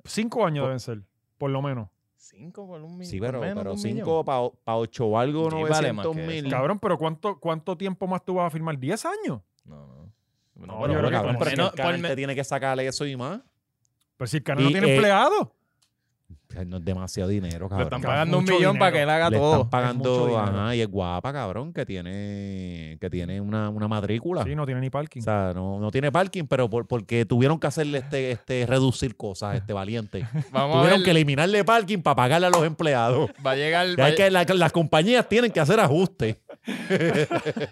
S1: Cinco años deben ser, por lo menos.
S2: Cinco por un millón.
S3: Sí,
S2: por
S3: pero,
S2: menos de
S3: pero
S2: un
S3: cinco para ocho algo,
S2: Sí, vale más
S3: 900
S2: que
S3: mil.
S2: eso.
S1: Cabrón, pero ¿cuánto, cuánto tiempo más tú vas a firmar? ¿Diez años?
S2: millón. No, no.
S1: No,
S2: No, pero
S1: yo creo
S2: bueno,
S1: que
S2: cabrón,
S1: por
S3: pero
S2: menos-
S3: es que el canal
S2: por
S3: te
S2: me-
S3: tiene que sacarle eso y más.
S1: Pero si el canal no
S3: Y,
S1: tiene
S3: eh,
S1: empleado.
S3: Ay, no es demasiado dinero,
S2: Le
S3: cabrón.
S2: están
S1: cabrón,
S2: pagando un
S1: mucho
S2: millón para
S1: dinero.
S2: que él haga
S3: Le
S2: todo.
S3: están pagando,
S1: mucho dinero.
S3: ajá, y es guapa, cabrón, que tiene, que tiene una, una matrícula.
S1: Sí, no tiene ni parking.
S3: O sea, no, no tiene parking, pero por- porque tuvieron que hacerle este, este reducir cosas, este valiente.
S2: (laughs) Vamos a
S3: tuvieron
S2: ver,
S3: que eliminarle parking para pagarle a los empleados.
S2: Va a llegar.
S3: Ya
S2: va-
S3: es que la- las compañías tienen que hacer ajustes.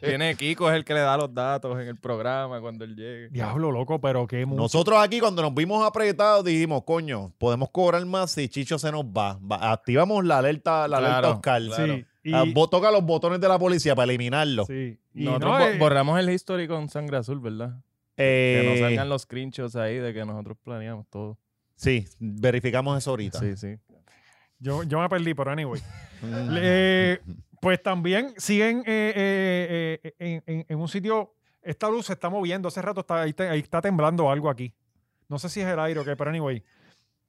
S2: Viene Kiko, es el que le da los datos en el programa cuando él llegue.
S1: Diablo, loco, pero qué mu-
S3: Nosotros aquí cuando nos vimos apretados dijimos, coño, podemos cobrar más si Chicho se nos va. Va- activamos la alerta, la alerta
S2: Claro,
S3: Oscar.
S1: Sí,
S2: claro.
S1: y-
S3: Ah, vos toca los botones de la policía para eliminarlo.
S1: sí, y
S2: nosotros
S1: no,
S2: bo-
S1: eh,
S2: borramos el history con sangre azul, ¿verdad?
S3: Eh,
S2: Que nos salgan los screenshots ahí de que nosotros planeamos todo.
S3: Sí, verificamos eso ahorita.
S2: Sí, sí.
S1: yo, yo me perdí, pero anyway.
S3: Mm.
S1: Eh, pues también siguen eh, eh, eh, eh, en, en- en un sitio. Esta luz se está moviendo. Hace rato está, ahí, te- ahí está temblando algo aquí. No sé si es el aire o qué, pero anyway.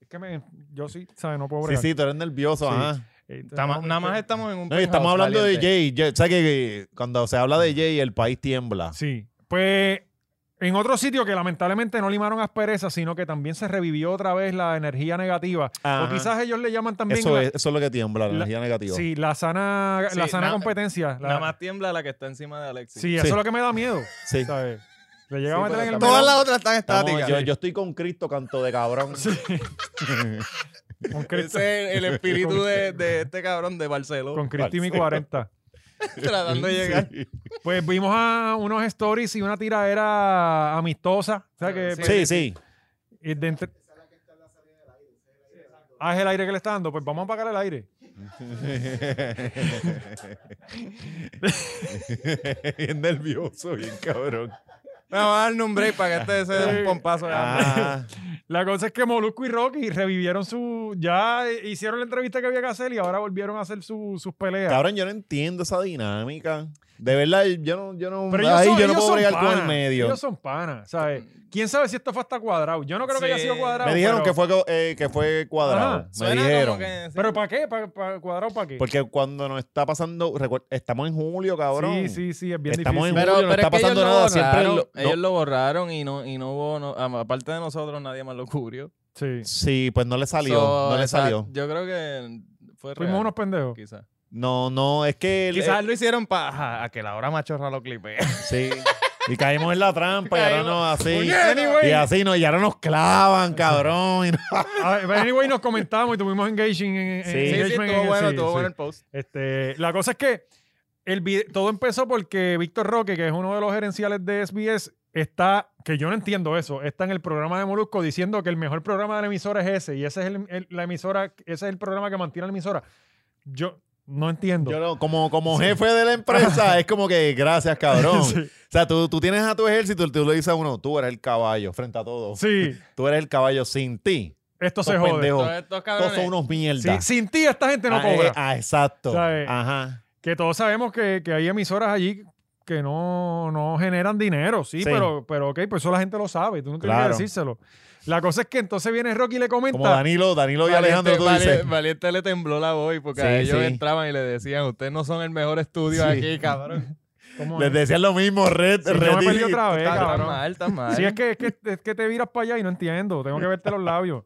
S1: Es que me- yo sí, ¿sabes? No puedo
S3: Sí,
S1: bregar.
S3: sí, tú eres nervioso,
S1: Sí.
S3: ajá.
S1: Eh,
S2: Estamos-
S1: no,
S2: nada más
S1: eh,
S2: estamos en un.
S3: No, y
S2: penthouse
S3: estamos hablando de
S2: valiente.
S3: Jay. Jay- ¿Sabes que que cuando se habla de Jay, el país tiembla?
S1: Sí. Pues en otro sitio que lamentablemente no limaron asperezas, sino que también se revivió otra vez la energía negativa.
S3: Ajá.
S1: O quizás ellos le llaman también.
S3: Eso
S1: la,
S3: es, eso es lo que tiembla, la,
S1: la-
S3: energía negativa.
S1: Sí, la sana,
S2: Sí,
S1: la sana
S2: na-
S1: competencia. la-
S2: Nada más tiembla la que está encima de Alexis.
S1: sí, eso
S3: Sí.
S1: es lo que me da miedo.
S3: Sí.
S1: ¿sabes? Le llega a meter
S3: pero
S1: en el
S3: también-
S2: Todas
S1: melón.
S2: las otras están
S3: Estamos-
S2: estáticas.
S3: yo, yo estoy con Cristo, canto de cabrón. (laughs)
S1: Con Cristo-
S2: Ese es el espíritu de, de este cabrón de Barcelona.
S1: con Cristi mi 40.
S2: tratando de llegar.
S1: Pues vimos a unos stories y una tiradera amistosa. O sea que, pues,
S3: Sí, sí.
S1: y de entre- Ah, es el aire que le está dando. Pues vamos a apagar el aire.
S3: bien nervioso, bien cabrón.
S2: Vamos a darle un break para que este se dé un pompazo. de hambre.
S3: Ah,
S1: La cosa es que Molusco y Rocky revivieron su. Ya hicieron la entrevista que había que hacer y ahora volvieron a hacer su- sus peleas.
S3: cabrón, yo no entiendo esa dinámica. De verdad, yo no, yo no,
S1: Pero ellos
S3: ahí
S1: son-
S3: yo no
S1: ellos
S3: puedo
S1: son
S3: bregar con el
S1: panas,
S3: medio.
S1: Ellos son panas, ¿sabes? ¿Quién sabe si esto fue hasta cuadrado? Yo no creo que haya
S2: Sí.
S1: sido cuadrado.
S3: Me dijeron
S1: pero-
S3: que fue, co- eh, que fue cuadrado.
S1: Ajá.
S3: Me
S2: Suena como
S3: dijeron.
S2: que sí.
S1: ¿Pero para qué? ¿Para, para cuadrado para qué?
S3: Porque cuando nos está pasando, recuer- estamos en julio, cabrón.
S1: Sí, sí, sí, es bien
S3: Estamos en
S1: difícil.
S2: Pero,
S3: Julio, no
S2: pero
S3: está
S2: es que
S3: pasando
S2: ellos
S3: nada,
S2: Lo
S3: siempre
S2: borraron,
S3: lo- no.
S2: Ellos lo borraron y no, y no hubo, no- am- aparte de nosotros, nadie más lo cubrió.
S1: Sí.
S3: Sí, pues no le salió,
S2: So,
S3: no le
S2: esa-
S3: salió.
S2: Yo creo que fue
S1: Fuimos
S2: real,
S1: unos pendejos.
S2: Quizás.
S3: No, no, es que... el- eh,
S2: Quizás lo hicieron para a que la hora machorra lo
S1: (laughs)
S2: clipea.
S3: Sí. Y caímos en la trampa y ahora
S2: Caímos.
S3: no así.
S2: Puñeta.
S3: Y
S1: Anyway,
S3: así no, y ahora nos clavan, cabrón. y no-
S1: a- Ah, pero anyway, nos comentamos y tuvimos engaging en,
S3: Sí.
S2: Sí, sí, estuvo
S1: engagement en-
S2: bueno,
S1: sí,
S2: estuvo
S1: sí.
S2: bueno el post.
S1: Este, la cosa es que el vide- todo empezó porque Víctor Roque, que es uno de los gerenciales de SBS, está, que yo no entiendo eso, está en el programa de Molusco diciendo que el mejor programa de la emisora es ese y ese es el, el- la emisora, ese es el programa que mantiene la emisora. Yo no entiendo.
S3: Yo no- como, como jefe de la empresa, es como que gracias, cabrón.
S1: (laughs) Sí.
S3: O sea, tú, tú tienes a tu ejército y tú le dices a uno, tú eres el caballo frente a todos.
S1: Sí,
S3: Tú eres el caballo sin ti.
S1: esto
S3: Estos
S1: se jode.
S3: pendejos,
S2: Todos estos
S3: todos
S2: cabrones.
S3: son unos
S1: Sí,
S3: mierdas.
S1: sin ti esta gente no
S3: Ah, eh,
S1: cobra.
S3: ah, exacto.
S1: ¿Sabes?
S3: Ajá.
S1: Que todos sabemos que, que hay emisoras allí que no, no generan dinero, sí,
S3: Sí.
S1: Pero, pero ok, pues eso la gente lo sabe, tú no tienes
S3: Claro.
S1: que decírselo. La cosa es que entonces viene Rocky y le
S3: Como
S1: comenta,
S3: Danilo, Danilo y Alejandro, tú
S2: Valiente-
S3: dices.
S2: Valiente, le tembló la voz porque
S3: Sí,
S2: a ellos
S3: sí.
S2: entraban y le decían, ustedes no son el mejor estudio
S3: Sí.
S2: aquí, cabrón.
S1: ¿cómo
S3: Les
S1: es?
S3: decían lo mismo, Red,
S1: Sí, yo me
S3: Red
S1: perdí
S3: y-
S1: otra vez,
S2: Está, está
S1: cabrón.
S2: mal, está mal.
S1: Sí, es que, es, que, es que te viras para allá y no entiendo. Tengo que verte los
S3: (laughs)
S1: labios.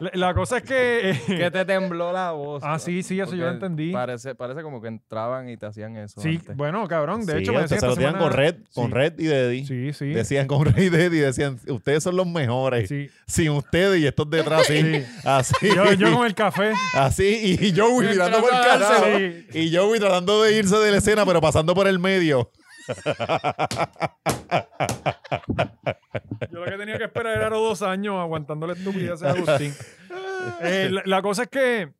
S1: La, la cosa es que. eh,
S2: (laughs) que te tembló la voz.
S1: ah, sí, sí, eso yo lo
S2: Porque
S1: entendí.
S2: Parece, parece como que entraban y te hacían eso.
S1: Sí,
S2: antes.
S1: bueno, cabrón. De
S3: Sí,
S1: hecho, me
S3: hasta
S1: decían
S3: se lo
S1: esta
S3: decían con
S1: semana-
S3: Red, con
S1: Sí.
S3: Red y Deddy.
S1: Sí, sí.
S3: Decían con Red y Deddy, decían, ustedes son los mejores.
S1: sí.
S3: Sin ustedes y estos detrás, así.
S1: Sí.
S3: Así.
S1: Yo, yo
S3: (laughs)
S1: con el café.
S3: Así, y Joey mirando por el
S2: Mientras nada.
S3: cárcel.
S1: Sí.
S3: Y Joey tratando de irse de la escena, pero pasando por el medio.
S1: Yo lo que tenía que esperar era los dos años aguantando la estupidez de Agustín.
S2: (laughs)
S1: Eh, la, la cosa es que,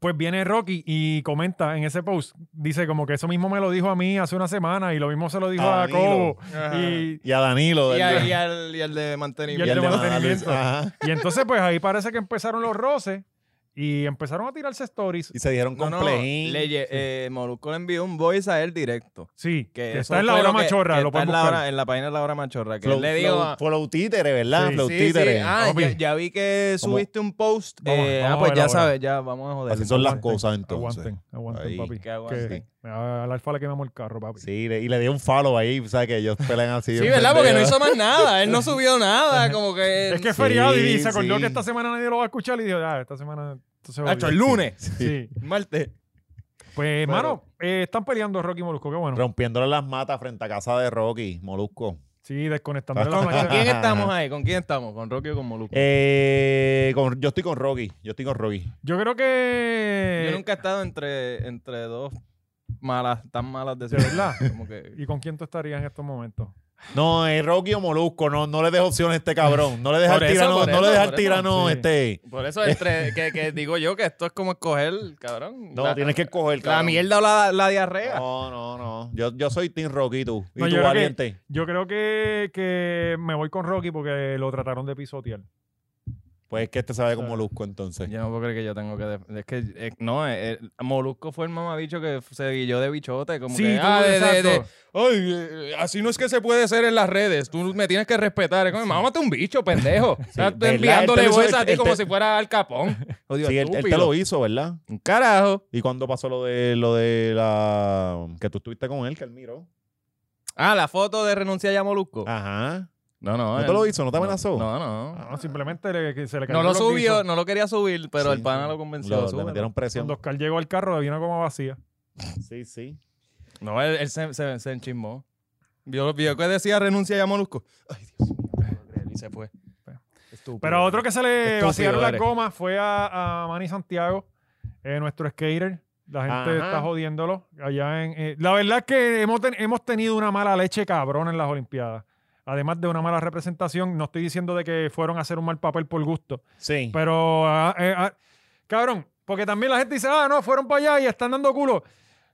S1: pues viene Rocky y comenta en ese post, dice como que eso mismo me lo dijo a mí hace una semana y lo mismo se lo dijo
S2: Ah,
S3: A
S1: a,
S3: Danilo.
S1: Cobo.
S2: Ajá.
S1: Y,
S3: Y a Danilo.
S2: Y,
S3: del-
S2: al- y al, y al de
S1: y
S2: mantenimiento.
S1: el
S3: y al
S1: de
S3: de
S1: mantenimiento.
S3: Ajá.
S1: y entonces, pues ahí parece que empezaron los roces y empezaron a tirarse stories.
S3: Y se dijeron
S2: No, no,
S3: complejín.
S2: le lle- eh, Molusco le envió un voice a él directo.
S1: Sí, que
S2: eso
S1: está en la
S2: fue
S1: hora
S2: lo que-
S1: machorra,
S2: que
S1: lo
S2: está
S1: pueden
S2: en la,
S1: buscar.
S2: hora- en la página de la hora machorra. Que
S3: Flow-
S2: él le digo.
S3: flow- flow títere, ¿verdad?
S1: Sí.
S3: Flow
S2: Sí, sí,
S3: títere.
S2: ah,
S1: Papi.
S2: ya, ya vi que subiste un post.
S1: Vamos,
S2: eh,
S1: vamos
S2: ah,
S1: a
S2: pues
S1: ver
S2: ya
S1: ahora.
S2: sabes, ya vamos a joder.
S3: Así son las
S1: Aguanten,
S3: cosas entonces.
S1: Aguanten, aguanten,
S3: Ahí.
S1: papi.
S2: Que aguanten.
S1: Que- al alfa le quemamos el carro, papi.
S3: Sí, le- y le dio un follow ahí, o sea, que ellos pelean
S2: (laughs)
S3: así.
S2: Sí,
S3: bien
S2: ¿verdad? Porque no
S3: pendejo.
S2: hizo más nada. Él no subió nada. Como que.
S1: Es que es
S3: Sí,
S1: feriado y se acordó
S3: sí.
S1: que esta semana nadie lo va a escuchar y dijo, ah, esta semana... esto se
S2: Hacho,
S1: jodió".
S2: el lunes.
S1: Sí.
S2: Martes.
S1: Pues, hermano, eh, están peleando Rocky y Molusco, qué bueno.
S3: (laughs) Rompiéndole las matas frente a casa de Rocky, Molusco.
S1: Sí, desconectándole la
S3: ¿Con
S2: ¿Con
S1: máquina.
S2: quién
S3: (laughs)
S2: estamos ahí? ¿Con quién estamos? ¿Con Rocky o con Molusco?
S3: Eh, con- yo estoy con Rocky, yo estoy con Rocky.
S1: Yo creo que...
S2: Yo nunca he estado entre, entre dos malas, tan malas de
S3: (laughs)
S1: verdad?
S2: Como que.
S1: ¿Y con quién tú estarías en estos momentos?
S3: No, es Rocky o Molusco, no, no le dejo opciones a este cabrón. No le deja
S2: Por
S3: al
S2: eso,
S3: tirano,
S2: por
S3: no le
S2: eso,
S3: deja al
S2: por eso.
S3: tirano
S1: Sí.
S3: este.
S2: Por eso entre, que, que digo yo que esto es como escoger, cabrón.
S3: No,
S2: la,
S3: tienes que coger,
S2: la
S3: cabrón.
S2: mierda o la, la diarrea.
S3: No, no, no. Yo, yo soy Team Rocky, tú. Y
S1: No,
S3: tú
S1: yo creo que-
S3: valiente.
S1: Yo creo que, que me voy con Rocky porque lo trataron de pisotear.
S3: Pues es que este sabe como Molusco, entonces.
S2: Yo no puedo creer que yo tengo que. def- Es que, eh, no, eh, el Molusco fue el mamabicho que f- se guilló de bichote. Como
S1: Sí,
S2: que,
S1: tú,
S2: ah, de- de-
S1: exacto.
S2: de- Ay, eh, así no es que se puede hacer en las redes. Tú me tienes que respetar. Es como, mámate un bicho, pendejo. Estás
S3: ¿verdad? Él
S2: enviándole
S3: te lo hizo,
S2: voz a
S3: él-
S2: ti
S3: él
S2: como
S3: te-
S2: si fuera al capón. Odio
S3: Sí, él, él te
S2: estúpido.
S3: lo hizo, ¿verdad?
S2: Un carajo.
S3: ¿Y cuándo pasó lo de lo de la que tú estuviste con él, que él miró?
S2: Ah, la foto de renuncia ya a Molusco.
S3: Ajá.
S2: No,
S3: Ah. ¿No
S2: no.
S3: te
S2: él-
S3: lo hizo? ¿No te amenazó?
S2: No,
S1: Ah,
S2: no.
S1: no, simplemente le- que se le cayó
S2: No lo
S1: los
S2: subió,
S1: guisos.
S2: no lo quería subir, pero
S3: Sí,
S2: el pana
S3: sí.
S2: lo convenció.
S3: Lo, le
S2: "Súbelo".
S3: metieron presión.
S1: Cuando Oscar llegó al carro, había una goma vacía.
S3: Sí, sí.
S2: No, él, él se, se, se enchismó. Vio, vio que decía renuncia ya a Molusco. Ay, Dios mío, no puedo creer, y se fue. Estúpido.
S1: Pero otro que se le
S2: Estúpido
S1: vaciaron las
S2: eres.
S1: gomas fue a, a Manny Santiago, eh, nuestro skater. La gente
S3: Ajá.
S1: está jodiéndolo allá en... eh, la verdad es que hemos, ten- hemos tenido una mala leche cabrón en las Olimpiadas. Además de una mala representación, no estoy diciendo de que fueron a hacer un mal papel por gusto,
S3: Sí.
S1: pero... ah, eh, ah, cabrón, porque también la gente dice, ah, no, fueron para allá y están dando culo.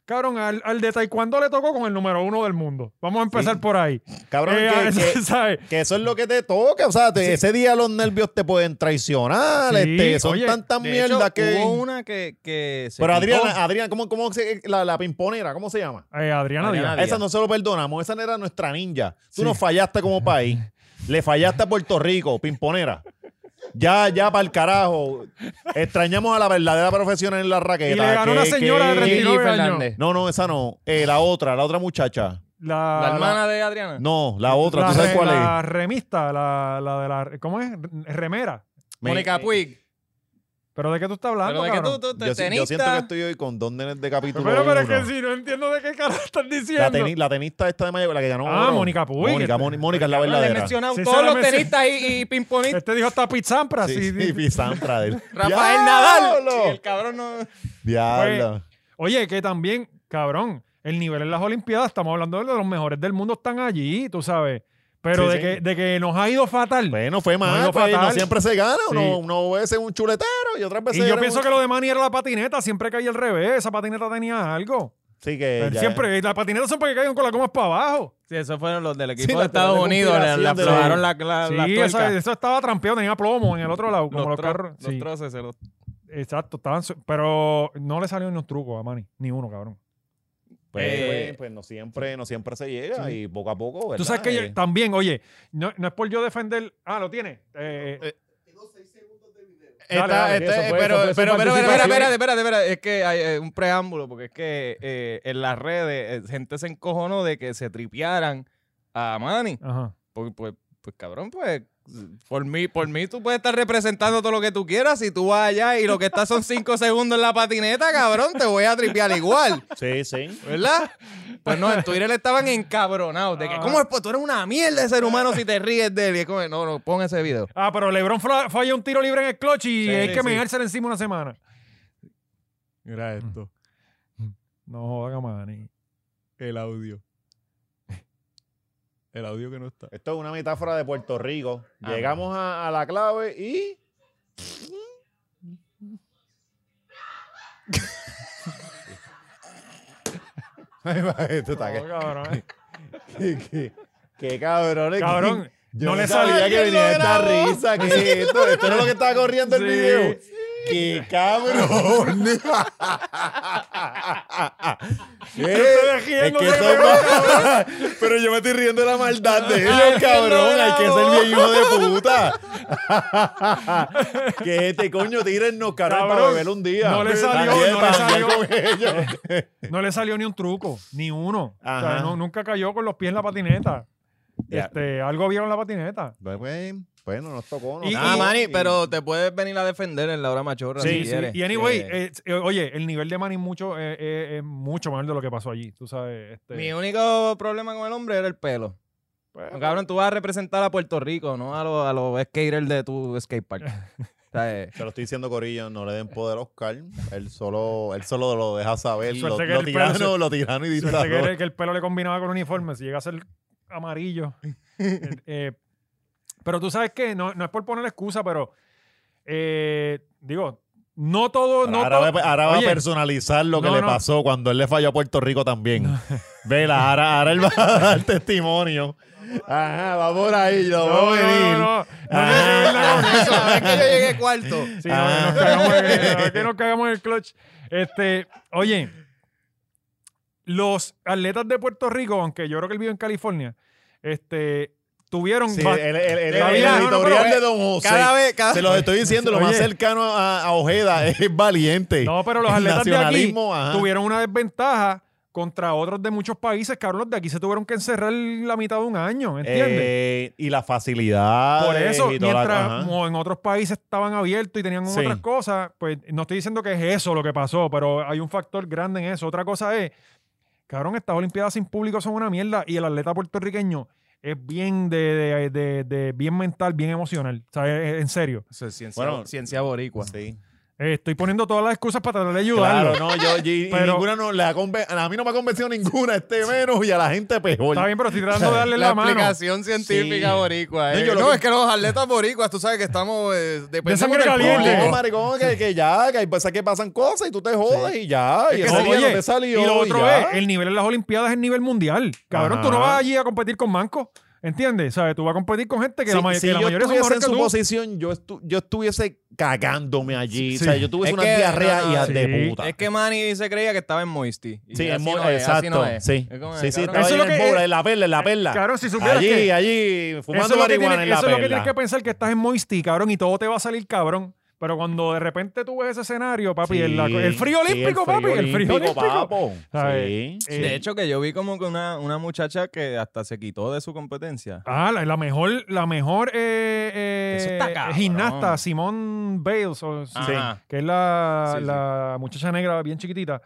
S1: Cabrón, al, al de Taekwondo le tocó con el número uno del mundo. Vamos a empezar por ahí.
S3: Cabrón,
S1: Eh, (laughs)
S3: que- que,
S1: ¿sabes?
S3: Que eso es lo que te toca. O sea, te- ese día los nervios te pueden traicionar.
S1: Sí,
S3: este, son
S1: oye,
S3: tantas
S2: De hecho,
S3: mierdas que.
S2: Hubo una que, que se
S3: Pero
S2: quitó.
S3: Adriana, Adriana, ¿cómo, cómo se, la, la pimponera? ¿Cómo se llama?
S1: Eh, Adriana,
S2: Adriana
S1: Díaz.
S2: Díaz.
S3: Esa no se lo perdonamos. Esa era nuestra ninja. Tú
S1: Sí.
S3: nos fallaste
S2: (laughs)
S3: como país. Le fallaste a Puerto Rico, pimponera. Ya, ya para el carajo. Extrañamos a la verdadera profesional en la raqueta.
S1: Y le ganó
S3: Que-
S1: una señora de
S3: que-
S1: 39
S2: Fernández.
S1: años.
S3: No, no, esa no. Eh, la otra, la otra muchacha.
S1: La,
S2: La hermana de Adriana.
S3: ah, No,
S1: (laughs)
S3: la otra. ¿Tú
S1: la
S3: sabes
S1: re-
S3: cuál
S1: La
S3: es?
S1: remista, la, la de la. ¿Cómo es? Remera.
S3: Me-
S2: Mónica Puig.
S1: ¿Pero de qué tú estás hablando,
S2: Pero de que tú,
S1: cabrón?
S2: tú,
S3: Yo,
S2: te-
S3: si- yo
S2: tenista.
S3: siento que estoy hoy con dos nenes de capítulo.
S1: Pero, pero es
S3: uno.
S1: que sí, no entiendo de qué carajo estás diciendo.
S3: La, teni- la tenista esta de Mayagüez, la que ganó.
S1: Ah,
S3: oro.
S1: Mónica Puig.
S3: Mónica, Moni- Mónica es la
S2: No, le he
S3: verdadera.
S2: mencionado
S1: Sí, se
S2: todos
S1: la
S2: los
S1: mencioné.
S2: tenistas y, y pimponistas.
S3: (laughs)
S1: Este dijo hasta Pizzampra.
S3: Sí,
S1: sí,
S3: sí,
S1: sí.
S3: Pisantra, del-
S2: (laughs) Rafael
S3: ¡Diablo!
S2: Nadal. El cabrón no.
S3: Diablo.
S1: Oye, que también, cabrón, el nivel en las Olimpiadas, estamos hablando de los mejores del mundo, están allí, tú sabes. Pero de,
S3: Sí, sí.
S1: Que, de que nos ha ido fatal.
S3: Bueno, fue
S1: No,
S3: mal.
S1: no,
S3: pues,
S1: fatal.
S3: no siempre se gana.
S1: Sí.
S3: Uno, uno veces es un chuletero y otras veces.
S1: y yo
S3: eres
S1: pienso
S3: un-
S1: que lo de Manny era la patineta, siempre caía al revés, esa patineta tenía algo.
S3: Sí, que.
S1: Él
S3: Eh, ya-
S1: siempre, las patinetas siempre que caían con las gomas para abajo.
S2: Sí, esos fueron los del equipo
S3: Sí, la
S2: de Estados
S3: teoría de
S2: Unidos. Le, le
S3: conspiración de-
S2: aflojaron la, la,
S1: sí,
S2: la tuerca.
S1: esa- eso estaba trampeado, tenía plomo en el otro lado, como los,
S2: tro-
S1: carros.
S2: los
S1: sí.
S2: troces se los-
S1: Exacto, estaban su- pero no le salió ni un truco a Manny, ni uno, cabrón.
S3: Pues,
S2: Eh,
S3: pues, pues no, siempre, no siempre se llega y poco a poco, ¿verdad?
S1: Tú sabes que
S3: Eh,
S1: yo también, oye, no, no es por yo defender. Ah, lo tiene. Eh,
S3: Eh,
S1: Dale,
S2: Está-
S1: dale,
S2: está-
S1: eso fue-
S2: este, pero,
S1: eso fue su
S2: pero, pero, pero,
S1: participación.
S2: espérate, espérate, espérate. Es que hay eh, un preámbulo, porque es que eh, en las redes eh, gente se encojonó de que se tripearan a Manny.
S1: ajá.
S2: Pues, pues, pues, cabrón, pues. Por mí, por mí, tú puedes estar representando todo lo que tú quieras. Si tú vas allá y lo que está son cinco segundos en la patineta, cabrón, te voy a tripear igual,
S3: Sí, sí.
S2: ¿verdad? Pues no, en Twitter estaban encabronados. De que,
S1: Ah.
S2: ¿cómo es? Pues tú eres una mierda de ser humano si te ríes de él. Y es como, no, no, pon ese video.
S1: Ah, pero LeBron fra- falla un tiro libre en el clutch y
S2: Sí,
S1: hay que
S2: sí.
S1: meárselo encima una semana.
S2: Mira
S1: esto. No joda, Manny.
S2: El audio. El audio que no está.
S3: Esto es una metáfora de Puerto Rico.
S2: Ah.
S3: Llegamos a, a la clave y. Ay, va, esto está
S1: No,
S3: que-
S1: cabrón. eh.
S3: que- que- que cabrón. es que- (laughs)
S1: Cabrón,
S3: yo
S1: no le
S3: sabía
S1: salió.
S3: que venía esta risa. Que es esto, esto no es lo que estaba corriendo el
S1: Sí.
S3: video. ¡Qué cabrón! ¿Qué?
S1: estoy riendo
S3: Eh, Es que
S1: de
S3: eso
S1: mí,
S3: es- Pero yo me estoy riendo de la maldad
S1: (laughs)
S3: de ellos, cabrón. Hay que ser bien hijo de puta. que este coño tírennos, carajo, para
S1: Cabrón,
S3: beber un día.
S1: no le salió,
S3: También,
S1: no le
S3: también
S1: salió. (laughs)
S3: con ellos.
S1: No le salió ni un truco, ni uno. O sea,
S3: Ajá.
S1: no- nunca cayó con los pies en la patineta.
S3: Ya.
S1: Este, algo vieron en la patineta.
S3: Pues, pues, Bueno, nos tocó. nos
S1: Y-
S3: tocó.
S2: Ah, Manny, pero te puedes venir a defender en la hora machorra si quieres.
S1: Y anyway,
S2: Que-
S1: eh, eh, oye, el nivel de Manny mucho, eh, eh, es mucho mejor de lo que pasó allí. Tú sabes, este,
S2: Mi único problema con el hombre era el pelo.
S1: pues,
S2: Cabrón, tú vas a representar a Puerto Rico, no a los a los skaters de tu
S1: (laughs)
S2: skatepark. O sea, eh,
S3: Se lo estoy diciendo, Corillo, no le den poder a Oscar. Él solo, él solo lo deja saber. Lo,
S1: Suerte que
S3: lo
S1: el
S3: tirano,
S1: pedazo-
S3: lo tirano y
S1: Suerte que,
S3: dictador.
S1: el- que el pelo le combinaba con el uniforme, si llega a ser amarillo. Eh, eh, pero tú sabes que no, no es por poner excusa, pero eh, digo, no todo, no
S3: ahora,
S1: todo-
S3: va, ahora va
S1: Oye,
S3: a personalizar lo que
S1: no,
S3: le
S1: no.
S3: pasó cuando él le falló a Puerto Rico también. (laughs) Vela, ahora, ahora él va a dar testimonio. Ajá, va por ahí, yo
S1: no,
S3: voy a venir.
S1: no, no, no tiene que ver nada con eso.
S2: la vez que yo llegué cuarto.
S1: Sí, no, que
S3: Ah.
S1: nos cagamos en el- no,
S3: (laughs)
S1: que nos cagamos en el clutch. Este, oye, los atletas de Puerto Rico, aunque yo creo que él vive en California, este, tuvieron
S3: Sí, eh,
S1: ba-
S3: el, el- el- el-
S1: Está
S3: el
S1: bien, no, no,
S3: editorial
S1: pero-
S3: de Don José.
S2: Cada vez, cada
S3: Se los estoy diciendo, lo más
S1: Oye.
S3: cercano a, a Ojeda es (laughs) valiente.
S1: No, pero los
S3: El
S1: atletas de aquí
S3: nacionalismo, ajá.
S1: tuvieron una desventaja contra otros de muchos países, cabrón. Los de aquí se tuvieron que encerrar la mitad de un año, ¿entiendes?
S3: Eh, y la facilidad.
S1: Por eso,
S3: y toda la-
S1: mientras
S3: ajá.
S1: como en otros países estaban abiertos y tenían
S3: Sí.
S1: otras cosas, pues no estoy diciendo que es eso lo que pasó, pero hay un factor grande en eso. Otra cosa es, cabrón, estas Olimpiadas sin público son una mierda y el atleta puertorriqueño es bien de, de- de- de- bien mental, bien emocional. O sea, es- es- en serio.
S2: Eso es ciencia,
S3: Bueno.
S2: ciencia boricua.
S3: Sí.
S1: Eh, estoy poniendo todas las excusas para tratar de ayudarlo.
S3: (laughs) Claro, no, yo y- y
S1: Pero-
S3: ninguna no, la conven- a mí no me ha convencido ninguna, este menos y a la gente peor.
S1: Está bien, pero estoy tratando de darle la,
S2: la
S1: mano.
S2: explicación científica
S3: Sí.
S2: boricua.
S3: No,
S2: eh.
S3: yo lo
S2: No,
S3: que-
S2: es que los atletas boricuas, tú sabes que estamos. eh, dependemos
S1: sangre
S2: del
S1: caliente.
S3: No,
S2: público.
S3: maricón, que, que ya, que hay veces que pasan cosas y tú te jodas y ya. Y
S1: Que
S3: ese
S1: no,
S3: día no
S1: oye,
S3: te salió.
S1: y lo otro
S3: ya.
S1: es, el nivel en las Olimpiadas es el nivel mundial. Cabrón, tú no
S3: Ajá.
S1: vas allí a competir con mancos, ¿entiendes? ¿Sabes? Tú vas a competir con gente que
S3: si,
S1: la, may-
S3: si
S1: que la
S3: yo
S1: mayoría son
S3: estuviese
S1: mejores
S3: en
S1: que
S3: su
S1: tú.
S3: posición, yo, estu- yo estuviese cagándome allí.
S1: Sí.
S3: O sea, yo tuviese
S2: Es
S3: una
S2: que-
S3: diarrea
S2: no, no,
S3: y a
S1: sí.
S3: de puta.
S2: Es que Manny se creía que estaba en Moisty. Y
S3: Sí, es
S2: así
S3: muy-
S2: no es, así
S3: exacto.
S2: no es.
S3: Sí,
S2: Es como,
S3: sí, sí,
S2: cabrón,
S3: estaba
S1: Eso
S3: ahí
S1: es lo
S3: en el
S1: que
S3: pobre,
S1: es-
S3: en la perla, en la perla.
S1: Cabrón, si supieras
S3: allí,
S1: que...
S3: allí,
S1: Eso es
S3: fumando
S1: lo que,
S3: marihuana
S1: tienes,
S3: en la
S1: eso es lo que
S3: perla.
S1: tienes que pensar, que estás en Moisty, cabrón, y todo te va a salir cabrón. Pero cuando de repente tú ves ese escenario, papi, el, la- el frío
S3: Sí,
S1: olímpico, papi, el frío olímpico.
S3: papo.
S1: ¿Sabes?
S3: Sí.
S1: Eh,
S2: De hecho, que yo vi como que una, una muchacha que hasta se quitó de su competencia.
S1: Ah, la, la mejor, la mejor eh, eh,
S2: Eso está cabrón.
S1: gimnasta, Simone Bales, o-
S2: Ajá.
S1: que es la,
S2: Sí, sí.
S1: la muchacha negra bien chiquitita.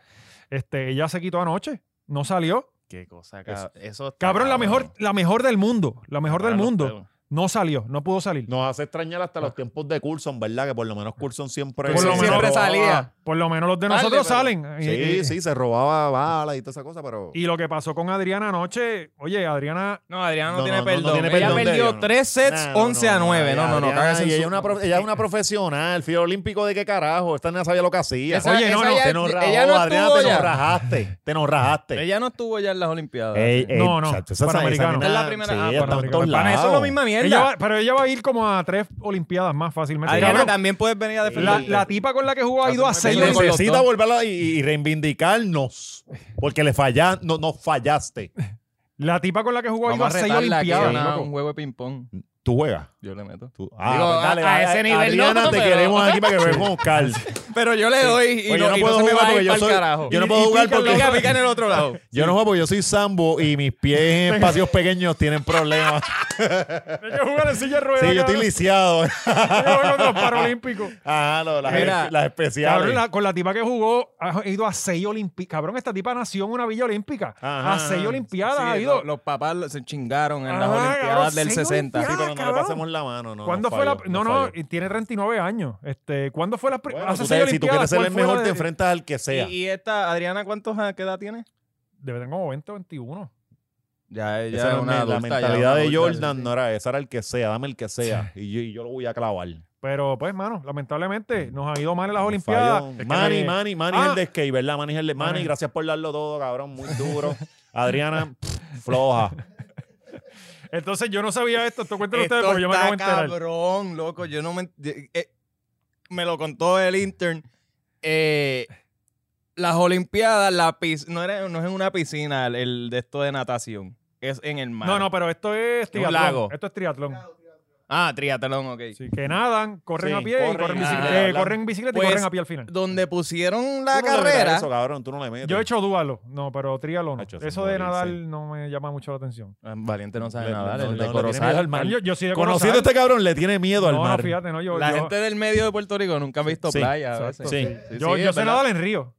S1: Este, ella se quitó anoche, no salió.
S2: Qué cosa, cabrón. Eso está
S1: Cabrón, la mejor, la mejor del mundo, la mejor del
S2: Para los
S1: mundo.
S2: pelos.
S1: No salió, no pudo salir.
S3: Nos hace extrañar hasta los tiempos de Coulson, ¿verdad? Que por lo menos Coulson pues siempre,
S1: Por lo
S3: se
S1: menos- ah,
S2: siempre
S3: robaba-
S2: salía.
S1: Por lo menos los de
S2: Vale,
S1: nosotros
S2: pero-
S1: salen. Y-
S3: Sí,
S1: y-
S3: sí, se robaba balas y toda esa cosa, pero.
S1: Y lo que pasó con Adriana anoche, oye, Adriana,
S2: No, Adriana no,
S3: No,
S2: tiene
S3: no, no, no
S2: perdón.
S3: tiene
S2: ella
S3: perdón de
S2: perdió
S3: ello, no.
S2: tres sets
S3: Nah,
S2: 11 a 9. No, no, no.
S3: Adriana,
S2: cágase en
S3: y
S2: su-
S3: ella, es una profe- ella es una profesional, frío olímpico de qué carajo. Esta nena sabía lo que hacía.
S2: Esa-
S1: Oye, no,
S2: esa
S1: no,
S2: ya-
S3: te nos rajó,
S2: ella no
S3: Adriana,
S2: estuvo
S3: te nos
S2: ya.
S3: rajaste. Te nos rajaste.
S2: Ella no estuvo ya en las Olimpiadas.
S3: Ey, ey,
S1: No, no,
S3: chacho, esa- esa- esa
S1: panamericano.
S2: Esta
S3: nena-
S2: es la primera.
S3: Sí,
S2: ah,
S3: está en
S2: panamericano.
S3: todos
S2: Pana, eso es
S3: lados.
S2: la misma
S1: Ella
S2: mierda.
S1: va- pero ella va a ir como a tres olimpiadas más fácilmente.
S2: Adriana,
S1: Cabrón,
S2: también puedes venir a
S1: la,
S2: defenderte.
S1: la tipa con la que jugó ha ido a
S2: Hazme
S1: seis
S2: pelear
S1: olimpiadas.
S2: con los
S3: Necesita
S2: dos.
S3: volverla y, y reivindicarnos. Porque le falla, no, no fallaste.
S1: La tipa con la que jugó ha ido
S2: Vamos
S1: a
S2: a
S1: seis
S2: retarla aquí
S1: olimpiadas.
S2: a
S1: loco.
S2: un juego de ping-pong.
S3: Tú juegas.
S2: Yo le meto.
S3: Tú- Ah,
S2: Digo,
S3: pues dale,
S2: a- a
S3: dale,
S2: ese nivel no,
S3: Adriana, te
S2: pero-
S3: queremos aquí
S1: (laughs)
S3: para que veamos Carl.
S2: Pero yo le doy y,
S3: Pues
S2: no,
S3: yo no
S2: y
S3: puedo
S2: se me
S3: jugar
S2: va a ir
S3: porque yo
S2: pa'l
S3: soy.
S2: carajo.
S3: Yo no
S1: Y-
S3: puedo
S1: y
S3: jugar
S1: pica,
S3: porque.
S2: Pica, pica en el otro lado.
S3: Yo no juego porque yo soy sambo y mis pies
S1: (laughs)
S3: en espacios pequeños tienen problemas.
S1: Hay que jugar en silla de ruedas.
S3: Sí, yo estoy
S1: cabrón.
S3: lisiado. (laughs)
S1: Yo juego contra los Paralímpicos.
S3: Ah, no, las,
S2: Mira,
S3: las
S1: Cabrón,
S3: especiales.
S1: la- con la tipa que jugó, ha ido a seis olimpiadas. Cabrón, esta tipa nació en una villa olímpica.
S3: Ajá.
S1: a seis olimpiadas
S2: Sí,
S1: ha
S2: lo-
S1: ido.
S2: los papás se chingaron en las
S1: Ajá,
S2: Olimpiadas
S1: cabrón,
S2: del
S1: seis
S2: 60.
S1: olimpiadas.
S3: Sí, pero no le
S1: Ah, cabrón.
S3: pasamos la mano. No,
S1: ¿Cuándo
S3: no
S1: fue la.?
S3: fallo,
S1: No, no,
S3: fallo.
S1: tiene 39 años. Este, ¿Cuándo fue la.? pri-
S3: Bueno,
S1: hace
S3: tú
S1: seis
S3: te- si tú
S1: olimpiadas,
S3: quieres ser
S1: ¿cuál
S3: el
S1: fue
S3: mejor,
S1: la
S3: te
S1: de-
S3: enfrentas al que sea.
S2: Y, y esta, Adriana, ¿cuántos a- qué edad tiene?
S1: Debe tener como 20 o 21.
S2: Ya,
S3: Esa era la mentalidad de Jordan no era esa, era el que sea, dame el que sea. Y yo, y yo lo voy a clavar.
S1: Pero, pues, mano, lamentablemente nos ha ido mal en las
S3: Un
S1: Olimpiadas.
S3: fallón.
S1: Es que
S3: Manny,
S1: me-
S3: Manny, Manny es
S1: Ah.
S3: el de skate, ¿verdad? Manny es el de Manny.
S1: Manny.
S3: Gracias por darlo todo, cabrón.
S1: (laughs)
S3: Muy duro. Adriana, pff, floja.
S1: Entonces, yo no sabía esto. Esto cuéntenlo
S2: Esto
S1: ustedes porque yo me acabo de
S2: está
S1: enterar.
S2: cabrón, loco. Yo no me... de- eh, me lo contó el intern. Eh, las Olimpiadas, la pis- no, era, no es en una piscina el, el de esto de natación. Es en el mar.
S1: No, no, pero esto es triatlón.
S2: lago.
S1: Esto es triatlón.
S2: Ah, triatlón, ok.
S1: Sí, que nadan, corren
S3: Sí,
S1: a pie y
S3: corren,
S1: corren,
S2: ah,
S1: bicicleta, eh,
S3: hablan.
S1: corren bicicleta
S2: Pues,
S1: y corren a pie al final.
S2: Donde pusieron
S3: Tú
S2: la
S3: no le metas
S2: carrera...
S3: Eso, cabrón, tú no le metes.
S1: Yo he hecho dúbalo, no, pero triatlón. no.
S3: Hacho, sin
S1: Eso de
S3: morirse.
S1: nadar no me llama mucho la atención.
S2: Ah, Valiente no sabe
S3: Le-
S2: nadar,
S3: no,
S2: el de
S3: no, le tiene miedo
S2: Corozal.
S3: al mar.
S1: Yo, yo sí de
S3: Conociendo a
S1: Corozal.
S3: este cabrón, le tiene miedo al
S1: no,
S3: mar.
S1: fíjate, no, yo,
S2: La
S1: yo,
S2: gente del medio de Puerto Rico nunca han visto
S3: Sí,
S2: playa. a
S1: exacto.
S2: veces.
S3: Sí.
S1: yo,
S2: sí,
S1: yo
S2: es
S1: sé
S2: verdad.
S1: nadar en río.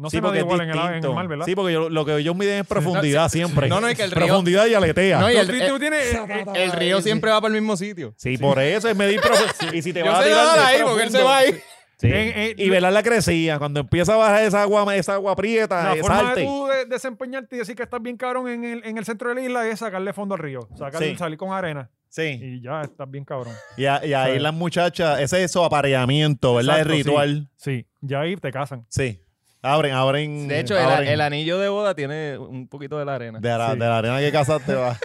S1: No
S3: sí,
S1: se nada
S3: porque es
S1: igual en el, en
S3: distinto.
S1: el mar, ¿verdad?
S3: Sí, porque yo- lo que ellos miden es profundidad siempre.
S2: No, no, y que el río-
S3: Profundidad y aletea.
S2: No, y
S1: Tú-
S2: el,
S1: tú-
S2: el-
S1: tú tienes- eh,
S2: el río siempre va para el mismo sitio.
S3: Sí, por eso es
S1: (laughs)
S3: medir profundidad. Y si te
S2: Yo
S3: vas a
S2: sé
S3: tirar
S2: nadar
S3: de
S2: ahí porque él se
S3: profundo.
S2: va ahí.
S3: Sí.
S1: En- en-
S3: y velar la crecía. Cuando empieza a bajar esa agua, esa agua prieta,
S1: La
S3: eh,
S1: forma
S3: salte.
S1: de tú de- desempeñarte y decir que estás bien cabrón en el, en el centro de la isla es sacarle fondo al río. Sacarle,
S3: Sí.
S1: salir con arena.
S3: Sí.
S1: Y ya estás bien cabrón.
S3: Y, a- y ahí
S1: Sí.
S3: las muchachas, ese es su apareamiento, ¿verdad?
S1: Exacto,
S3: el ritual.
S1: Sí, ya ahí te casan.
S3: (laughs) Sí. Abren, abren.
S2: De hecho, el,
S3: abren.
S2: el anillo de boda tiene un poquito de la arena.
S3: de, la,
S1: sí.
S3: de la arena que casaste
S2: (laughs)
S3: va.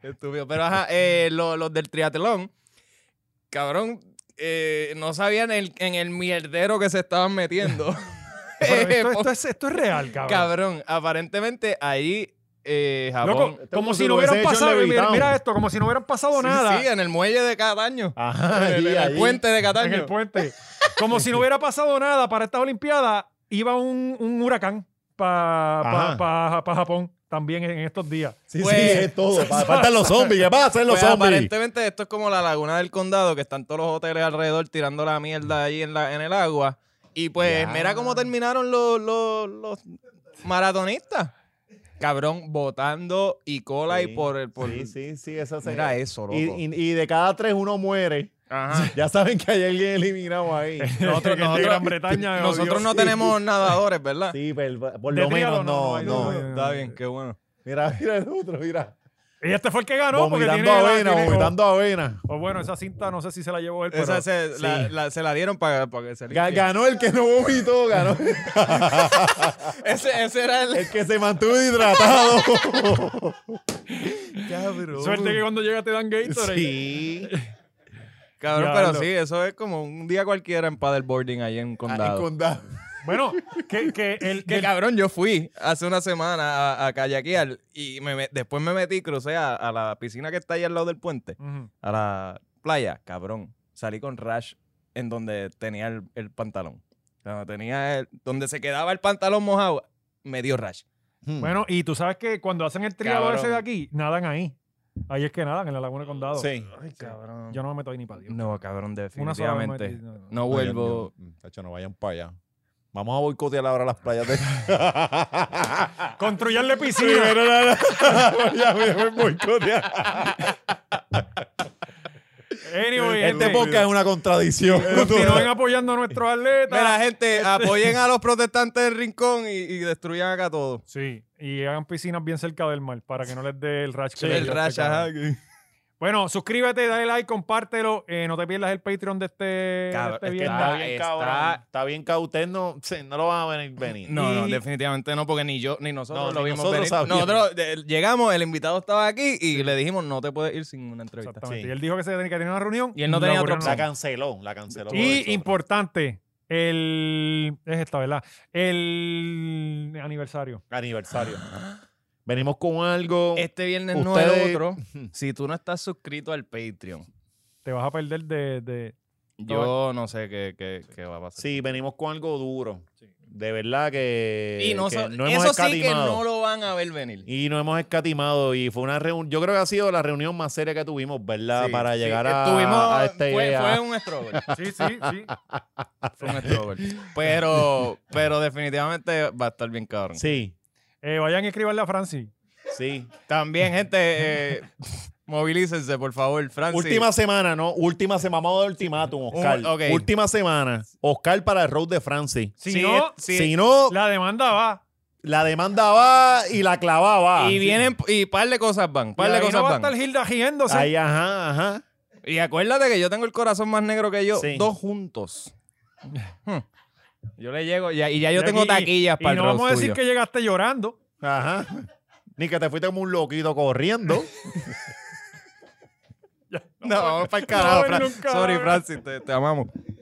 S2: Qué Estúpido. Pero ajá, eh, lo- los del triatlón, cabrón, eh, no sabían el- en el mierdero que se estaban metiendo.
S1: (laughs)
S2: (laughs)
S1: Pero
S2: Eh,
S1: esto,
S2: po-
S1: esto es, esto es real, cabrón.
S2: cabrón, aparentemente ahí eh,
S1: Loco,
S2: Japón.
S1: como
S3: si
S1: si
S3: Este lo
S1: no hubieran
S3: hubiese hecho
S1: pasado.
S3: en
S1: Mira,
S3: Levitown.
S1: mira esto, como si no hubieran pasado
S2: Sí,
S1: nada. Ah,
S2: sí, en el muelle de Cataño.
S3: Ajá.
S2: en el,
S3: allí,
S2: en el
S3: allí.
S2: puente de
S1: en
S2: Cataño.
S1: el puente. Como si no hubiera pasado nada para estas Olimpiadas, iba un, un huracán para
S3: Ajá.
S1: Japón también en estos
S3: (laughs)
S1: días.
S3: Sí,
S2: Pues-
S3: sí,
S2: (laughs)
S3: es todo. Pa- Faltan los zombies. ¿Qué pasa? Los
S2: Pues,
S3: zombies.
S2: aparentemente esto es como la laguna del condado, que están todos los hoteles alrededor tirando la mierda ahí en, la, en el agua. Y pues
S3: Ya.
S2: mira cómo terminaron los, los, los maratonistas. Cabrón, botando y cola y
S3: Sí,
S2: por el... Por...
S3: Sí, sí, sí, eso se-
S2: Mira eso, loco.
S3: Y, y- y de cada tres uno muere. (laughs)
S2: Ajá.
S3: Ya saben que hay alguien eliminado
S2: (laughs)
S3: ahí.
S1: Nosotros,
S2: nosotros-
S1: de Gran Bretaña.
S2: Nosotros
S1: oh,
S2: no
S1: Dios.
S2: tenemos nadadores, ¿verdad?
S3: Sí, pero por
S1: De
S3: lo
S1: trío
S3: menos
S1: no,
S3: no,
S1: hay
S3: no.
S1: duda.
S2: Está bien, qué bueno.
S3: Mira, mira el otro, mira.
S1: Y este fue el que ganó. porque
S3: vomitando
S1: tiene la-
S3: avena,
S1: tiene-
S3: vomitando avena.
S1: O bueno, esa cinta no sé si se la llevó él, pero...
S2: Esa se, la,
S3: sí.
S2: la- se la dieron para, para que se
S3: Ga-
S2: limpie.
S3: Ganó el que no vomitó, ganó
S2: (laughs) Ese, ese era el...
S3: el que se mantuvo hidratado.
S2: Cabrón.
S1: Suerte que cuando llega te dan Gatorade.
S2: eh,
S3: sí. Ah,
S2: Cabrón,
S1: Diablo.
S2: pero sí, eso es como un día cualquiera en paddleboarding ahí en
S3: Ah,
S2: condado.
S3: en condado.
S1: Bueno, que, que
S3: (laughs)
S1: el...
S2: Que
S1: del-
S2: cabrón, yo fui hace una semana a, a kayakear y me me- después me metí, crucé a, a la piscina que está ahí al lado del puente,
S1: Ujú.
S2: a la playa, cabrón. Salí con rash en donde tenía el, el pantalón. Cuando tenía el- donde se quedaba el pantalón mojado, me dio rash.
S3: Hmm.
S1: Bueno, y tú sabes que cuando hacen el triado
S2: Cabrón.
S1: ese de aquí, nadan ahí. Ahí es que nadan, en la Laguna de Condado.
S3: sí.
S2: Cabrón.
S1: Yo no me meto ahí ni para Dios.
S2: No, cabrón,
S1: Una sola vez me metí,
S2: definitivamente.
S1: no, no.
S2: No
S3: Vuelvo.
S2: vuelvo.
S3: Chacho, no vayan para allá. Vamos a boicotear ahora las playas
S2: (laughs)
S3: de.
S1: Construyanle piscina.
S3: Primero la- la- Ya me voy a boicotear.
S1: Anyway,
S3: Este
S1: gente,
S3: podcast es una contradicción.
S1: continúen apoyando a nuestros atletas.
S2: Mira, gente, apoyen a los protestantes del rincón y, y destruyan acá todo.
S1: Sí, y hagan piscinas bien cerca del mar para que no les dé el rash. que le
S2: el
S1: dio a este
S2: rash,
S1: cabrón.
S2: ajá.
S1: Bueno, suscríbete, dale like, compártelo. eh, no te pierdas el Patreon de este, de
S2: Cabrón,
S1: este
S2: es que
S3: Que
S1: video.
S3: está
S2: Está-
S3: bien,
S2: está-
S3: cabrón. Está bien cautén, no, sí, no lo van a venir venir.
S2: No, no,
S1: Y-
S2: definitivamente no, porque ni yo ni nosotros
S3: No,
S2: lo
S3: ni
S2: vimos.
S3: nosotros
S2: venir.
S3: sabíamos.
S2: Nosotros, eh, llegamos, el invitado estaba aquí y le dijimos no te puedes ir sin una entrevista.
S1: Exactamente.
S3: Sí.
S1: Y él dijo que se tenía que tener una reunión.
S2: Y él no tenía otra
S1: volvieron a
S3: La
S1: llamar.
S3: canceló, la canceló.
S1: Y importante, el. Es esta, ¿verdad? El aniversario.
S3: Aniversario. Venimos con algo.
S2: Este viernes
S3: Ustedes-
S2: 9 otro.
S3: (laughs)
S2: Si tú no estás suscrito al Patreon,
S1: Te vas a perder de.
S2: (laughs)
S1: de-
S2: yo no sé qué, qué- qué va a pasar.
S3: Sí, venimos con algo duro. De verdad que,
S2: y no,
S3: que
S2: so-
S3: no hemos
S2: eso sí que
S3: escatimado.
S2: no lo van a ver venir.
S3: Y no hemos escatimado. Y fue una reunión. Yo creo que ha sido la reunión más seria que tuvimos, ¿verdad?
S2: Sí,
S3: Para
S2: sí,
S3: llegar a,
S2: estuvimos-
S3: a esta
S2: fue,
S3: idea.
S2: fue un extrovert.
S1: Sí, sí, sí.
S2: fue un extrovert.
S3: (laughs)
S2: Pero, pero definitivamente va a estar bien cabrón.
S3: Sí,
S1: Eh, vayan a escribirle a Francis.
S3: sí.
S2: También, gente, eh, (laughs) movilícense, por favor, Francis.
S3: Última semana, ¿no? Última semana. Vamos a dar ultimátum, Oscar.
S2: Un- ok.
S3: Última semana. Oscar para el road de Francis.
S1: Si
S2: Sí,
S1: no,
S2: es- sí.
S3: Si no, la,
S1: la demanda va.
S3: demanda va y la clava va.
S2: y vienen, y par de cosas van, par
S1: Ah, Y
S2: de
S1: ahí no va a
S2: cosas
S1: estar
S2: van.
S1: Gilda riéndose.
S3: Ahí, ajá, ajá.
S2: Y acuérdate que yo tengo el corazón más negro que yo,
S3: Sí.
S2: dos
S1: (laughs)
S2: juntos. Hmm. yo le llego, ya- y ya yo
S1: Y
S2: tengo
S1: aquí-
S2: taquillas
S1: y, y
S2: para el
S1: no
S2: roast
S1: vamos a decir
S2: tuyo.
S1: que llegaste llorando.
S3: Ajá. Ni que te fuiste como un loquito corriendo.
S2: No, vamos para el
S1: No va
S2: carajo,
S1: a venir
S2: Fran-
S1: un carajo.
S2: Sorry, Francis, te, te amamos.